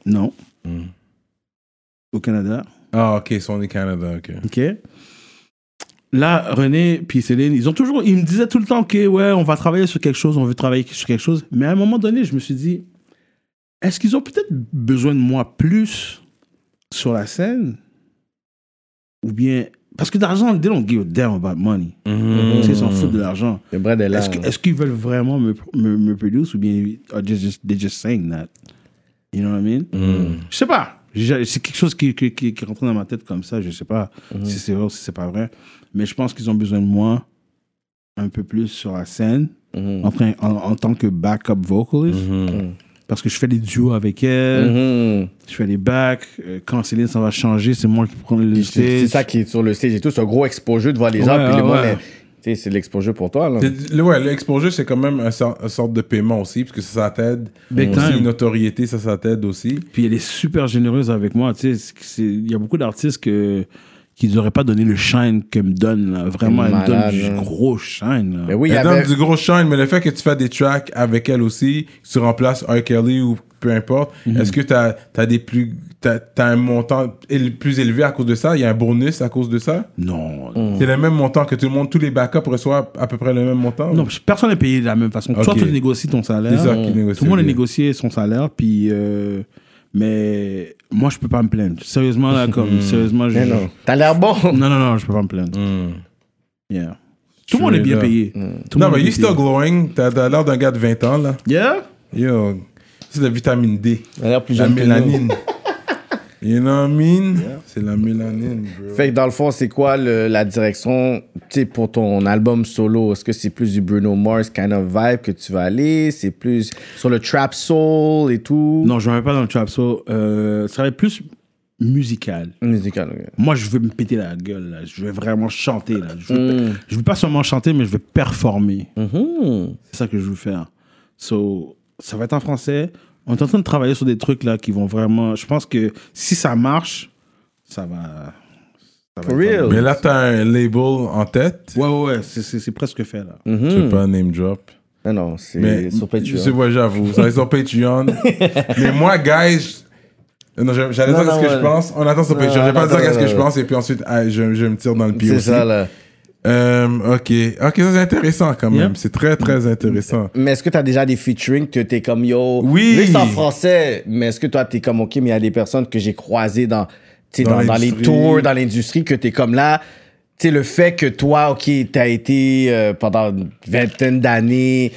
non, Mm. au Canada, Ah, ok, Sony Canada, ok. ok. Là, René puis Céline, ils ont toujours, ils me disaient tout le temps que ouais, on va travailler sur quelque chose, on veut travailler sur quelque chose. Mais à un moment donné, je me suis dit, est-ce qu'ils ont peut-être besoin de moi plus sur la scène, ou bien parce que d'argent, they don't give a damn about money. Tu sais, Ils s'en foutent de l'argent. Le bras de là. Est-ce que- est-ce qu'ils veulent vraiment me, me, me produce ou bien are they just, they just saying that? You know what I mean? Mm. Je sais pas. J'ai- C'est quelque chose qui, qui, qui, qui est rentré dans ma tête comme ça. Je sais pas Mm-hmm. si c'est vrai ou si c'est pas vrai. Mais je pense qu'ils ont besoin de moi un peu plus sur la scène Mm-hmm. en, train- en, en tant que backup vocalist. Parce que je fais des duos avec elle, Mhm. je fais des backs. Euh, Quand Céline, ça va changer, c'est moi qui prends le Puis C'est c'est ça qui est sur le stage et tout. C'est un gros exposure de voir les gens. Ouais, puis le ouais, monde ouais. est- tu sais, c'est de l'exposure pour toi. Là. C'est- le- Ouais, l'exposure, c'est quand même un, sor- une sorte de paiement aussi, parce que ça, ça t'aide. Big aussi, time. une notoriété, ça, ça t'aide aussi. Puis elle est super généreuse avec moi. Tu sais, c'est- c'est- il y a beaucoup d'artistes que qui n'auraient pas donné le shine qu'elle me donne. là. Vraiment, elle me donne Malade, du hein. gros shine. Mais là. oui, il y elle avait... donne du gros shine, mais le fait que tu fais des tracks avec elle aussi, tu remplaces R. Kelly ou peu importe, est-ce que tu as, des plus. T'as, t'as un montant éle- plus élevé à cause de ça Il y a un bonus à cause de ça Non. Hum. C'est le même montant que tout le monde, tous les backups reçoivent à peu près le même montant Non, parce que personne n'est payé de la même façon. Toi, Ok. tu négocies ton C'est salaire. ça qui négocie, Tout le monde a ok. négocié son salaire. Puis, euh, mais moi, je peux pas me plaindre. Sérieusement, là, comme, sérieusement, je. Mais Hum. Eh non. T'as l'air bon. non, non, non, je peux pas me plaindre. Hmm. Yeah. Tout le monde est bien là. payé. Hum. Tout le Non, monde mais you est bien still payé. glowing. T'as, t'as l'air d'un gars de 20 ans, là. Yeah? Yo, c'est de la vitamine D. T'as l'air plus La jeune que nous. mélanine. you know what I mean C'est la mélanine, bro. Fait que dans le fond, c'est quoi le- la direction tu sais, pour ton album solo? Est-ce que c'est plus du Bruno Mars kind of vibe que tu vas aller? C'est plus sur le trap soul et tout? Non, je ne vais pas dans le trap. So, euh, ça va être plus musical. Musical, ok. Moi, je veux me péter la gueule. Là. Je veux vraiment chanter. Là. Je, Mm. Mm. veux, je veux pas seulement chanter, mais je veux performer. Mm-hmm. C'est ça que je veux faire. So, ça va être en français. On est en train de travailler sur des trucs là qui vont vraiment. Je pense que si ça marche, ça va. ça va For être real? vraiment- Mais là, t'as un label en tête. Ouais, ouais, ouais. C'est- C'est c'est presque fait là. Mm. Je veux pas name drop. Mm-hmm. Non, non, c'est Mais sur Patreon. C'est ouais, j'avoue. Ça va être sur Patreon. mais moi, guys, je- non, je- j'allais Non, dire non, ce que ouais. je pense. On attend sur Non, Patreon. Je vais pas attends, dire qu'est-ce attends, que je pense et puis ensuite, ah, je, je me tire dans le pied C'est aussi. ça, là. Euh, ok. Ok, ça c'est intéressant quand même. Yep. C'est très, très intéressant. Mais est-ce que t'as déjà des featuring que t'es comme yo? Oui. Vu que c'est en français, mais est-ce que toi t'es comme ok, mais il y a des personnes que j'ai croisées dans, tu sais, Dans dans, dans les l'industrie. tours, dans l'industrie, que t'es comme là. Tu sais, le fait que toi, ok, t'as été euh, pendant une vingtaine d'années,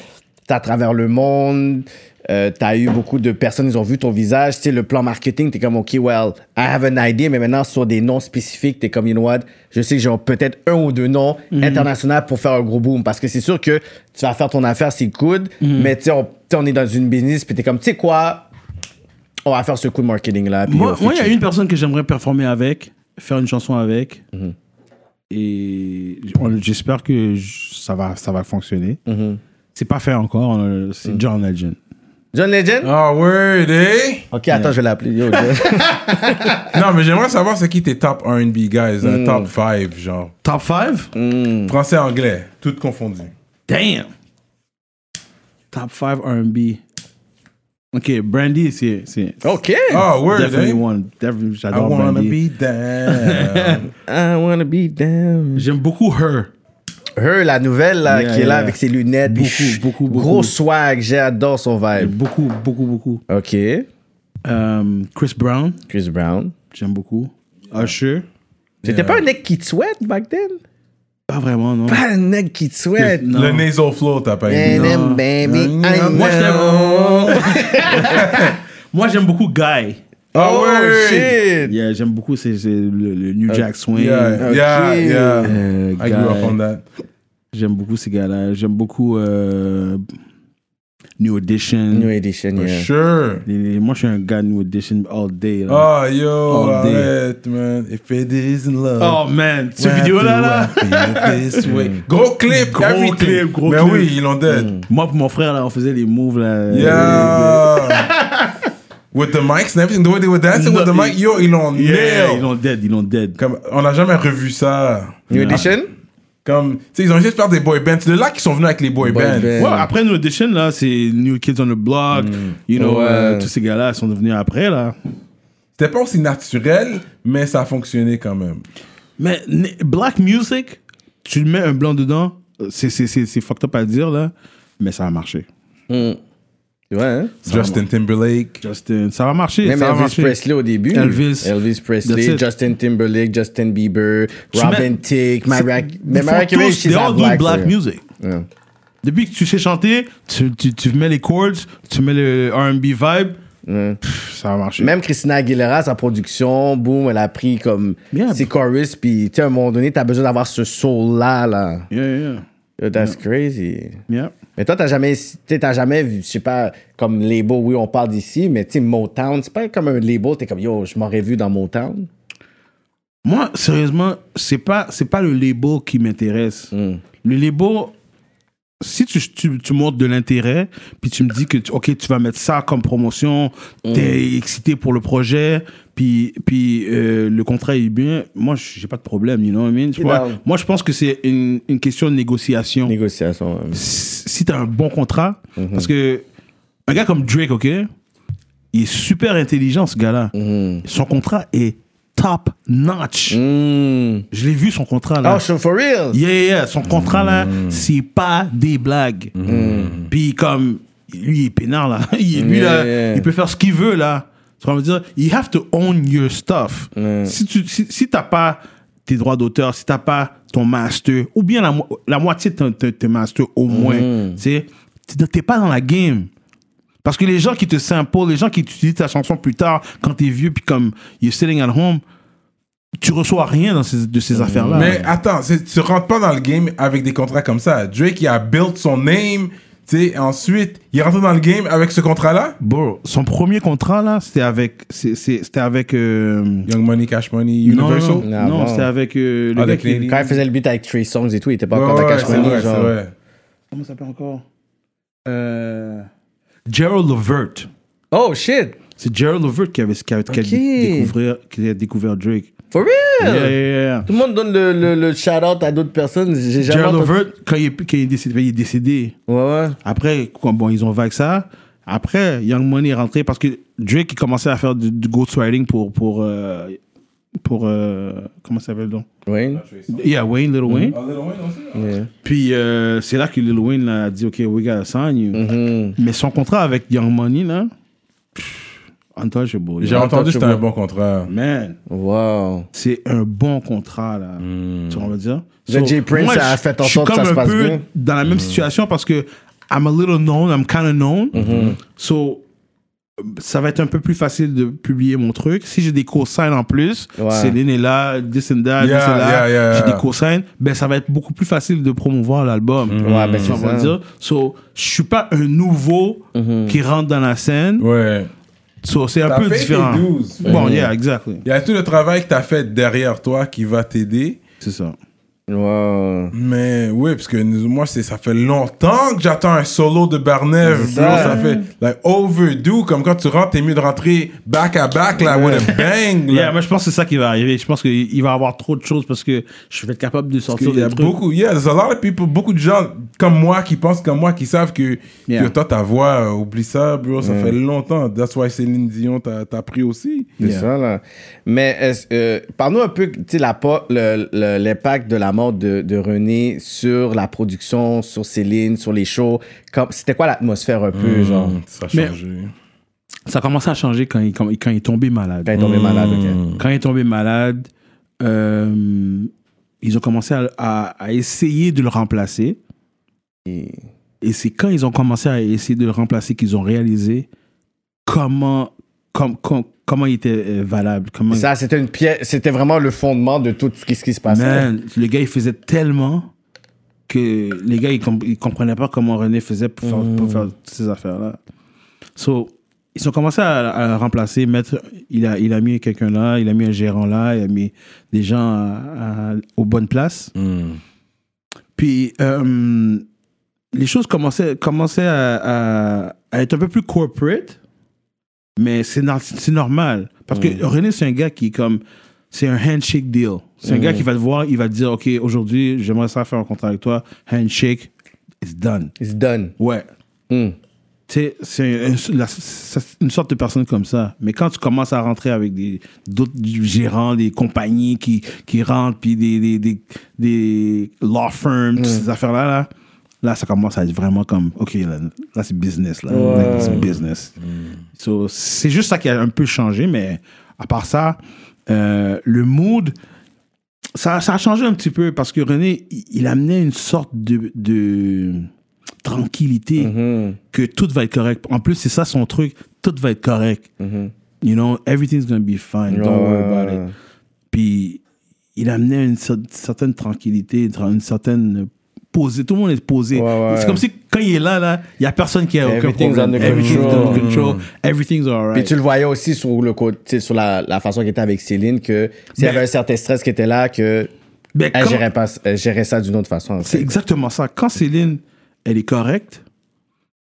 t'es à travers le monde, euh, t'as eu beaucoup de personnes, ils ont vu ton visage. Tu sais, le plan marketing, t'es comme ok, well, I have an idea, mais maintenant sur des noms spécifiques, t'es comme you know what, je sais que j'ai peut-être un ou deux noms Mhm. internationaux pour faire un gros boom. Parce que c'est sûr que tu vas faire ton affaire, c'est good, Mhm. mais tu sais, on, tu sais, on est dans une business, puis t'es comme, tu sais quoi, on va faire ce coup de marketing-là. puis Moi, on moi, il y a feature. une personne que j'aimerais performer avec, faire une chanson avec. Mm-hmm. Et on- j'espère que j- ça va, ça va fonctionner. Mm-hmm. C'est pas fait encore, on- Mm. c'est John Legend. John Legend? Ah, word, eh? Ok, attends, je vais l'appeler. Yo, John. Non, mais j'aimerais savoir c'est qui tes top R&B guys, Hmm. hein, top 5, genre. Top 5? Français, anglais, tout confondu. Damn! Top 5 RB. Ok, Brandy, c'est. c'est ok. Ah, word, Definitely eh? one. Definitely, I J'adore wanna Brandy. be down. I wanna be down. J'aime beaucoup Her. Her, la nouvelle, là, Yeah, qui est là yeah. avec ses lunettes. puis Beaucoup, chut, beaucoup, beaucoup. Gros swag, j'adore son vibe. Beaucoup, beaucoup, beaucoup. Mm. Ok. Euh, Chris Brown, Chris Brown. j'aime beaucoup. Usher. C'était pas un mec qui te souhaite back then? Pas vraiment, non. Pas un mec qui te souhaite. Non. Le nasal flow, t'as pas aimé. And Non. then, baby, Non, I non, Moi, je t'aime. know. Moi, j'aime beaucoup Guy. Ah Oh, ouais. shit. Yeah, j'aime Uh, beaucoup c'est, c'est le, le New Jack Swing. Oh, Yeah, yeah, yeah. Euh, I grew up guy. on that. J'aime beaucoup ces gars-là. J'aime beaucoup euh, New Edition. New Edition, For yeah. sure. Et Moi, je suis un gars New Edition all day. là. Oh, yo, Oh, damn. arrête, man. If it isn't love. Oh, man, ce vidéo-là, là. Gros clip, Gros everything. clip, gros Mais clip. oui, ils l'ont dead. Moi, pour mon frère, là, on faisait les moves, là. Euh, Yeah. with the mics and everything, the way they were dancing with the No, mic, yo, ils l'ont Yeah, nail. ils l'ont dead, ils l'ont dead. Comme, on n'a jamais revu ça. New Edition? Comme, tu sais, ils ont essayé de faire des boy bands. C'est de là qu'ils sont venus avec les boy, Boy bands. band. Ouais, après New Edition, là, c'est New Kids on the Block, you know, Ouais. euh, tous ces gars-là sont devenus après, là. C'était pas aussi naturel, mais ça a fonctionné quand même. Mais n- Black Music, tu mets un blanc dedans, c'est, c'est, c'est, c'est fucked up à dire, là, mais ça a marché. Mm. C'est vrai, hein? Justin Timberlake. Justin, ça va marcher, Même ça va Elvis marcher. Presley au début. Elvis. Elvis That's Presley, it. Justin Timberlake, Justin Bieber, Robin mets- Thicke, Mariah Ils Mais font Mariah Carey, tous- she's they all not do black. black so- music. Yeah. Depuis que tu sais chanter, tu, tu, tu mets les chords, tu mets le R&B vibe, pff, ça va marcher. Mm. Même Christina Aguilera, sa production, boum, elle a pris comme Yeah. ses chorus, puis tu sais, à un moment donné, t'as besoin d'avoir ce soul-là, là. Yeah, yeah, Yo, That's crazy. yeah. Mais toi, t'as jamais, tu sais, t'as jamais vu, je sais pas, comme label, oui, on parle d'ici, mais tu sais, Motown, c'est pas comme un label, t'es comme, yo, je m'aurais vu dans Motown. Moi, sérieusement, c'est pas c'est pas le label qui m'intéresse. Hmm. Le label, si tu, tu, tu montres de l'intérêt, puis tu me dis que tu- ok, tu vas mettre ça comme promotion, t'es excité pour le projet, puis puis euh, le contrat est bien. Moi, j'ai pas de problème, you know what I mean? Je You vois- know. moi, je pense que c'est une, une question de négociation Négociation. hein. si t'as un bon contrat, parce que un gars comme Drake, ok, il est super intelligent ce gars-là. Son contrat est top notch. Hmm. Mm. Je l'ai vu son contrat là. Oh, je suis for real. Yeah, yeah, yeah. son contrat là, Mm. c'est pas des blagues. Puis comme lui il est peinard là, il, lui là, Yeah, yeah. il peut faire ce qu'il veut là. Tu vas me dire, you have to own your stuff. Mm. Si tu si, si t'as pas tes droits d'auteur, si t'as pas ton master, ou bien la, mo- la moitié de ton, ton- ton master au Mm-hmm. moins, tu sais, t'es- t'es pas dans la game. Parce que les gens qui te s'imposent, les gens qui utilisent ta chanson plus tard, quand t'es vieux, puis comme you're sitting at home, tu reçois rien dans ces- de ces Mm. Ah affaires-là. Mais attends, c'est- tu rentres pas dans le game avec des contrats comme ça. Drake, il a built son name. Tu sais, ensuite, il est rentré dans le game avec ce contrat-là. Bro, son premier contrat là, c'était avec, c'est- c'est- c'était avec euh, Young Money, Cash Money, non, Universal. non, Non, non, avant. c'était avec euh, le Avec gars qui- les- Quand il faisait le beat avec Trey Songs et tout, il était pas Ouais, encore dans ouais, Cash c'est Money, vrai, c'est genre. vrai. Comment ça s'appelle encore Euh, Gerald Levert. Oh, shit. C'est Gerald Levert qui avait, qui avait, qui a Ok. découvert, qui a découvert Drake. For real. Yeah, yeah, yeah. Tout le monde donne le, le, le shout-out à d'autres personnes. J'ai jamais Gerald entendu- Levert, quand il est, quand il est décédé, ben, il est décédé. Ouais, ouais. Après, quoi, bon, ils ont vague ça. Après, Young Money est rentré parce que Drake il commençait à faire du, du ghostwriting pour pour euh, pour euh, comment ça s'appelle donc? Wayne. Yeah, Wayne, Little Wayne. Yeah. Puis euh, c'est là que Lil Wayne là, a dit OK, we gotta sign you. Mm-hmm. Hmm. Mais son contrat avec Young Money, là, pff, untouchable. J'ai là. entendu que c'était Untouchable. un bon contrat. Man, Wow. c'est un bon contrat, là. Hmm. Tu vois, on va dire. Le Jay Prince a fait en je suis sorte que comme ça se un passe peu bien. dans Hmm. la même situation parce que I'm a little known, I'm kind of known. Hmm. So, ça va être un peu plus facile de publier mon truc. Si j'ai des cosigns en plus, Ouais. Céline est là, this and that, Yeah, this and that, yeah, yeah, j'ai yeah. des cosigns, ben ça va être beaucoup plus facile de promouvoir l'album. Hmm. Ouais, ben, Tu vois, c'est on va ça. dire. So, je suis pas un nouveau Mm-hmm. qui rentre dans la scène. Ouais. So, c'est un T'as peu payé tes différent. 12. Bon, yeah, exactly. Il y a tout le travail que tu as fait derrière toi qui va t'aider. C'est ça. Wow. Mais oui, parce que nous- moi, c'est, ça fait longtemps que j'attends un solo de Barnev. bro. C'est Ça. ça. fait like, overdue, comme quand tu rentres, t'es mieux de rentrer back à back, là, with a bang. là. Yeah, moi je pense que c'est ça qui va arriver. Je pense qu'il va y avoir trop de choses parce que je vais être capable de Parce sortir qu'il y des a trucs. beaucoup, yeah, there's a lot of people, beaucoup de gens comme moi qui pensent comme moi qui savent que, Yeah. Mm. que toi ta voix, euh, oublie ça, bro, ça fait longtemps. That's why Céline Dion t'a, t'a pris aussi. C'est Yeah. ça, là. Mais est-ce- euh, parle-nous un peu, tu sais, la po- le- le- l'impact de la mort de, de René sur la production, sur Céline, sur les shows. Comme- C'était quoi l'atmosphère un peu, Hmm. genre, Ça a Mais- changé. Ça a commencé à changer quand il, quand, il- quand il est tombé malade. Mmh. quand Ben, il est tombé malade, OK? Quand il est tombé malade, euh, ils ont commencé à, à- à essayer de le remplacer. Et- Et c'est quand ils ont commencé à essayer de le remplacer qu'ils ont réalisé comment, com- com- comment il était euh, valable. Comment Ça, c'était une pièce, c'était vraiment le fondement de tout ce qui, ce qui se passait. Man, le gars, il faisait tellement que les gars, ils, comp- ils comprenaient pas comment René faisait pour faire, pour Mm. faire toutes ces affaires-là. So, ils ont commencé à, à remplacer, mettre, il a, il a mis quelqu'un là, il a mis un gérant là, il a mis des gens à- à- aux bonnes places. Hmm. Puis, euh, les choses commençaient, commençaient à, à- à être un peu plus corporate, mais c'est, nor- c'est normal. Parce que René, c'est un gars qui est comme. C'est un handshake deal. C'est un gars qui va te voir, il va te dire Ok, aujourd'hui, j'aimerais ça faire un contrat avec toi. Handshake, it's done. It's done. Ouais. Hmm. Tu sais, c'est un- la- c'est une sorte de personne comme ça. Mais quand tu commences à rentrer avec des- d'autres gérants, des compagnies qui, qui rentrent, puis des, des, des, des law firms, toutes ces affaires-là, là, là, ça commence à être vraiment comme, OK, là, là, c'est business. Là, Like, it's business. So, c'est juste ça qui a un peu changé, mais à part ça, euh, le mood, ça, ça a changé un petit peu parce que René, il, il amenait une sorte de, de tranquillité Mm-hmm. que tout va être correct. En plus, c'est ça son truc, tout va être correct. Mm-hmm. You know, everything's gonna be fine. Don't worry about it. Puis, il amenait une cer- certaine tranquillité, une tra- une certaine posée. Tout le monde est posé. Ouais, ouais. C'est comme si quand il est là, là, il y a personne qui a aucun Everything's problème. under everything's control. under control. Everything's Puis alright. tu le voyais aussi sur, le côté, sur la, la façon qu'il était avec Céline, que s'il y Mais- avait un certain stress qui était là, que Mais elle quand- gérait, pas, elle gérait ça d'une autre façon. en C'est fait. exactement ça. Quand Céline, elle est correcte,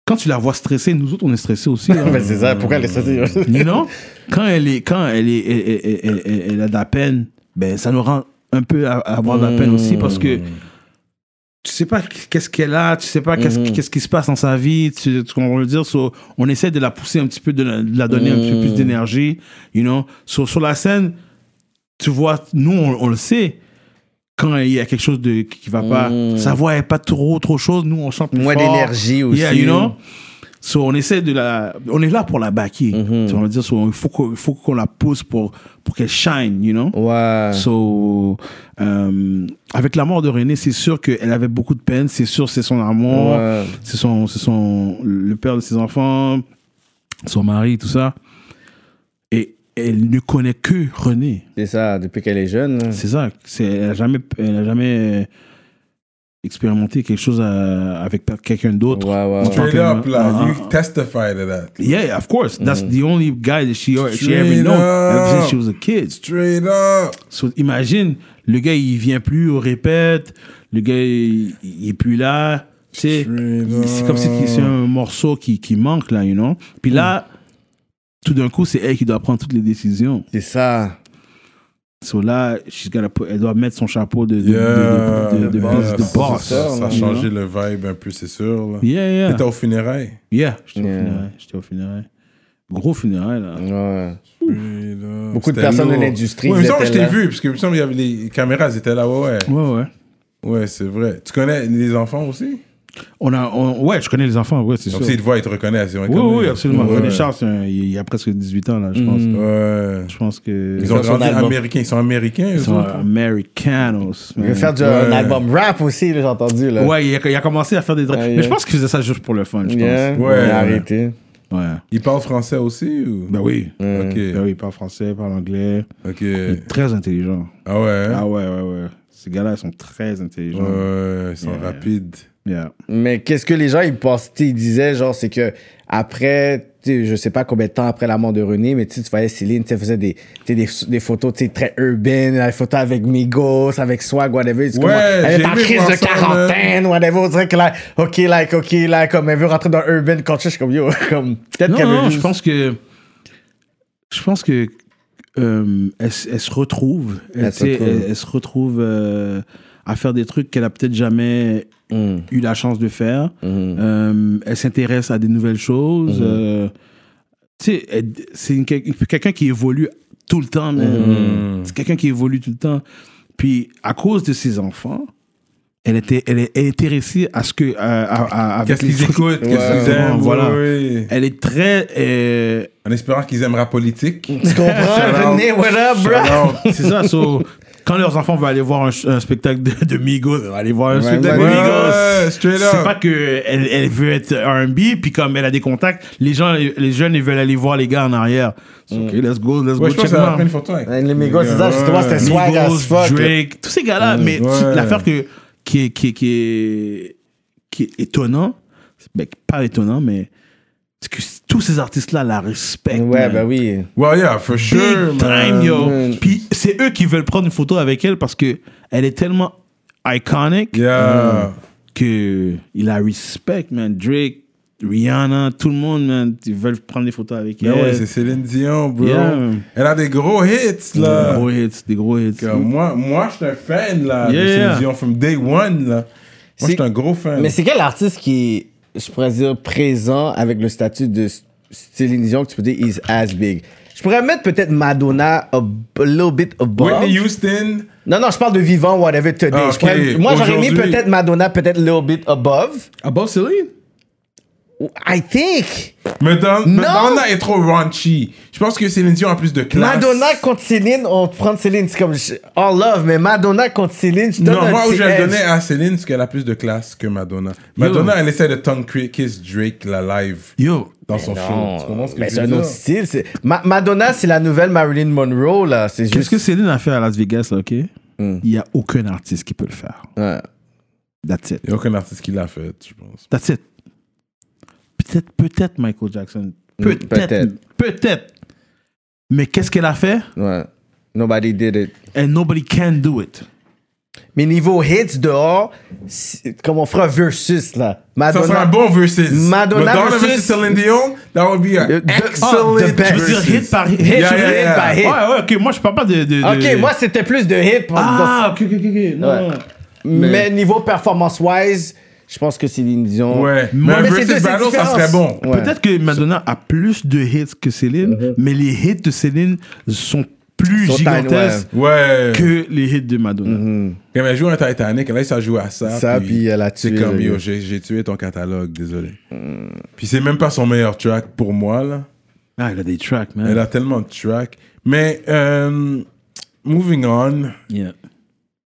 quand tu la vois stressée, nous autres, on est stressés aussi. hein. Mais c'est ça, pourquoi elle est stressée? You know? Quand elle est, quand elle est, elle, elle- elle- elle- elle a de la peine, ben ça nous rend un peu à, à avoir de la peine Hmm. aussi parce que tu sais pas qu'est-ce qu'elle a, tu sais pas qu'est-ce Hmm. qui- qu'est-ce qui se passe dans sa vie, tu, tu comprends ce qu'on veut dire. So, on essaie de la pousser un petit peu, de la, de la donner un petit peu Hmm. plus d'énergie, you know. So, sur la scène, tu vois, nous on, on le sait. Quand il y a quelque chose de, qui va pas, sa voix est pas trop, trop chose. Nous, on chante plus Hmm. Moins fort. d'énergie aussi. Yeah, you know? So, on essaie de la. On est là pour la baquer. Mm-hmm. Tu vas dire, so, il faut qu'on, il faut qu'on la pousse pour, pour qu'elle shine, you know? Ouais. So, euh, avec la mort de René, c'est sûr qu'elle avait beaucoup de peine. C'est sûr, c'est son amour. Ouais. C'est son, c'est son. Le père de ses enfants, son mari, tout ça. Et elle ne connaît que René. C'est ça, depuis qu'elle est jeune. là. C'est ça. C'est, elle n'a jamais, elle a jamais euh, expérimenté quelque chose à- avec quelqu'un d'autre. Ouais, ouais, En ouais. tant Straight que- up, là. Ah, You testify to that. Yeah, of course. That's the only guy that she, she ever Mm-hmm. Straight known ever since up. she was a kid. Straight up. So, imagine, le gars, il vient plus au répète, le gars, il, il est plus là. Tu sais, Straight c'est comme si up. c'est un morceau qui, qui manque, là, you know. Puis là, tout d'un coup, c'est elle qui doit prendre toutes les décisions. C'est ça. So là, she's gotta put- elle doit mettre son chapeau de, de, Yeah. de, de- de- de- Yeah, de ça, boss. Ça, ça a you know? changé le vibe un peu, c'est sûr. Là. Yeah, yeah. T'étais au funérail. Yeah, j'étais Yeah. au funérail. J'étais au funérail. Gros funérail, là. Ouais. Beaucoup de personnes de l'industrie, Ouais, il me ils semble que je étaient t'ai là. vu, parce que il me semble qu'il y avait les caméras, elles étaient là, ouais, ouais. Ouais, ouais. Ouais, c'est vrai. Tu connais les enfants aussi On a, on- ouais, je connais les enfants, ouais, c'est sûr. Donc, s'ils te voient, ils te reconnaissent. ils vont être Oui, comme, oui, euh, absolument. ouais. René Charles, c'est un- il y a presque 18 ans, là, je pense. Ouais. Je pense que. Ils ont Ils sont grandi album. américains. Ils sont américains, Ils eux sont autres. Americanos. Il veut man. faire du, Ouais. un album rap aussi, là, j'ai entendu. Là. Ouais, il a, il a commencé à faire des. dra- Ah, Mais yeah. je pense qu'il faisait ça juste pour le fun, je Yeah. pense. Ouais. Il a arrêté. Ouais. Ils parlent français aussi ou Ben oui. Hmm. Ben Ok. oui, il parle français, il parle anglais. Ok. Il est très intelligent. Ah ouais. hein? Ah ouais, ouais, ouais. Ces gars-là, ils sont très intelligents. Ouais, ils sont Yeah. rapides. Yeah. Mais qu'est-ce que les gens ils pensaient, ils disaient genre c'est que après tu sais, je sais pas combien de temps après la mort de René mais tu sais, tu voyais Céline tu sais, elle faisait des tu sais, des, des photos tu sais, très urbaines des photos avec Migos avec Swag whatever Tu sais, Ouais, comment- elle j'ai est en aimé crise voir de ça, quarantaine whatever on dirait que là ok like ok like comme elle veut rentrer dans urban culture je suis comme yo comme peut-être qu'elle Non, veut non, juste- je pense que. Je pense que. euh, elle, s- elle se retrouve. Elle, Elle se tu sais, retrouve. elle- elle se retrouve euh, à faire des trucs qu'elle a peut-être jamais Mm. eu la chance de faire. Mm. Mhm. Euh, elle s'intéresse à des nouvelles choses. euh, tu sais, elle- c'est une quel- quelqu'un qui évolue tout le temps. Mm. man. C'est quelqu'un qui évolue tout le temps. Puis, à cause de ses enfants, elle était, elle est intéressée à ce que, à- à- à- avec Qu'est-ce les qu'ils trucs- écoutent Qu'est-ce qu'ils Exactement, aiment voilà. ouais, ouais. Elle est très. euh, En espérant qu'ils aiment la politique. tu comprends René what up bro Alors, C'est ça, so, quand leurs enfants vont aller voir un, un spectacle de, de Migos, ils vont aller voir un spectacle ouais, de Migos. ouais, straight c'est up. pas que elle, elle veut être R&B, puis comme elle a des contacts, les gens, les jeunes, ils veulent aller voir les gars en arrière. So, Ok, let's go, let's Mm. Ouais, je go pense check qu'elle a them pris une out. photo avec. les Migos c'est ça Ouais. justement c'était swag as Migos, fuck là. Drake, tous ces gars-là. Mais tu- Mm, Ouais. l'affaire que qui- qui est, qui est, qui est, qui est étonnant, ben, pas étonnant, mais c'est que tous ces artistes-là la respectent. Ouais, man. bah oui. Well, yeah, for Big sure, man. time, yo. man. Puis c'est eux qui veulent prendre une photo avec elle parce que elle est tellement iconic Yeah. Hmm. que il la respect, man. Drake, Rihanna, tout le monde, man, ils veulent prendre des photos avec Mais elle. Ben ouais, c'est Céline Dion, bro. Yeah. Elle a des gros hits, des là. gros hits, des gros hits. Comme moi, moi, je suis un fan, là, Yeah, de Céline yeah. Dion from day one, là. Moi, je suis C'est- un gros fan. Mais c'est quel artiste qui est, je pourrais dire, présent avec le statut de s- Céline Dion que tu peux dire is as big? Je pourrais mettre peut-être Madonna a, b- a little bit above. Whitney Houston, Non, non, je parle de vivant, whatever, today. Ah, Je pourrais- ok. moi, j'aurais mis Aujourd'hui. peut-être Madonna, peut-être little bit above. Above Céline? I think. Madonna, Non. Madonna est trop raunchy. Je pense que Céline Dion a plus de classe. Madonna contre Céline, on prend Céline, c'est comme je- all love, mais Madonna contre Céline, je donne Non, un moi, où petit je vais edge. donner à Céline, c'est qu'elle a plus de classe que Madonna. Madonna, elle essaie de tongue kiss Drake, la live, Yo, dans son Non, show. Tu comprends ce que mais je c'est veux un dire? autre style. c'est- Ma- Madonna, c'est la nouvelle Marilyn Monroe, là. C'est qu'est-ce juste. que Céline a fait à Las Vegas, là, ok? Mm. Il n'y a aucun artiste qui peut le faire. Ouais. That's it. Il n'y a aucun artiste qui l'a fait, je pense. That's it. Peut-être, peut-être Michael Jackson. Peut-être. peut-être. Peut-être. Mais qu'est-ce qu'elle a fait? ouais. Nobody did it. And nobody can do it. Mais niveau hits dehors, c'est- comme on fera versus, là. Ça Madonna. serait un bon versus. Madonna Madonna versus versus Céline Dion, that would be an Euh, de- excellent oh, the best. Tu veux dire hit versus. par hit? Hit Ah, Yeah, sur yeah, hit yeah. par hit. Ouais, ouais, ok. Moi, je parle pas de. de- de- Ok, moi, c'était plus de hits. Ah, ok, ok, ok. ok. Non, Ouais. non. mais... niveau performance-wise, je pense que Céline Dion. Ouais. Mais Moi, un mais c'est deux, versus c'est battle, ça différent. serait bon. Ouais. Peut-être que Madonna a plus de hits que Céline, mais les hits de Céline sont plus Sont tiny, gigantesques Ouais. que les hits de Madonna. Quand elle joue à Titanic, là, ça joue à ça. Ça, puis elle a tué C'est comme, le yo, gars. j'ai j'ai tué ton catalogue, désolé. Puis c'est même pas son meilleur track pour moi, là. Ah, elle a des tracks, man. Elle a tellement de tracks. Mais, euh, moving on, parce Yeah.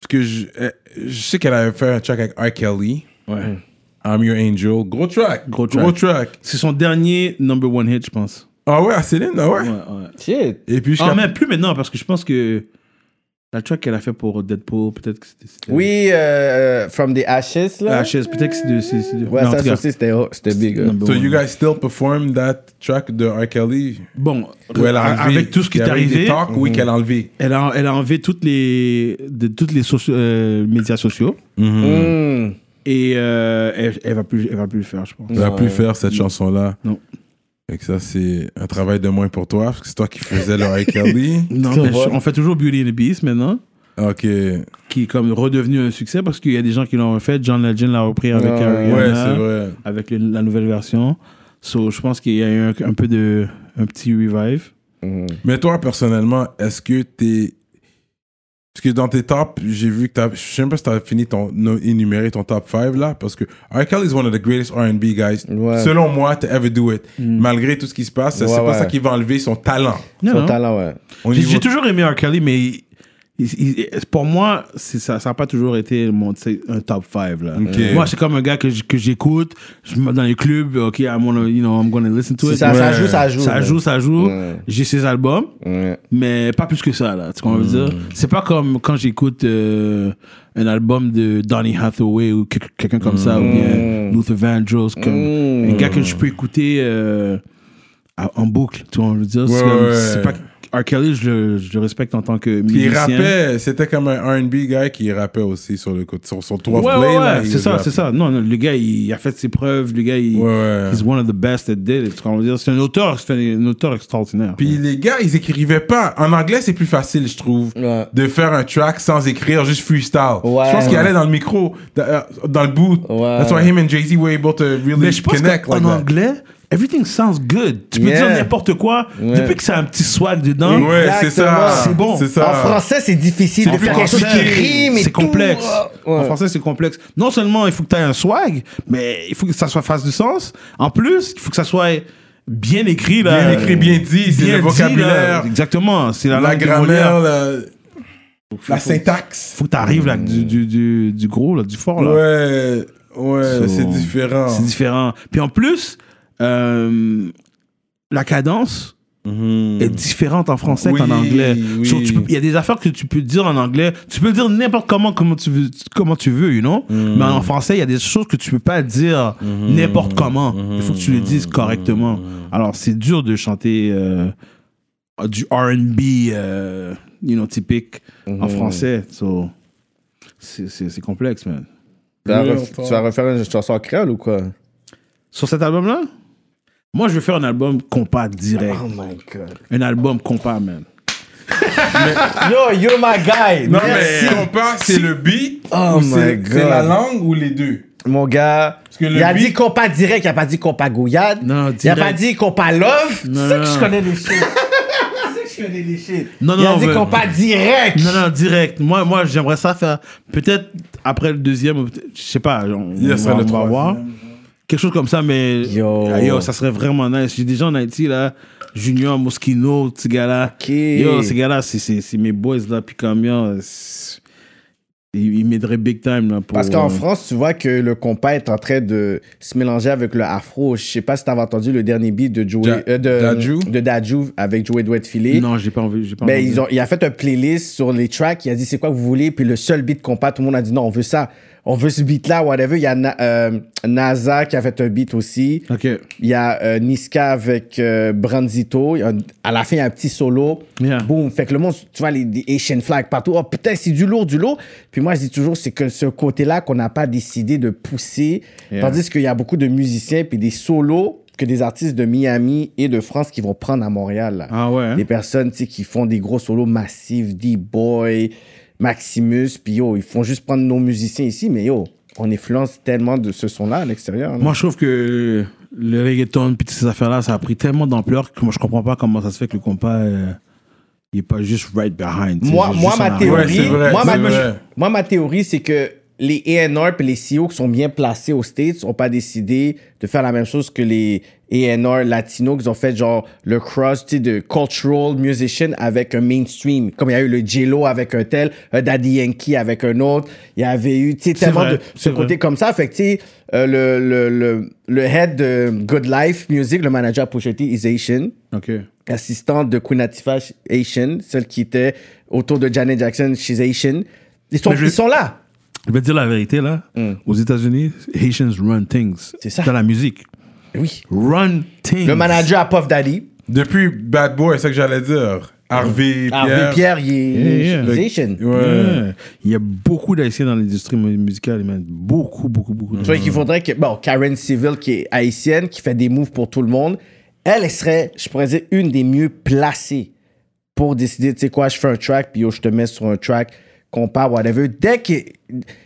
que je, euh, je sais qu'elle avait fait un track avec R. Kelly, Ouais. I'm Your Angel. Gros track. Gros track. Gros track. C'est son dernier number one hit, je pense. Ah ouais, à Céline, ah ouais. Ouais, ouais. Shit. Et puis, je Ah, cap- mais plus maintenant, parce que je pense que la track qu'elle a fait pour Deadpool, peut-être que c'était. c'était- Oui, euh, From the Ashes, là. La chaise, peut-être que c'est de. c'est- c'est de- Ouais, Mais en ça, tout cas, ça aussi, c'était c'était big. hein. number So one. you guys still perform that track de R. Kelly? Bon, Ou elle a enlevé? avec tout ce qui Il y est avait des arrivé, Mhm. talks, Oui, qu'elle a enlevé. elle a, elle a enlevé toutes les, de, toutes les soci- euh, médias sociaux. Mm. Et euh, elle, elle va plus, elle va plus le faire, je pense. Elle va plus faire cette chanson-là. Non. Fait que ça, c'est un travail de moins pour toi, parce que c'est toi qui faisais le R. Kelly. Non, Ça mais va. je- on fait toujours Beauty and the Beast maintenant, Ok. qui est comme redevenu un succès parce qu'il y a des gens qui l'ont refait. John Legend l'a repris avec Ouais, Ariana, Ouais, c'est vrai. avec le- la nouvelle version. So, je pense qu'il y a eu un, un peu de, un petit revive. Mais toi, personnellement, est-ce que t'es. Parce que dans tes tops, j'ai vu que t'as. Je sais même pas si t'as fini ton. no- énuméré ton top 5 là. Parce que R. Kelly is one of the greatest RB guys. Ouais. Selon moi, to ever do it. Mm. Malgré tout ce qui se passe, c'est Ouais, pas ouais. ça qui va enlever son talent. Non, Son non. talent, ouais. Au J'ai niveau- j'ai toujours aimé R. Kelly, mais il- il- il- pour moi, c'est ça n'a pas toujours été mon, c'est un top 5. Ok. Moi, c'est comme un gars que j- que j'écoute, je me mets dans les clubs, OK, I'm gonna, you know, I'm gonna listen to Si it. Ça, ça Ouais. joue, ça joue. Ça là. joue, ça joue. Ouais. J'ai ses albums, Ouais. mais pas plus que ça, là. Tu comprends ce que je veux Hmm. dire? C'est pas comme quand j'écoute euh, un album de Donny Hathaway ou que- quelqu'un comme ça, Hmm. ou bien Luther Vandross, comme un gars que je peux écouter euh, à- en boucle. Tu vois, je veux dire, c'est Ouais, comme- ouais. c'est pas. R. Kelly, je le, je le respecte en tant que Puis il musicien. rappait, c'était comme un RB guy qui rappait aussi sur le côté. Sur son 3 Ouais, play ouais, là. ouais, il c'est ça, rappait. c'est ça. Non, non, le gars, il a fait ses preuves. Le gars, il. Ouais, ouais. He's one of the best that did it. Tu comprends ce que je veux dire? C'est un auteur, c'est un, un auteur extraordinaire. Puis les gars, ils écrivaient pas. En anglais, c'est plus facile, je trouve, Ouais. de faire un track sans écrire, juste freestyle. Ouais. je pense qu'il Ouais. allait dans le micro, da- euh, dans le boot. Ouais. That's why him and Jay-Z were able to really Mais je pense connect qu'en like that. anglais, everything sounds good. Tu peux Yeah. dire n'importe quoi. Depuis que ça a un petit swag dedans, Ouais, c'est ça. Exactement. C'est bon. C'est ça. En français, c'est difficile en de faire quelque chose qui français, rime et c'est tout. complexe. Ouais. En français, c'est complexe. Non seulement il faut que tu aies un swag, mais il faut que ça soit fasse du sens. En plus, il faut que ça soit bien écrit. Là, Bien écrit, bien dit, c'est Bien le dit, vocabulaire, là. exactement. C'est la, la langue de Molière. grammaire, la, la syntaxe. faut que tu arrives là, du, du, du, du gros, là, du fort. Là. Ouais, ouais, So, c'est différent. C'est différent. Puis en plus, euh, la cadence, est différente en français Mhm. Oui, qu'en anglais. oui. So, tu peux- Il y a des affaires que tu peux dire en anglais. Tu peux le dire n'importe comment, comment tu veux, comment tu veux you know? Mhm. Mais en français, il y a des choses que tu peux pas dire n'importe comment. Mhm. Il faut que tu le dises correctement. Alors, c'est dur de chanter euh, du R&B, euh, you know, typique Mhm. en français. So, c'est- c'est c'est complexe, man. Tu vas, Real ref- talk. tu vas refaire une chanson en créole ou quoi? Sur cet album-là, moi, je veux faire un album compas direct. Oh my god. Un album compas, man. Ah! Yo, you're my guy. Non, Merci. mais compas, c'est le beat Oh ou my c'est God. c'est la langue ou les deux Mon gars. que le il a beat- dit compas direct, il a pas dit compas gouillade. Non, il a direct. pas dit compas love. Tu sais que non. je connais les shit. Tu sais que je connais les shit. Non, il a non, dit mais- compas direct. Non, non, direct. Moi, moi j'aimerais ça faire. Peut-être après le deuxième, ou peut-être- je sais pas. On, Il y a ça, on le va troisième. voir. Quelque chose comme ça, mais. Yo. Ah, yo, ça serait vraiment nice. J'ai des gens en Haïti, là. Junior, Moschino, ces gars-là. Ok. Yo, ces gars-là, c'est- c'est c'est mes boys, là. Puis comme, yo, c'est- ils, ils m'aideraient big time, là. Pour, Parce qu'en euh, France, tu vois que le compas est en train de se mélanger avec le afro. Je sais pas si t'avais entendu le dernier beat de Joey, Ja- euh, de, Dadju? de Dadju avec Joey Douetfilé. Non, j'ai pas envie. j'ai Pas Ben, envie. ils ont, il a fait un playlist sur les tracks. Il a dit c'est quoi que vous voulez. Puis le seul beat compas, tout le monde a dit non, on veut ça. On veut ce beat-là, whatever. Il y a Na- euh, NASA qui a fait un beat aussi. Ok. Il y a euh, Niska avec euh, Branzito. Il y a- à la fin, il y a un petit solo. Yeah. Boum. Fait que le monde, tu vois, les, les Asian flags partout. Oh putain, c'est du lourd, du lourd. Puis moi, je dis toujours, c'est que ce côté-là qu'on n'a pas décidé de pousser. Yeah. Tandis qu'il y a beaucoup de musiciens puis des solos que des artistes de Miami et de France qui vont prendre à Montréal. là. Ah ouais. hein? Des personnes tu sais, qui font des gros solos massifs, D-Boy, Maximus, puis yo, ils font juste prendre nos musiciens ici, mais yo, on influence tellement de ce son-là à l'extérieur. là. Moi, je trouve que le reggaeton puis toutes ces affaires-là, ça a pris tellement d'ampleur que moi, je comprends pas comment ça se fait que le compas, euh, il est pas juste right behind. tu sais, moi, juste moi, en ma arrière. Ouais, théorie, c'est vrai, moi, c'est ma, vrai. moi, ma théorie, c'est que les A&R et les CEO qui sont bien placés aux States n'ont pas décidé de faire la même chose que les A&R latinos qui ont fait genre le cross tu sais, de cultural musician avec un mainstream. Comme il y a eu le J-Lo avec un tel, un Daddy Yankee avec un autre. Il y avait eu tu sais, tellement vrai, de ce c'est vrai. côté comme ça. Fait que, tu sais, euh, le, le, le, le head de Good Life Music, le manager à Pusha T, is Asian Ok. assistante de Queen Latifah Asian, celle qui était autour de Janet Jackson, she's Asian. Ils sont, Mais je- ils sont là. Je vais te dire la vérité, là. Aux États-Unis, Haitians run things. Mm. C'est ça. Dans la musique. Oui. Run things. Le manager à Puff Daddy, Depuis Bad Boy, c'est ça que j'allais dire. Harvey Pierre. Harvey Ah Pierre, il est yeah. she's Asian. Ouais. Ouais. Il y a beaucoup d'Haïtiens dans l'industrie mu- musicale, man. Beaucoup, beaucoup, beaucoup. Tu vois qu'il faudrait que... Bon, Karen Civil, qui est haïtienne, qui fait des moves pour tout le monde, elle, elle serait, je pourrais dire, une des mieux placées pour décider, tu sais quoi, je fais un track, puis yo, je te mets sur un track, compas, whatever. Dès que...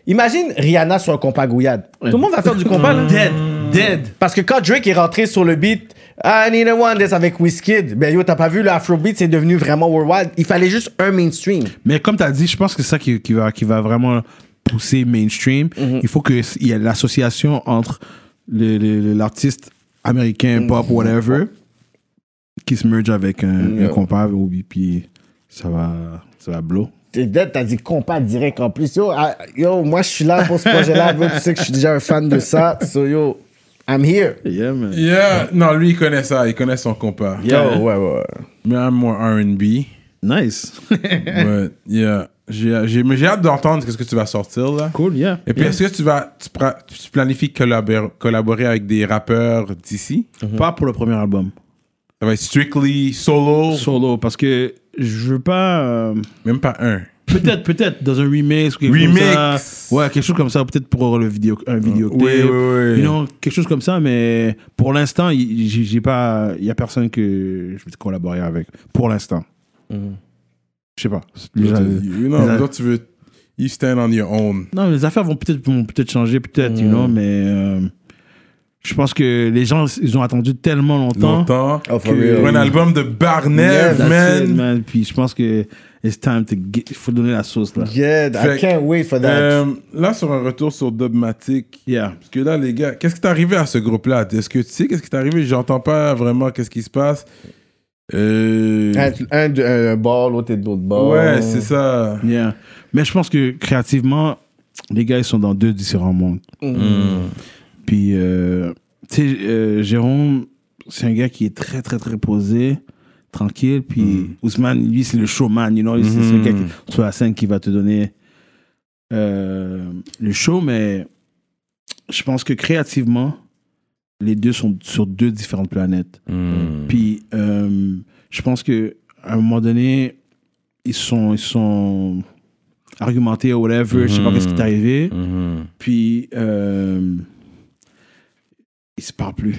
Imagine Rihanna sur un compas gouillade. Tout le monde va faire du compas, là. Dead. Dead. Parce que quand Drake est rentré sur le beat I need a one that's avec Wizkid, ben yo, t'as pas vu, le Afrobeat, c'est devenu vraiment worldwide. Il fallait juste un mainstream. Mais comme tu as dit, je pense que c'est ça qui, qui va, qui va vraiment pousser mainstream. Il faut qu'il y ait l'association entre le- le- le- l'artiste américain, pop, whatever, qui se merge avec un, un compas, ou- puis ça va, ça va blow. T'es dead, t'as dit compas direct en plus. Yo, ah, yo moi, je suis là pour ce projet-là. bro. tu sais que je suis déjà un fan de ça. So yo, I'm here. Yeah, man. Yeah, non, lui, il connaît ça, il connaît son compas. Yo, ouais, ouais. Mais I'm more R&B. Nice. but yeah, j'ai, j'ai, mais j'ai hâte d'entendre ce que tu vas sortir, là. cool, yeah. Et puis, Yeah. est-ce que tu vas, tu, pra- tu planifies collaborer, collaborer avec des rappeurs d'ici? Pas pour le premier album. Ça va être strictly solo, Solo, parce que je veux pas. euh, même pas un. Peut-être, peut-être, dans un remix ou quelque chose comme Remix. ça. Ouais, quelque chose comme ça, peut-être pour le vidéo, un vidéoclip. oui, oui, oui. You know, quelque chose comme ça, mais pour l'instant, il- j'ai j'ai pas, il y a personne que je vais collaborer avec. Pour l'instant. Je sais pas. Les- You know, les- toi, tu veux, you stand on your own. non, les affaires vont peut-être vont peut-être changer, peut-être, you know, mais euh, je pense que les gens, ils ont attendu tellement longtemps. Longtemps. Oh, for Que- real. Pour un album de Barnev, That's man. it, man. Puis je pense que it's time to get- il faut donner la sauce, là. Yeah, Fait I que, can't wait for that. Euh, là, sur un retour sur Dogmatic, Yeah. Parce que là, les gars, qu'est-ce qui t'est arrivé à ce groupe-là Est-ce que tu sais qu'est-ce qui t'est arrivé J'entends pas vraiment qu'est-ce qui se passe. Euh... un, un, de- un bord, l'autre est de l'autre bord. Ouais, c'est ça. Euh, Yeah. Mais je pense que créativement, les gars, ils sont dans deux différents mondes. Mmh. Puis, euh, tu sais, euh, Jérôme, c'est un gars qui est très, très, très posé, tranquille. Puis Ousmane, lui, c'est le showman, you know, c'est celui qui- sur la scène qui va te donner euh, le show, mais je pense que créativement, les deux sont sur deux différentes planètes. Hmm. Puis euh, je pense que à un moment donné, ils sont, ils sont argumentés ou whatever, je sais pas qu'est-ce qui est arrivé. Puis euh, ils se parlent plus.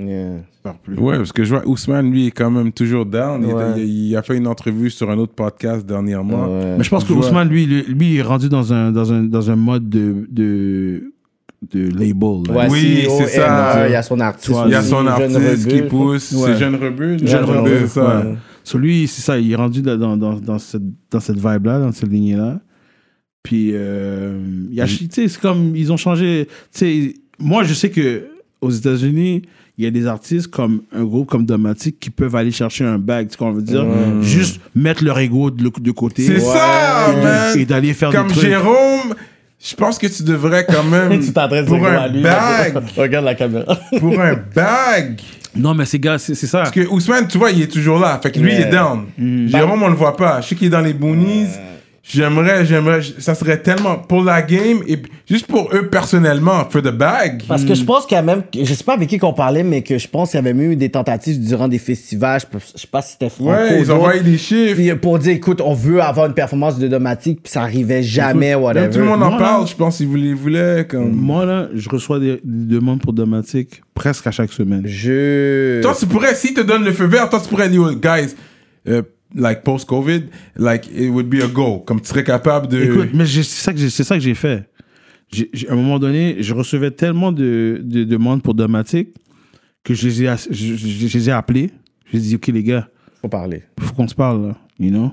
Yeah. Ils se parlent plus. Ouais, parce que je vois Ousmane, lui, est quand même toujours down. Il- Ouais. Il, il a fait une entrevue sur un autre podcast dernièrement. Ouais. Mais je pense que Je vois. Ousmane, lui, lui, lui, est rendu dans un, dans un, dans un mode de, de, de label. là. Ouais, Oui, CEO, c'est ça. euh, Il y a son artiste. Il Il y a aussi, son Jeune artiste qui Rebeu, je crois. pousse. Ouais. C'est Jeune Rebeu. Jeune Rebeu, Rebeu, ça. ouais. So, lui, c'est ça, il est rendu dans, dans, dans, dans cette, dans cette vibe-là, dans cette lignée-là. Puis, euh, il y a- tu sais, c'est comme, ils ont changé. tu sais, Moi, je sais que aux États-Unis, il y a des artistes comme un groupe comme Domatic qui peuvent aller chercher un bag, tu sais, qu'on veut dire, juste mettre leur ego de, de côté. C'est ça, Et de- man. Et d'aller faire Comme des trucs. Jérôme, je pense que tu devrais quand même. Tu t'adresses pour directement un à lui. bag. Regarde la caméra. pour un bag. Non, mais ces gars, c'est c'est ça. Parce que Ousmane, tu vois, il est toujours là. Fait que lui, Yeah. il est down. Jérôme, on le voit pas. Je sais qu'il est dans les boonies. J'aimerais, j'aimerais. Ça serait tellement pour la game et puis juste pour eux personnellement, for the bag. Parce que je pense qu'il y a même, je sais pas avec qui qu'on parlait, mais que je pense qu'il y avait même eu des tentatives durant des festivals. Je, peux- je sais pas si c'était Franco Ouais, ils ou d'autres. ont envoyé des chiffres. Puis, euh, pour dire, écoute, on veut avoir une performance de Domatique, puis ça arrivait jamais, Même whatever. tout le monde en Non, parle, non. Mm. je pense, ils voulaient, ils voulaient comme. Moi, là, je reçois des, des demandes pour Domatic presque à chaque semaine. Je. Toi, tu pourrais, s'ils te donnent le feu vert, toi, tu pourrais dire, oh, guys, euh, like post-COVID, like it would be a go. Comme tu serais capable de. Écoute, mais j'ai- c'est ça que j'ai- c'est ça que j'ai fait. J'ai- j'ai- à un moment donné, je recevais tellement de, de demandes pour Domatic que je les ai, ass- je, je- je les ai appelés. J'ai dit, OK, les gars, Faut parler. faut qu'on se parle, là. You know?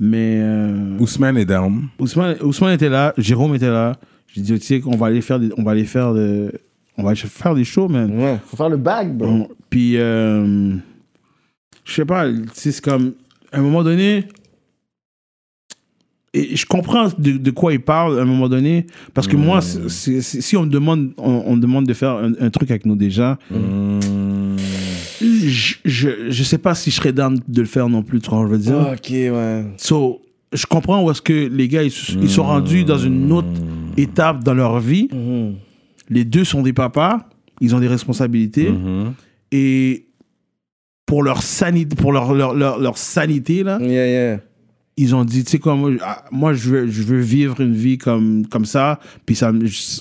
Mais euh, Ousmane est down. Ousmane, Ousmane était là, Jérôme était là. J'ai dit, tu sais, qu'on va aller faire des, on va aller faire de- on va aller faire des shows, man. Ouais. Mm. Faut faire le bag, bro. Bon, puis, euh, je sais pas, tu sais, c'est comme, à un moment donné, et je comprends de, de quoi il parle à un moment donné, parce que moi, c'est- c'est- c'est- si on me demande, on, on me demande de faire un, un truc avec nous déjà, je, je, je sais pas si je serais down de le faire non plus, tu vois, je veux dire. Ok, ouais. So, je comprends où est-ce que les gars, ils, se- ils sont rendus dans une autre étape dans leur vie. Mm-hmm. Les deux sont des papas, ils ont des responsabilités. Et pour leur sanité, pour leur, leur, leur, leur sanité là, Yeah, yeah. ils ont dit, tu sais quoi, moi, ah, moi, je, veux, je veux vivre une vie comme, comme ça. Puis ça, me- je-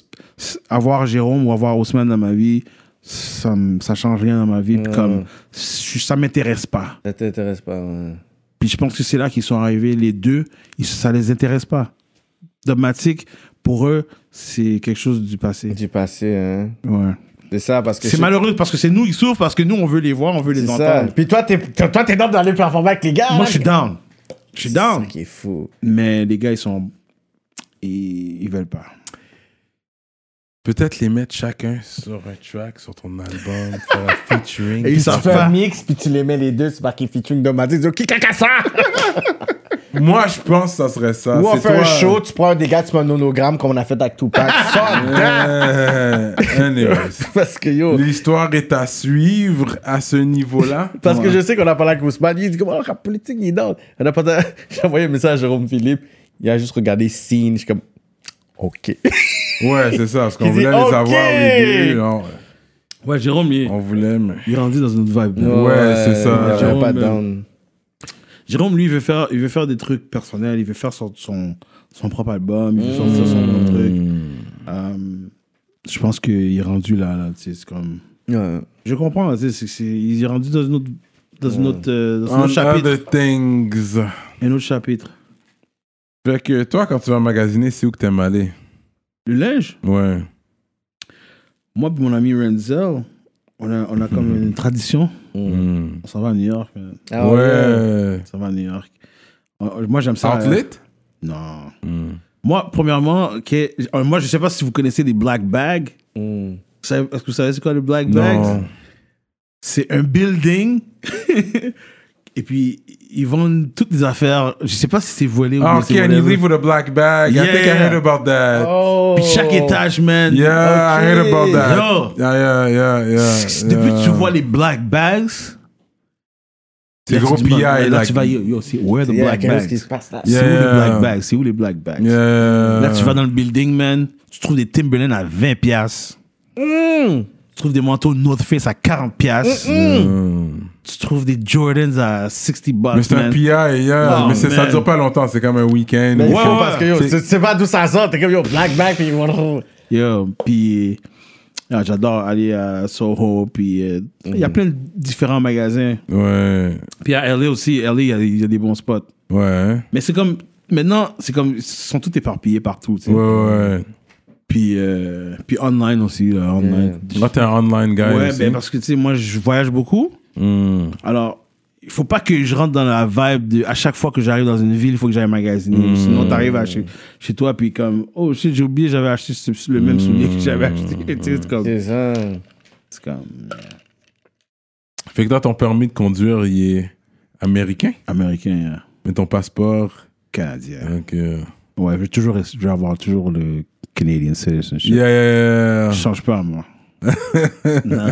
avoir Jérôme ou avoir Ousmane dans ma vie, ça, me- ça change rien dans ma vie. Puis comme, je- ça m'intéresse pas. Ça t'intéresse pas, ouais. Puis je pense que c'est là qu'ils sont arrivés, les deux, ils, ça les intéresse pas. Dogmatique, pour eux, c'est quelque chose du passé. Du passé, hein. Ouais. C'est ça, parce que. C'est je- malheureux parce que c'est nous, ils souffrent parce que nous, on veut les voir, on veut C'est les ça. entendre. Puis toi, t'es, t'es- toi, t'es dans d'aller performer avec les gars. Moi, hein. je suis down. Je suis C'est ça down. qui est fou. Mais les gars, ils sont. Ils, ils veulent pas. Peut-être les mettre chacun sur un track, sur ton album, faire un featuring. Et ils Tu savent fais un pas. mix, puis tu les mets les deux, c'est marqué featuring Domatique. Tu dis, ok, caca ça! Moi, je pense que ça serait ça. Ah, Ou on C'est fait toi. un show, tu prends un dégât, tu mets un nonogramme comme on a fait avec Tupac. Fuck that! Euh, anyways. Parce que yo. L'histoire est à suivre à ce niveau-là. Parce que Ouais. je sais qu'on a parlé avec Ousmane, il dit comment la politique, il est dans. On a pas- J'ai envoyé un message à Jérôme Philippe, il a juste regardé Signe, je suis comme, ok. Ouais, c'est ça. Parce qu'on Il dit, voulait les OK. avoir les deux. On, Ouais, Jérôme, il est, on voulait, mais. il est rendu dans une autre vibe. Mm. là. Ouais, c'est ça. J'aurais pas Jérôme, down. Jérôme, lui, il veut, faire, il veut faire des trucs personnels, il veut faire son, son, son propre album, il veut sortir son propre truc. Euh, je pense qu'il est rendu là, là, tu sais, c'est comme. Ouais. Je comprends, tu sais, c'est- c'est- il est rendu dans une autre, dans une autre, euh, dans un On autre chapitre. other things. Un autre chapitre. Fait que toi, quand tu vas magasiner, c'est où que t'aimes aller? Le linge, Ouais. moi et mon ami Renzel, on a, on a comme une tradition. Mm. On s'en va à New York. man. Ah ouais. On s'en va à New York. Euh, Moi, j'aime ça. Outlet? euh, Non. Mm. Moi, premièrement, ok, euh, moi, je sais pas si vous connaissez les black bags. Mm. Vous savez- Est-ce que vous savez c'est quoi les black bags? Non. c'est un building. Et puis, ils vendent toutes des affaires. Je sais pas si c'est volé ou Ah, pas. ok, and you leave with a black bag. I think I Yeah. heard about that. Oh. Puis chaque étage, man. Oh, Yeah, I heard about that. Yo. Yeah, yeah, yeah, yeah. c- Depuis que tu yeah. vois les black bags, C'est gros tu dis, PI, Là, like- tu vas, yo, yo, c'est where the Il y a black quelque chose bags? qui se passe là. C'est où les Yeah. black bags? C'est où les black bags? Euh, Là, tu vas dans le building, man. Tu trouves des Timberland à 20 piastres. Tu trouves des manteaux North Face à 40 piastres. Mmh, Tu trouves des Jordans à 60 bucks, Mais c'est un Ah, man. PI, yeah. Oh, mais c'est- ça man. dure pas longtemps, c'est comme un week-end. Mais Ouais, c'est ouais. parce que yo, C'est- tu tu sais pas d'où ça sort. T'es comme yo, black bag, puis Yo, puis ah, j'adore aller à Soho, puis euh, il Mmh. y a plein de différents magasins. Ouais, Puis à LA aussi, LA, il y a- il y, a des bons spots. ouais, Mais c'est comme, maintenant, c'est comme, ils sont tous éparpillés partout, tu sais. ouais, ouais. Puis, euh, puis online aussi, là, online. Là, t'es un online guy. Ouais, aussi. ben parce que, tu sais, moi, je voyage beaucoup. Hmm. Alors, il faut pas que je rentre dans la vibe de à chaque fois que j'arrive dans une ville, il faut que j'aille magasiner. Hmm. Sinon, t'arrives à chez, chez toi, puis comme, oh shit, j'ai oublié, j'avais acheté ce- le Hmm. même soulier que j'avais acheté. Tu sais, c'est comme- C'est ça. c'est comme Fait que toi, ton permis de conduire, il est américain, américain, hein, mais ton passeport. canadien. Donc, euh, Ouais, je vais toujours, rester- je vais avoir toujours le Canadian citizenship. yeah, yeah, yeah. Je change pas, moi. Non.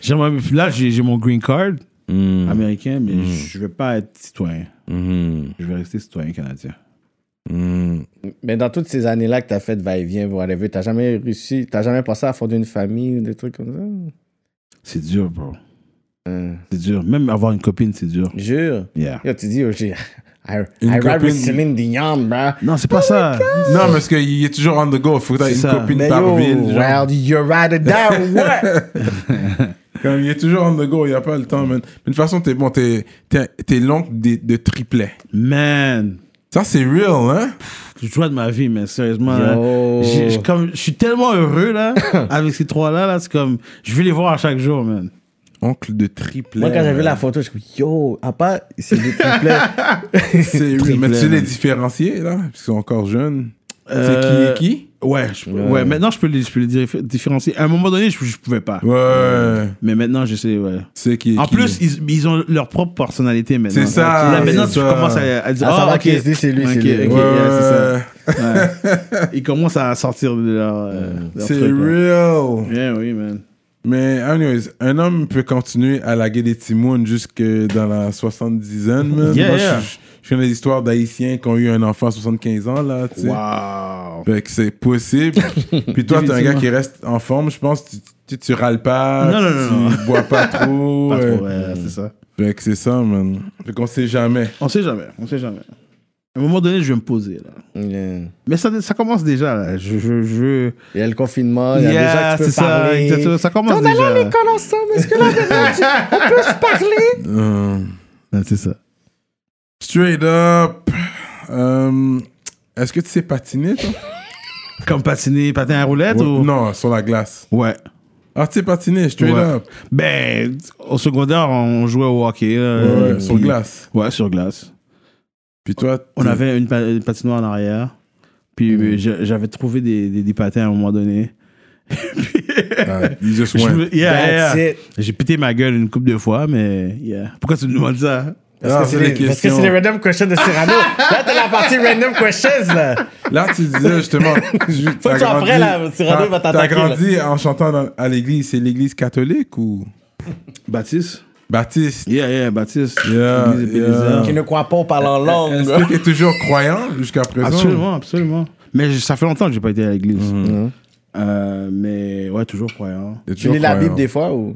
J'aimerais- puis là, j'ai j'ai mon green card Hmm, américain, mais je vais pas être citoyen. hmm, Je vais rester citoyen canadien. hmm. Mais dans toutes ces années-là que t'as fait de va-et-vient, whatever, t'as jamais réussi, t'as jamais pensé à fonder une famille ou des trucs comme C'est dur, bro. ça? Hmm. Hum. C'est dur. Même avoir une copine, c'est dur. Jure. Yeah. Yo, tu dis, yo, j'ai. I, Une I ride copine- with Céline Dion, bro. Non, c'est pas ça. Non, parce qu'il est toujours on the go. Faut que t'aies C'est une ça. copine Mais par yo, ville. genre. well, you ride it down, what? Comme il est toujours on the go, il n'y a pas le temps, man. Mais de toute façon, t'es bon, t'es t'es- t'es l'oncle de, de triplet. Man, Ça, c'est real, hein? le joie de ma vie, mais sérieusement, Yo. là, j'ai- j'ai comme, je suis tellement heureux là, avec ces trois-là, là, c'est comme, je vais les voir à chaque jour, man. Oncle de triplet. Moi, quand j'ai vu man. la photo, je suis comme, yo, à part, c'est des triplets. C'est real. triplet, Mais tu les man. différencier, là, parce qu'ils sont encore jeunes. Euh, C'est qui et qui? Ouais, je- ouais. Maintenant, je peux les, je peux les dif- différencier. À un moment donné, je, je pouvais pas, Ouais. mais maintenant, je sais. Ouais. C'est qui et En qui. plus, ils, ils ont leur propre personnalité maintenant. C'est ça, Là, maintenant, c'est tu ça. commences à, à dire, À ah, savoir ok, qui est ce, c'est lui, c'est ok, lui. ok, Ouais, yeah, c'est ça. Ouais. Ils commencent à sortir de leur. euh, leur Mm. C'est truc, là. real. Yeah, oui, man. Mais, anyways, un homme peut continuer à laguer des timounes jusque dans la soixante-dizaine, man. Yeah, Moi, je- yeah. Je, je connais des histoires d'Haïtiens qui ont eu un enfant à 75 ans, là, tu sais. Wow. Fait que c'est possible. Puis toi, t'es un gars qui reste en forme, je pense. Tu, tu, tu râles pas, Non, non, non, tu bois pas trop. Pas euh, trop, ouais, c'est ça. Fait que c'est ça, man. Fait qu'on sait jamais. On sait jamais, on sait jamais. À un moment donné, je vais me poser, là. Yeah. Mais ça, ça commence déjà, là. Je, je, je... Il y a le confinement, Ah, il y a Yeah, déjà que tu peux c'est ça, parler. exactement, ça commence Puis On déjà. allait à l'école ensemble, est-ce que là, maintenant, tu- on peut se parler? Euh, Ah, c'est ça. straight up. euh, Est-ce que tu sais patiner, toi Comme patiner, patiner à roulette ou... Non, sur la glace. Ouais. Ah, tu sais patiner, straight Ouais. up. Ben, au secondaire, on jouait au hockey. là, Ouais, puis- sur glace. Ouais, sur glace. Puis toi, On tu- avait une, pa- une patinoire en arrière. Puis euh, j'a- j'avais trouvé des, des, des patins à un moment donné. Ah, you just Je went. me- yeah, yeah, That's yeah. it. J'ai pété ma gueule une couple de fois, mais yeah. Pourquoi tu me demandes ça? Ah, Parce que c'est c'est des les- parce que c'est questions. les random questions de Cyrano. là, t'as la partie random questions, là. Là, tu disais justement. tu- Faut que t'as tu sois prêt, là, Cyrano, t'as- il va t'attaquer, T'as là. grandi en chantant dans- à l'église. C'est l'église catholique ou Baptiste? baptiste Yeah, yeah, Baptiste. Yeah, Église des yeah. Bélisaires. Qui ne croit pas en parlant langue. Est-ce que t'es toujours croyant jusqu'à présent Absolument, absolument. Mais je- ça fait longtemps que j'ai pas été à l'église. Mm-hmm. Euh, mais ouais, toujours croyant. T'es Tu toujours lis la croyant. Bible des fois ou?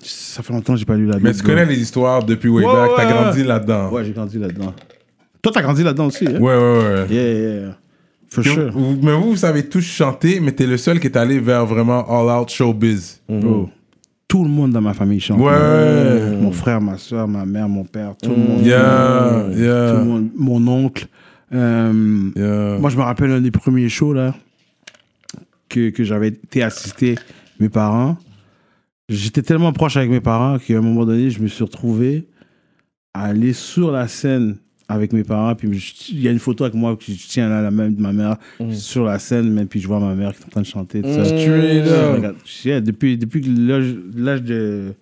Ça fait longtemps que j'ai pas lu la Bible. Mais tu connais les histoires depuis way Ouais, back. ouais, T'as ouais. grandi là-dedans. Ouais, Ouais, j'ai grandi là-dedans. Toi, t'as grandi là-dedans aussi. Hein? ouais, ouais. Yeah, yeah, yeah. For Puis sure. vous- mais vous, vous savez tous chanter, mais t'es le seul qui est allé vers vraiment all-out showbiz. Mm. Bro, Tout le monde dans ma famille chante. Mm-hmm. Ouais. Mm-hmm. Mon frère, ma soeur, ma mère, mon père, tout le monde. Yeah, Tout yeah, le monde. Mon oncle. Euh, yeah. Moi, je me rappelle un des premiers shows là, que, que j'avais été assisté mes parents. J'étais tellement proche avec mes parents qu'à un moment donné, je me suis retrouvé à aller sur la scène avec mes parents. Puis je- il y a une photo avec moi que je tiens là, la main de ma mère sur la scène, même puis je vois ma mère qui est en train de chanter. tout ça. Straight Je up. regarde. Yeah, depuis depuis que l'âge l'âge de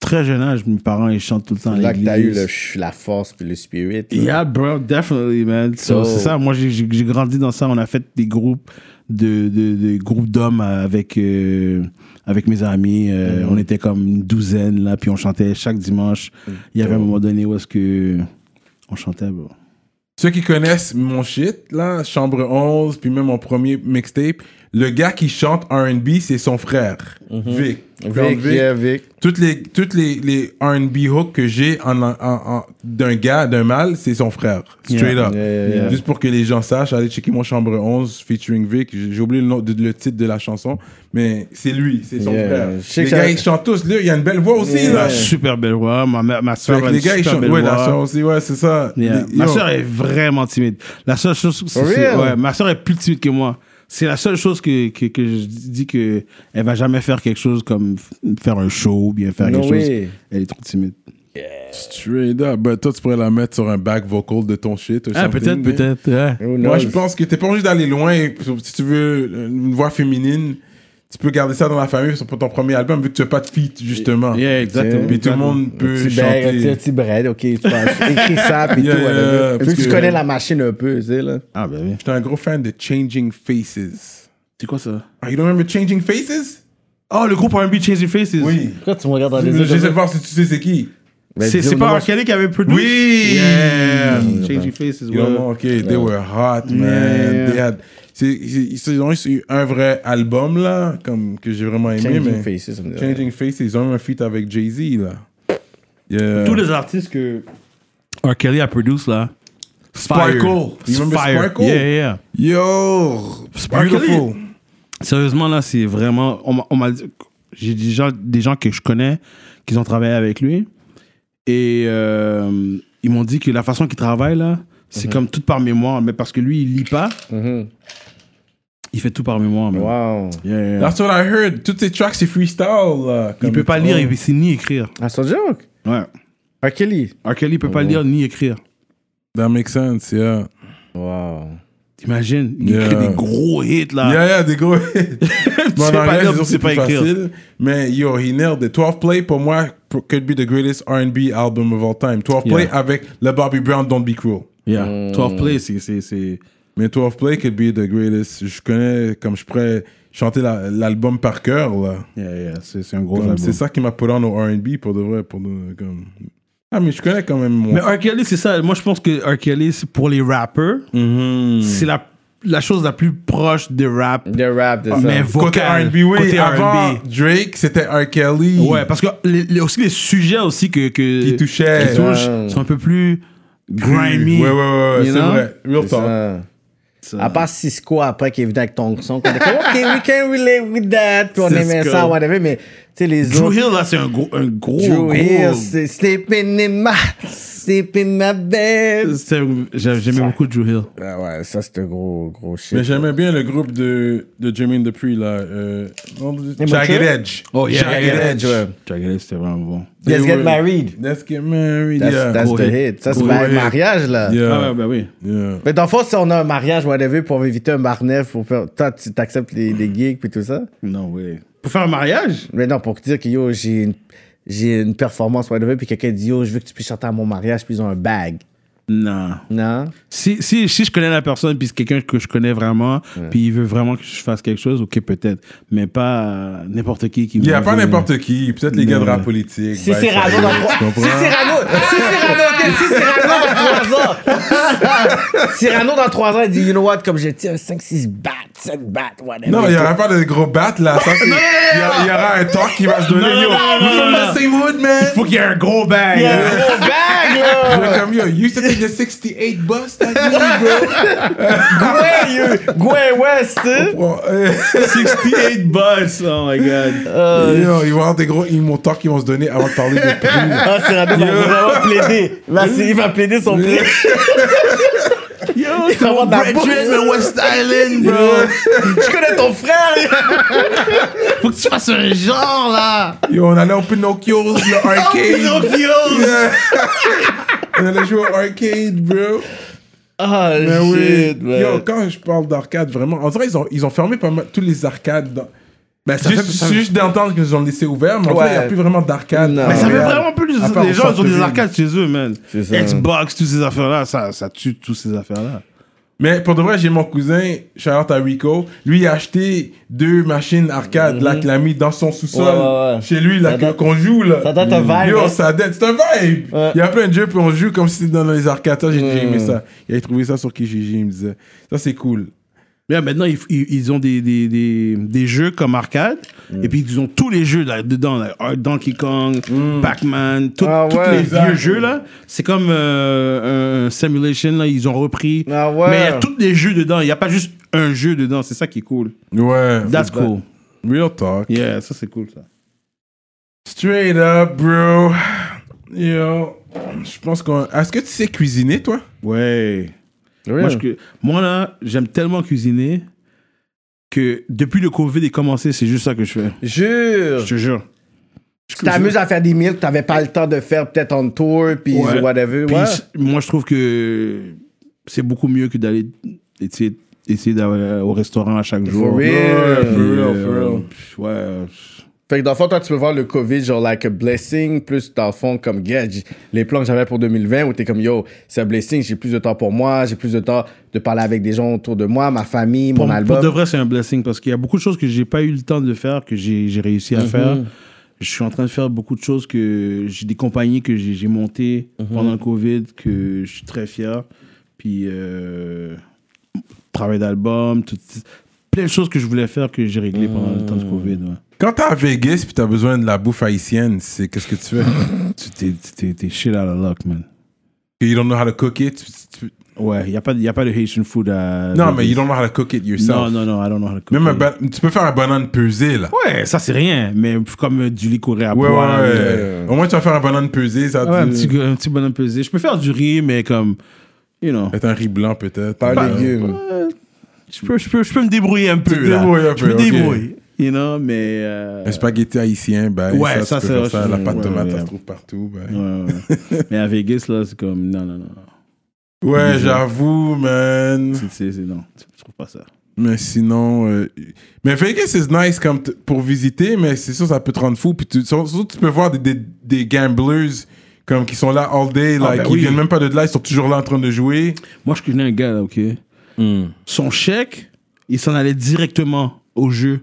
très jeune âge, mes parents, ils chantent tout le temps à Là que t'as eu l'église. le ch- la force puis le spirit. là. Yeah, bro, definitely, man. So, So- C'est ça, moi, j'ai- j'ai j'ai grandi dans ça. On a fait des groupes de, de, de groupes d'hommes avec, euh, avec mes amis. Euh, Mm-hmm. On était comme une douzaine, là, puis on chantait chaque dimanche. Il y Mm-hmm. avait un moment donné où est-ce que on chantait, bro. Ceux qui connaissent mon shit, là, Chambre 11, puis même mon premier mixtape, le gars qui chante R&B, c'est son frère, Vic. Donc, Mhm. Vic, yeah, Vic. Toutes les, toutes les, les R&B hooks que j'ai en, en- en- d'un gars, d'un mâle, c'est son frère. Straight Yeah. up. Yeah, yeah, yeah. Juste pour que les gens sachent, allez checker mon Chambre 11 featuring Vic. J'ai j'ai oublié le, nom, de- le titre de la chanson, mais c'est lui, c'est son Yeah. frère. Je sais les que ça- gars, ils chantent tous. Lui, il y a une belle voix aussi, Yeah. là. Ma super belle voix. Ma, ma, ma Fait soeur que a les une gars, ils super chantent. belle Ouais, la voix. soeur aussi, ouais, c'est ça. Yeah. Les- Ma yo. soeur est vraiment timide. La seule chose, c'est- For c'est- real? ouais, ma soeur est plus timide que moi. C'est la seule chose que, que, que je dis que elle va jamais faire quelque chose comme f- faire un show ou bien faire No quelque way. chose. Elle est trop timide. Straight up. Ben, toi, tu pourrais la mettre sur un back vocal de ton shit. ou Ah, something, peut-être, mais- Oh. peut-être. ouais. Who Moi, je knows? pense que t'es pas obligé d'aller loin. Si tu veux une voix féminine, tu peux garder ça dans la famille pour ton premier album, vu que tu as pas de feat, justement. Yeah, exactement. Puis tout le exactement. monde peut Tu chanter. berres, tu sais, tu berres, ok, tu passes- écris ça, puis Yeah, tout. yeah, whatever. yeah, Vu parce que tu que- connais la machine un peu, tu sais, là. Ah, ben oui. J'étais un gros fan de Changing Faces. C'est quoi ça? Ah, you don't remember Changing Faces? Ah, Oh, le groupe R&B Change Your Faces. Pourquoi tu me regardes dans les yeux? Je sais comme pas si tu sais c'est qui. ça? C'est- Ben, C'est dis-moi, pas moi, R. Kelly qui avait produit? Oui! Yeah. Mm. Change Your Faces. You ouais. know, okay, they were hot, man. Yeah. They had- c'est- c'est- Ils ont eu un vrai album, là, comme, que j'ai vraiment aimé. Changing mais... Faces, ça me dit rien. Changing Faces, ils ont eu un feat avec Jay-Z, là. Yeah. Tous les artistes que R. Kelly a produit, là. Sparkle. You remember Fire. Sparkle? Yeah, yeah. Yo! Sparkly. Beautiful. Sérieusement, là, c'est vraiment. On m'a- on m'a dit. J'ai des gens, des gens que je connais qui ont travaillé avec lui. Et euh, ils m'ont dit que la façon qu'il travaille, là, c'est comme tout par mémoire. Mais parce que lui, il lit pas, Mhm. il fait tout par mémoire. man. Wow. Yeah, yeah. That's what I heard. Toutes ces tracks, c'est freestyle, là. il Comme- Oh, peut pas lire, il sait ni écrire. Ah, c'est un joke? Oh. Ouais. R. Kelly. R. Kelly, il peut pas lire ni écrire. That makes sense, yeah. Wow. T'imagines? Il Yeah. écrit des gros hits, là. Yeah, yeah, des gros hits. Bon, en pas anglais, lire, c'est sûr, tu Ah. sais c'est pas plus écrire. facile. Mais yo, he nailed it. 12 Play, pour moi, p- could be the greatest R&B album of all time. 12 Play Yeah. avec le Bobby Brown Don't Be Cruel. Yeah. 12 Play, c'est- c'est. c'est- Mais 12 Play could be the greatest. Je connais, comme je pourrais chanter la- l'album par cœur, là. Yeah, yeah, C'est c'est un gros Comme, album. C'est ça qui m'a put on au R&B pour de vrai. Pour de- comme... Ah, mais je connais quand même mon... Mais R. Kelly, c'est ça. Moi, je pense que R. Kelly, c'est pour les rappers, Mhm. c'est la, la chose la plus proche de rap. The rap, de ça. mais Côté vocal. R&B, oui. Côté avant R&B. Drake, c'était R. Kelly. Ouais, parce que les- les- aussi les sujets aussi que, que Qui touchaient. qui touchent Ouais. sont un peu plus grimy. Ouais, ouais, ouais, ouais, You c'est know? vrai. Real C'est talk. ça. Ça- À part Cisco, après, qui est venu avec ton son, qu'on était comme, OK, we can relate with that, puis on Cisco. aimait ça, whatever, mais, tu sais, les Drew autres... Hill là, c'est un gros, un gros, Drew gros- Hill, c'est sleeping in my... Sleeping in my bed. C'est- j'ai- J'aimais beaucoup Drew Hill. Ah ouais, ça, c'est un gros, gros shit. Mais j'aimais bien le groupe de, de Jermaine Dupree, là. Euh, non, Jagged Mature? Edge. Oh yeah, Jagged Edge, ouais. Jagged Edge, c'était vraiment bon. Let's They get were- married. Let's get married. That's, yeah. that's gros the hit. hit. Ça, c'est Gros pas un hit. mariage, là. Yeah. Ah ouais, bah oui. Yeah. Mais dans le fond, si on a un mariage, whatever, pour éviter un barnef, pour faire... Toi, tu t'acceptes les, les gigs, puis tout ça? Non, oui. Pour faire un mariage? Mais non, pour dire que yo, j'ai une, j'ai une performance, whatever, puis quelqu'un dit yo, je veux que tu puisses chanter à mon mariage, puis ils ont un bag. Non. Non? Si, si, si je connais la personne, puis c'est quelqu'un que je connais vraiment, puis il veut vraiment que je fasse quelque chose, ok, peut-être. Mais pas euh, n'importe qui qui me Yeah, pas veut- n'importe qui. Peut-être les gars de rap Mais- politique. ben, Si vice Cyrano dans versa, tu trois. Si comprends? Cyrano, si Cyrano, ok, si Cyrano dans trois ans. Cyrano dans trois ans, il dit, you know what, comme j'ai tiré 5, 6 battes, 7 battes, whatever. Non, il n'y aura pas de gros battes là. Ça, c'est- il y a- il y aura un talk qui va se donner. Non, non, Yo, non, non, we from non, the same hood, man. Faut qu'il y ait un gros bang. Il y a là. un gros bag, là. We're Comme yo, you used to take the 68 bus that day, Gouin, you- Gouin West, hein. bro. Euh, 68 boss, oh my god. Yo, il va y avoir des gros immo talk qui vont se donner avant de parler de prix. Ah, Cyrano va vraiment plaider. Là, c'est- il va plaider son prix. Yo, il va avoir de la bouffe. West Island, bro. Je connais ton frère. Faut que tu fasses un genre, là. Yo, on allait au Pinocchio's, le arcade. Pinocchio. on allait jouer au arcade, bro. Ah, Ben shit, Yo, man. quand je parle d'arcade, vraiment, on dirait ils ont, ils ont fermé pas mal tous les arcades. dans- Ben, ça juste, ça- juste d'entendre qu'ils nous ont laissé ouvert, mais en fait, il n'y a Ouais. plus vraiment d'arcade. Non. Mais ça fait Montréal, vraiment plus. à part Les en gens, ils ont des centre-ville. arcades chez eux, man. C'est ça. Xbox, toutes ces affaires-là, ça, ça tue toutes ces affaires-là. Mais pour de vrai, j'ai mon cousin, Charlotte à Rico, lui il a acheté deux machines arcade là qu'il a mis dans son sous-sol Mhm. Ouais, ouais, ouais. chez lui Ça là que- date- qu'on joue là. Mhm. ça date un vibe, Yo, hein. ça date, c'est un vibe. Ouais. Mhm. Il y a plein de jeux puis on joue comme si c'était dans les arcades. Ça, j'ai j'ai aimé ça. Il a trouvé ça sur Kijiji, il me disait. Ça c'est cool. Mais là, maintenant, ils, ils- ils ont des, des, des, des jeux comme arcade, et puis ils ont tous les jeux là-dedans, là, Hard Donkey Kong, Pac-Man, tout- Ah tous ouais. les Exact. vieux jeux là. C'est comme euh, un simulation, là, ils ont repris. Ah ouais. Mais il y a tous les jeux dedans, il n'y a pas juste un jeu dedans, c'est ça qui est cool. Ouais. That's cool. Real talk. Yeah, ça c'est cool ça. Straight up, bro. Yo, je pense qu'on. Est-ce que tu sais cuisiner toi? Ouais. Real. Moi, je cu- moi, là, j'aime tellement cuisiner que depuis le Covid est commencé, c'est juste ça que je fais. Je Jure. te jure. Tu t'amuses à faire des meals que t'avais pas le temps de faire peut-être en tour, puis Ouais. whatever. Puis ouais. c- moi, je trouve que c'est beaucoup mieux que d'aller essayer, essayer d'aller au restaurant à chaque jour. real. Puis, For real, for euh, real. pff, Ouais. euh, Fait que dans le fond, toi, tu peux voir le COVID, genre, like a blessing, plus dans le fond, comme, gars, j- les plans que j'avais pour 2020, où t'es comme, yo, c'est un blessing, j'ai plus de temps pour moi, j'ai plus de temps de parler avec des gens autour de moi, ma famille, mon Pour, pour album. de vrai, c'est un blessing parce qu'il y a beaucoup de choses que j'ai pas eu le temps de faire, que j'ai j'ai réussi à faire. Je suis en train de faire beaucoup de choses que j'ai des compagnies que j'ai j'ai montées pendant le Covid, que je suis très fier. Puis, euh, travail d'album, tout- plein de choses que je voulais faire que j'ai réglées pendant le temps de Covid. ouais. Quand t'es à Vegas puis t'as besoin de la bouffe haïtienne, c'est qu'est-ce que tu fais? Tu- t'es- T'es t'es shit out of luck, man. you don't know how to cook it. tu- tu- Ouais, il n'y a, pas- y a pas de Haitian food à. Non, mais you don't know how to cook it Non, yourself. non, non, I don't know how to cook Même un it. ba- tu peux faire un banane pesée, là. Ouais, ça c'est rien, mais comme euh, du licoré à Ouais, ouais, ouais. poil, euh, Au moins, tu vas faire un banane pesée, ça ouais, un, te- petit, un petit bonhomme pesé. Je peux faire du riz, mais comme. You know. Peut-être un riz blanc, peut-être. Pas un Euh, légume. Je peux, je peux, je peux me débrouiller un peu. te là. débrouilles un Je me peu, ok. débrouille. You know, mais. euh, Un spaghetti haïtien, ben, Ouais, ça, ça, tu c'est peux faire autre ça. La chose. pâte Ouais, tomate, ouais. ça se trouve partout. ben. ouais, ouais. mais à Vegas, là, c'est comme. Non, non, non. Ouais, j'avoue, man. C'est- C'est c'est- non. Tu ne trouves pas ça. Mais sinon... euh, Mais Vegas, c'est nice comme t- pour visiter, mais c'est sûr, ça peut te rendre fou. Puis tu... surtout, tu peux voir des, des, des gamblers comme qui sont là all day, Ah, like, ben ils oui. viennent même pas de là, ils sont toujours là en train de jouer. Moi, je connais un gars, là, OK? Son chèque, il s'en allait directement au jeu.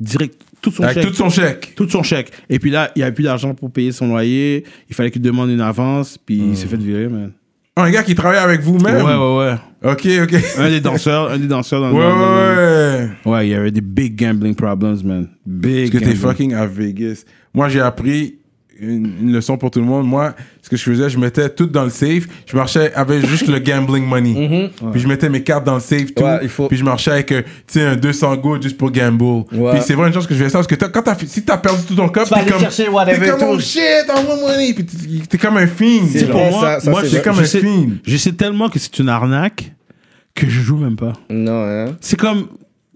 Direct. Tout son Avec chèque. tout son chèque. tout son chèque. Et puis là, il n'y avait plus d'argent pour payer son loyer. Il fallait qu'il demande une avance. Puis il s'est fait virer, man. Ah, un gars qui travaille avec vous-même. Hmm. Ouais, ouais, ouais. Ok, ok. Un des danseurs, un des danseurs dans Ouais, le ouais, dans le- ouais. Ouais, il y avait des big gambling problems, man. Big. Parce que t'es gambling. fucking à Vegas. Moi, j'ai appris une, une leçon pour tout le monde. Moi, ce que je faisais, je mettais tout dans le safe. Je marchais avec juste le gambling money. Puis je mettais mes cartes dans le safe, tout. Mm-hmm. Ouais, il faut- Puis je marchais avec, euh, tu sais, un 200 go juste pour gamble. Ouais. Puis c'est vraiment une chose que je faisais ça. Parce que t'as- quand t'as, fi- si t'as perdu tout ton cop, vas t'es aller comme, chercher whatever t'es comme, tout. oh shit, I want money. Puis t'es- t'es comme un film. C'est Pour Ouais, moi, ça- ça, moi, c'est c'est vrai. comme un Je sais- film. Je sais tellement que c'est une arnaque que je joue même pas. Non, hein. C'est comme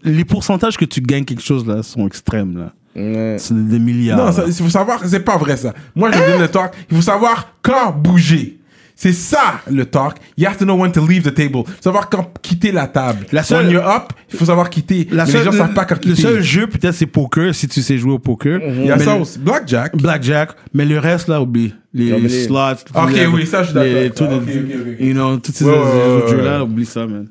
les pourcentages que tu gagnes quelque chose là sont extrêmes là. Ouais. C'est des milliards. Ah, Non, là. ça- il faut savoir, c'est pas vrai ça. Moi, je donne le talk. Il faut savoir quand bouger. C'est ça le talk. You have to know when to leave the table. Savoir quand quitter la table. La seule- When you're up, il faut savoir quitter. La Mais seule- les gens le- savent pas quand quitter. Le seul jeu peut-être c'est poker si tu sais jouer au poker. Il y a Mais ça le- aussi. Blackjack. Blackjack, mais le reste là, oublie. Les Comme les- slots, Ok, les- oui, ça, je suis les- d'accord. Ah, tous Ok, les- ok, ok, ok. You know, tous ces Ouais, ouais, autres ouais, jeux là, oublie ça, man.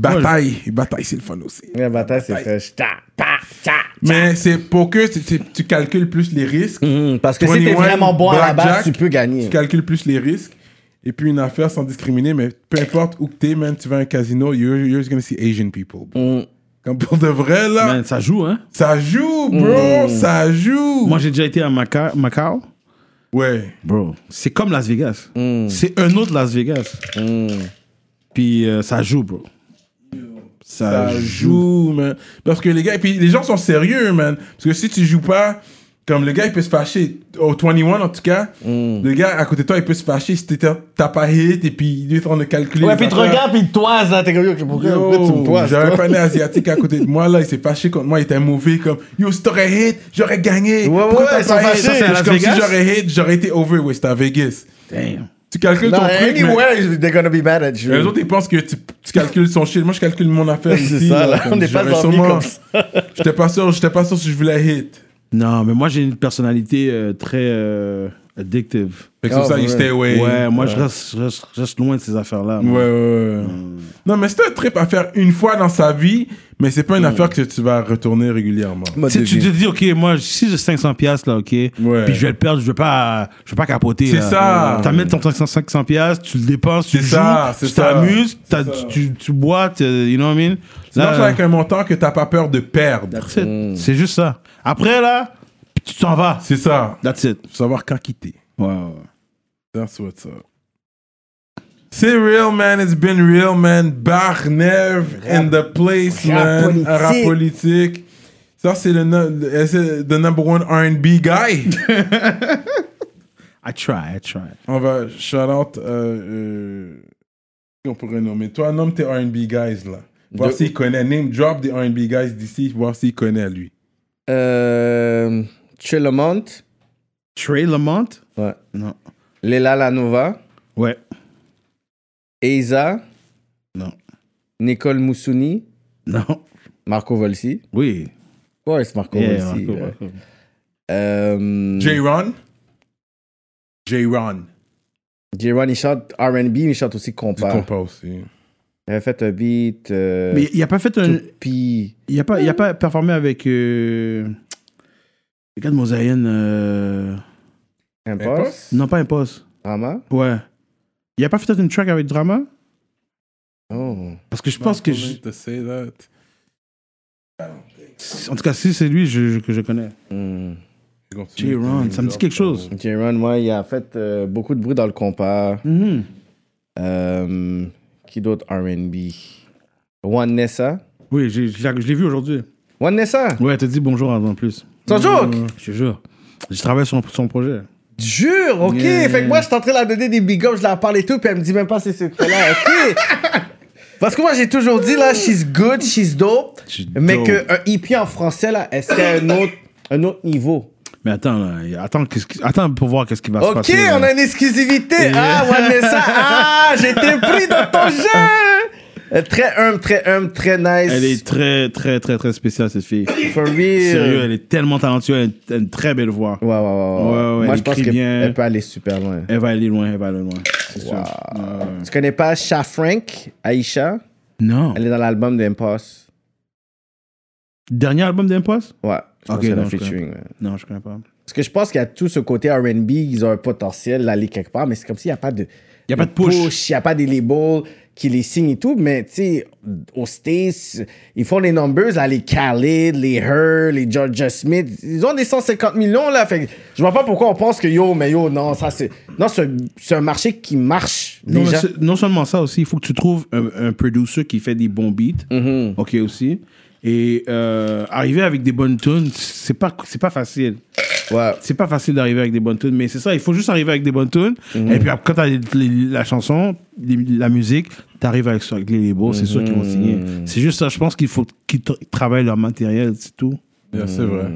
Bataille. Bataille, c'est le fun aussi. La bataille, c'est fraîche. Ta, ta, ta. Mais c'est poker, c'est- c'est- tu calcules plus les risques. Mhm, Parce que si t'es 21, vraiment bon à la base, blackjack, tu peux gagner. Tu calcules plus les risques. Et puis une affaire sans discriminer, mais peu importe où que t'es, man, tu vas à un casino, you're, you're just gonna see Asian people. Mhm. Comme pour de vrai, là. Man, ça joue, hein. Ça joue, bro, Mm. ça joue. Moi, j'ai déjà été à Maca- Macao. ouais. Bro, c'est comme Las Vegas. Mm. C'est un autre Las Vegas. Puis euh, ça joue, bro. Ça, Ça joue, joue. man. Parce que les gars, et puis les gens sont sérieux, man. Parce que si tu joues pas, comme le gars, il peut se fâcher. Au 21, en tout cas, Mm. le gars à côté de toi, il peut se fâcher si t'es- t'as pas hit et puis il est en train de calculer. Ouais, les puis tu affaires. regardes, puis tu toises, là. T'es comme, yo, pourquoi Yo, pourquoi tu me toises? J'avais toi? pas un asiatique à côté de moi, là, il s'est fâché contre moi, il était mauvais, comme Yo, si t'aurais hit, j'aurais gagné. Ouais, ouais, Pourquoi t'as ils pas sont hit? fâchés. Ça, c'est Las comme si Vegas? j'aurais hit, j'aurais été over, ouais, c'était à Vegas. Damn. Tu calcules Non, ton truc. mais anywhere, they're gonna be mad at you. Les autres, ils pensent que tu, tu calcules son shit. Moi, je calcule mon affaire C'est ici. ça, là. comme On n'est pas j'aurais zombies sûrement- comme ça. J'étais pas sûr, j'étais pas sûr si je voulais hit. Non, mais moi, j'ai une personnalité euh, très euh, addictive. Fait que c'est Ah, pour ça, you ouais. stay away. ouais, moi, Je, reste, je, reste, je reste loin de ces affaires-là. Ouais, ouais, moi. ouais. Non, mais c'est un trip à faire une fois dans sa vie, mais c'est pas Mm. une affaire que tu vas retourner régulièrement. Mode Si de tu vie. te dis, OK, moi, si j'ai 500 piastres, là, OK, puis je vais le perdre, je vais pas, je vais pas capoter. C'est là. ça. T'amènes ton 500, 500 piastres, tu le dépenses, tu C'est joues, ça, c'est tu ça. t'amuses, t'as- C'est ça. tu, tu bois, tu- you know what I mean? Tu Là, marches avec un montant que t'as pas peur de perdre. Ah. that's it. C'est juste ça. Après, là, puis tu t'en vas. C'est ça. That's it. Faut savoir quand quitter. Ouais, ouais. That's what's up. C'est real, man. It's been real, man. Barnev in the place, rap man. politique. Rap politique. Ça, c'est le, no- le- c'est the number one R&B guy. I try, I try. On va shout out. euh, euh, on pourrait nommer. Toi, nomme tes RB guys là. Voir De- s'il connaît. Name drop des RB guys d'ici. Voir s'il connaît lui. Euh, Chillamont. Trey Lamont? Ouais. Non. Lela Lanova. Ouais. Eiza. Non. Nicole Moussouni. Non. Marco Volsi. Oui. Of course, Marco Yeah, Volsi. Marco, là. Marco. Mm. Euh, J-Ron. Bah. J-Ron. J-Ron, il chante R&B, mais il chante aussi Tu comprends compas. pas aussi. Il avait fait un beat. Euh, Mais il a pas fait un. Tupi. Il a pas, il a pas performé avec. Euh... Le gars de Mosaïen. Euh... Impost. Bah, Non, pas Impost. Rama. Ouais. Il a pas fait une track avec Drama Oh. Parce que je pense que. Je je- te say that. En tout cas, si c'est lui je- je- que je connais. Hmm. Continue, J-Ron, continue, ça me dit drop, quelque chose. euh, J-Ron, ouais, il a fait euh, beaucoup de bruit dans le compas. Mhm. Euh, qui d'autre R&B? One Nessa. Oui, j'ai- je l'ai je l'ai vu aujourd'hui. One Nessa. Ouais, elle te dit bonjour en en plus. Sans joke. Je te jure. Je travaille sur son projet. Jure, ok. Yeah. Fait que moi, je suis en train de la donner des big ups, je la parle et tout, puis elle me dit même pas ces secrets-là, ok. Parce que moi, j'ai toujours dit, là, she's good, she's dope, She's mais dope. qu'un EP en français, là, est-ce qu'il y a un autre, un autre niveau? Mais attends, là, attends, qu'est-ce qui- attends pour voir qu'est-ce qui va se Ok, passer. là. on a une exclusivité. Ah, Vanessa, ah, j'étais pris dans ton jeu. Euh, Très humble, très humble, très nice. Elle est très, très, très, très spéciale, cette fille. for real. Sérieux, elle est tellement talentueuse, elle a une- une très belle voix. Ouais, ouais, ouais. ouais. Ouais, ouais, moi, elle je pense écrit qu'elle bien. elle peut aller super loin. Elle va aller loin, elle va aller loin. C'est sûr. Wow. Ouais, ouais. Tu connais pas Sha Frank, Aisha? Non. Elle est dans l'album d'Impasse. Dernier album d'Impasse Ouais. Je pense Ok, qu'il y a non, un je featuring. ouais. Non, je connais pas. Parce que je pense qu'il y a tout ce côté RB, ils ont un potentiel d'aller quelque part, mais c'est comme s'il n'y a pas de. Il n'y a pas de push. Il n'y a pas des labels qui les signent et tout, mais tu sais, aux States, ils font les numbers, là, les Khalid, les Her, les Georgia Smith. Ils ont des 150 millions, là. Fait que je vois pas pourquoi on pense que yo, mais yo, non, ça c'est. Non, c'est un- c'est un marché qui marche Non, mais déjà. c'est- non seulement ça aussi, il faut que tu trouves un, un producer qui fait des bons beats. Mm-hmm. OK aussi. Et euh, arriver avec des bonnes tunes, c'est pas, c'est pas facile. Ouais. C'est pas facile d'arriver avec des bonnes tunes, mais c'est ça, il faut juste arriver avec des bonnes tunes. Et puis après, quand t'as les- les- la chanson, les- la musique, t'arrives avec, ça, avec les labels, c'est sûr qu'ils vont signer. C'est juste ça, je pense qu'il faut qu'ils tra- travaillent leur matériel, c'est tout. yeah, c'est vrai.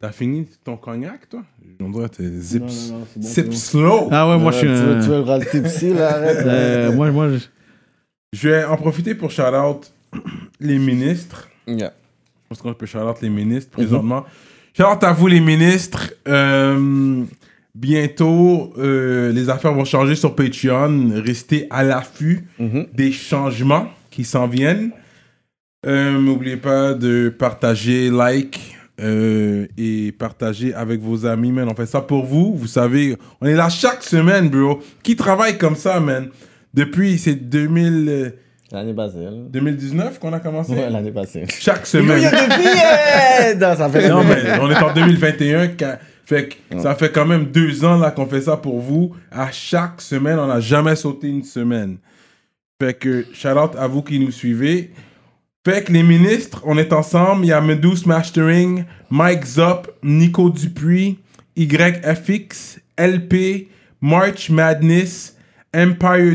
T'as fini ton cognac, toi On dirait tes zips. non, c'est bon, c'est Zip bon. slow. Ah ouais, moi je suis Ouais, tu veux- un- Tu veux le rendre tipsy, là? arrête. Euh, moi, moi, je- Je vais en profiter pour shout out les ministres. Yeah. Je pense qu'on peut shout out les ministres Mhm. présentement. Shout out à vous, les ministres. Euh, bientôt, euh, les affaires vont changer sur Patreon. Restez à l'affût Mhm. des changements qui s'en viennent. Euh, N'oubliez pas de partager, like euh, et partager avec vos amis, man. On fait ça pour vous. Vous savez, on est là chaque semaine, bro. Qui travaille comme ça, man? Depuis, c'est 2000, euh, L'année passée, là. 2019 qu'on a commencé? Ouais, l'année passée. Chaque Il semaine. y a des billets! Non, ça fait Non, mais on est en 2021. qu'à- Fait que ça fait quand même deux ans là qu'on fait ça pour vous. À chaque semaine, on n'a jamais sauté une semaine. Fait que shout out à vous qui nous suivez. Fait que les ministres, on est ensemble. Il y a Medus Mastering, Mike Zop, Nico Dupuis, YFX, LP, March Madness,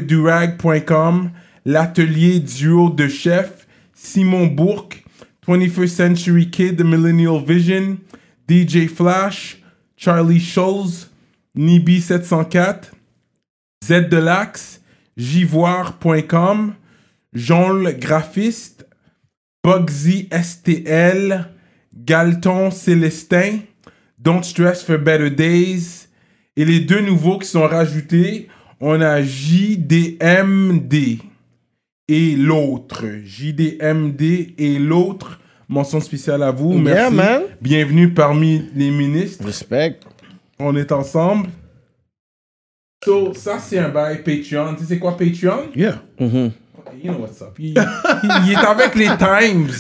EmpireDurag.com, l'atelier duo de chef, Simon Bourque, 21st Century Kid, The Millennial Vision, DJ Flash, Charlie Scholes, Nibi704, Z de l'Axe, Jivoire.com, Jonle Graphiste, Bugsy STL, Galton Célestin, Don't Stress for Better Days. Et les deux nouveaux qui sont rajoutés, on a JDMD et l'autre. JDMD et l'autre. Mention spéciale à vous. Yeah, Merci. man. Bienvenue parmi les ministres. Respect. On est ensemble. So, ça, c'est un bail Patreon. Tu sais c'est quoi Patreon? Yeah. Mhm. You know what's up. Il, il- il est avec les Times.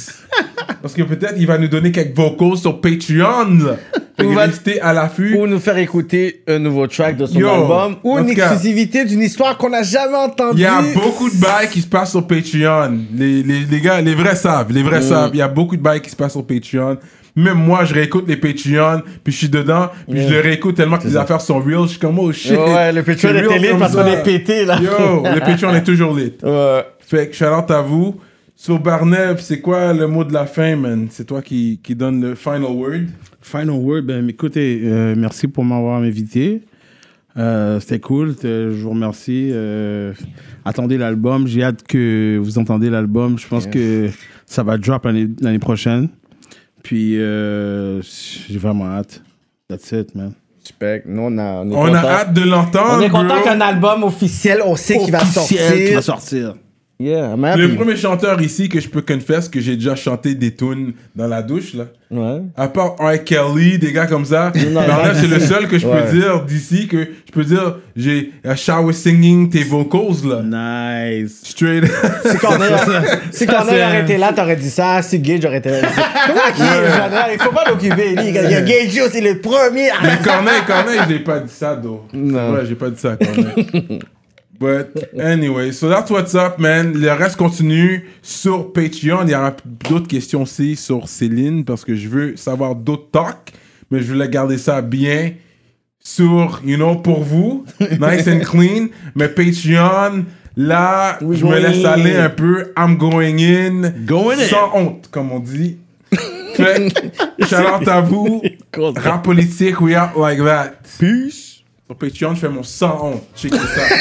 Parce que peut-être il va nous donner quelques vocaux sur Patreon. là. Fait Ou que va- restez à l'affût. Ou nous faire écouter un nouveau track de son Yo, album. Ou en une tout cas, exclusivité d'une histoire qu'on n'a jamais entendue. Il y a beaucoup de bails qui se passent sur Patreon. Les, les, les gars, les vrais savent. Les Mm. vrais savent. Il y a beaucoup de bails qui se passent sur Patreon. Même moi, je réécoute les Patreon, puis je suis dedans, puis je les réécoute tellement que les affaires sont real. Je suis comme, oh shit. Mm. Ouais, le Patreon C'est était real lit comme parce ça. qu'on est pété, là. Yo, le Patreon est toujours lit. Ouais. Fait que shout out à vous. So Barnev, c'est quoi le mot de la fin, man? C'est toi qui, qui donne le final word. Final word, ben écoutez, euh, merci pour m'avoir invité. Euh, C'était cool, t- euh, je vous remercie. Euh, attendez l'album, j'ai hâte que vous entendez l'album. Je pense que ça va drop l'année l'année prochaine. Puis euh, j'ai vraiment hâte. That's it, man. Respect. Nous, on a, on est On a content. hâte de l'entendre. On est content bro. qu'un album officiel, on sait qu'il va sortir. Officiel qui va sortir. Yeah, I'm happy. Le premier chanteur ici que je peux confesse que j'ai déjà chanté des tunes dans la douche, là. Ouais. À part R. Kelly, des gars comme ça, non, Barnev, non, c'est le d'ici. seul que je Ouais. peux dire d'ici que je peux dire j'ai I shower singing tes vocals là. Nice. Straight. Si Corneille si Corneille c'est- aurait été là, t'aurais dit ça. Si Gage aurait été là, t'aurais dit ça. Comment qu'il est, Jonathan? Il faut pas l'occuper. lui. Il y a Gage, c'est le premier. Mais Corneille, Corneille, je l'ai pas dit ça, though. Non. Ouais, j'ai pas dit ça, Corneille. But anyway, so that's what's up, man. Le reste continue sur Patreon. Il y aura d'autres questions aussi sur Céline parce que je veux savoir d'autres talks, mais je voulais garder ça bien sur, you know, pour vous, nice and clean. Mais Patreon, là, We're je me going laisse in. aller un peu. I'm going in. Going in. Sans honte, comme on dit. Fait, shout out à vous. Rap politique, we out like that. Peace. Sur Patreon, je fais mon 111. Check ça.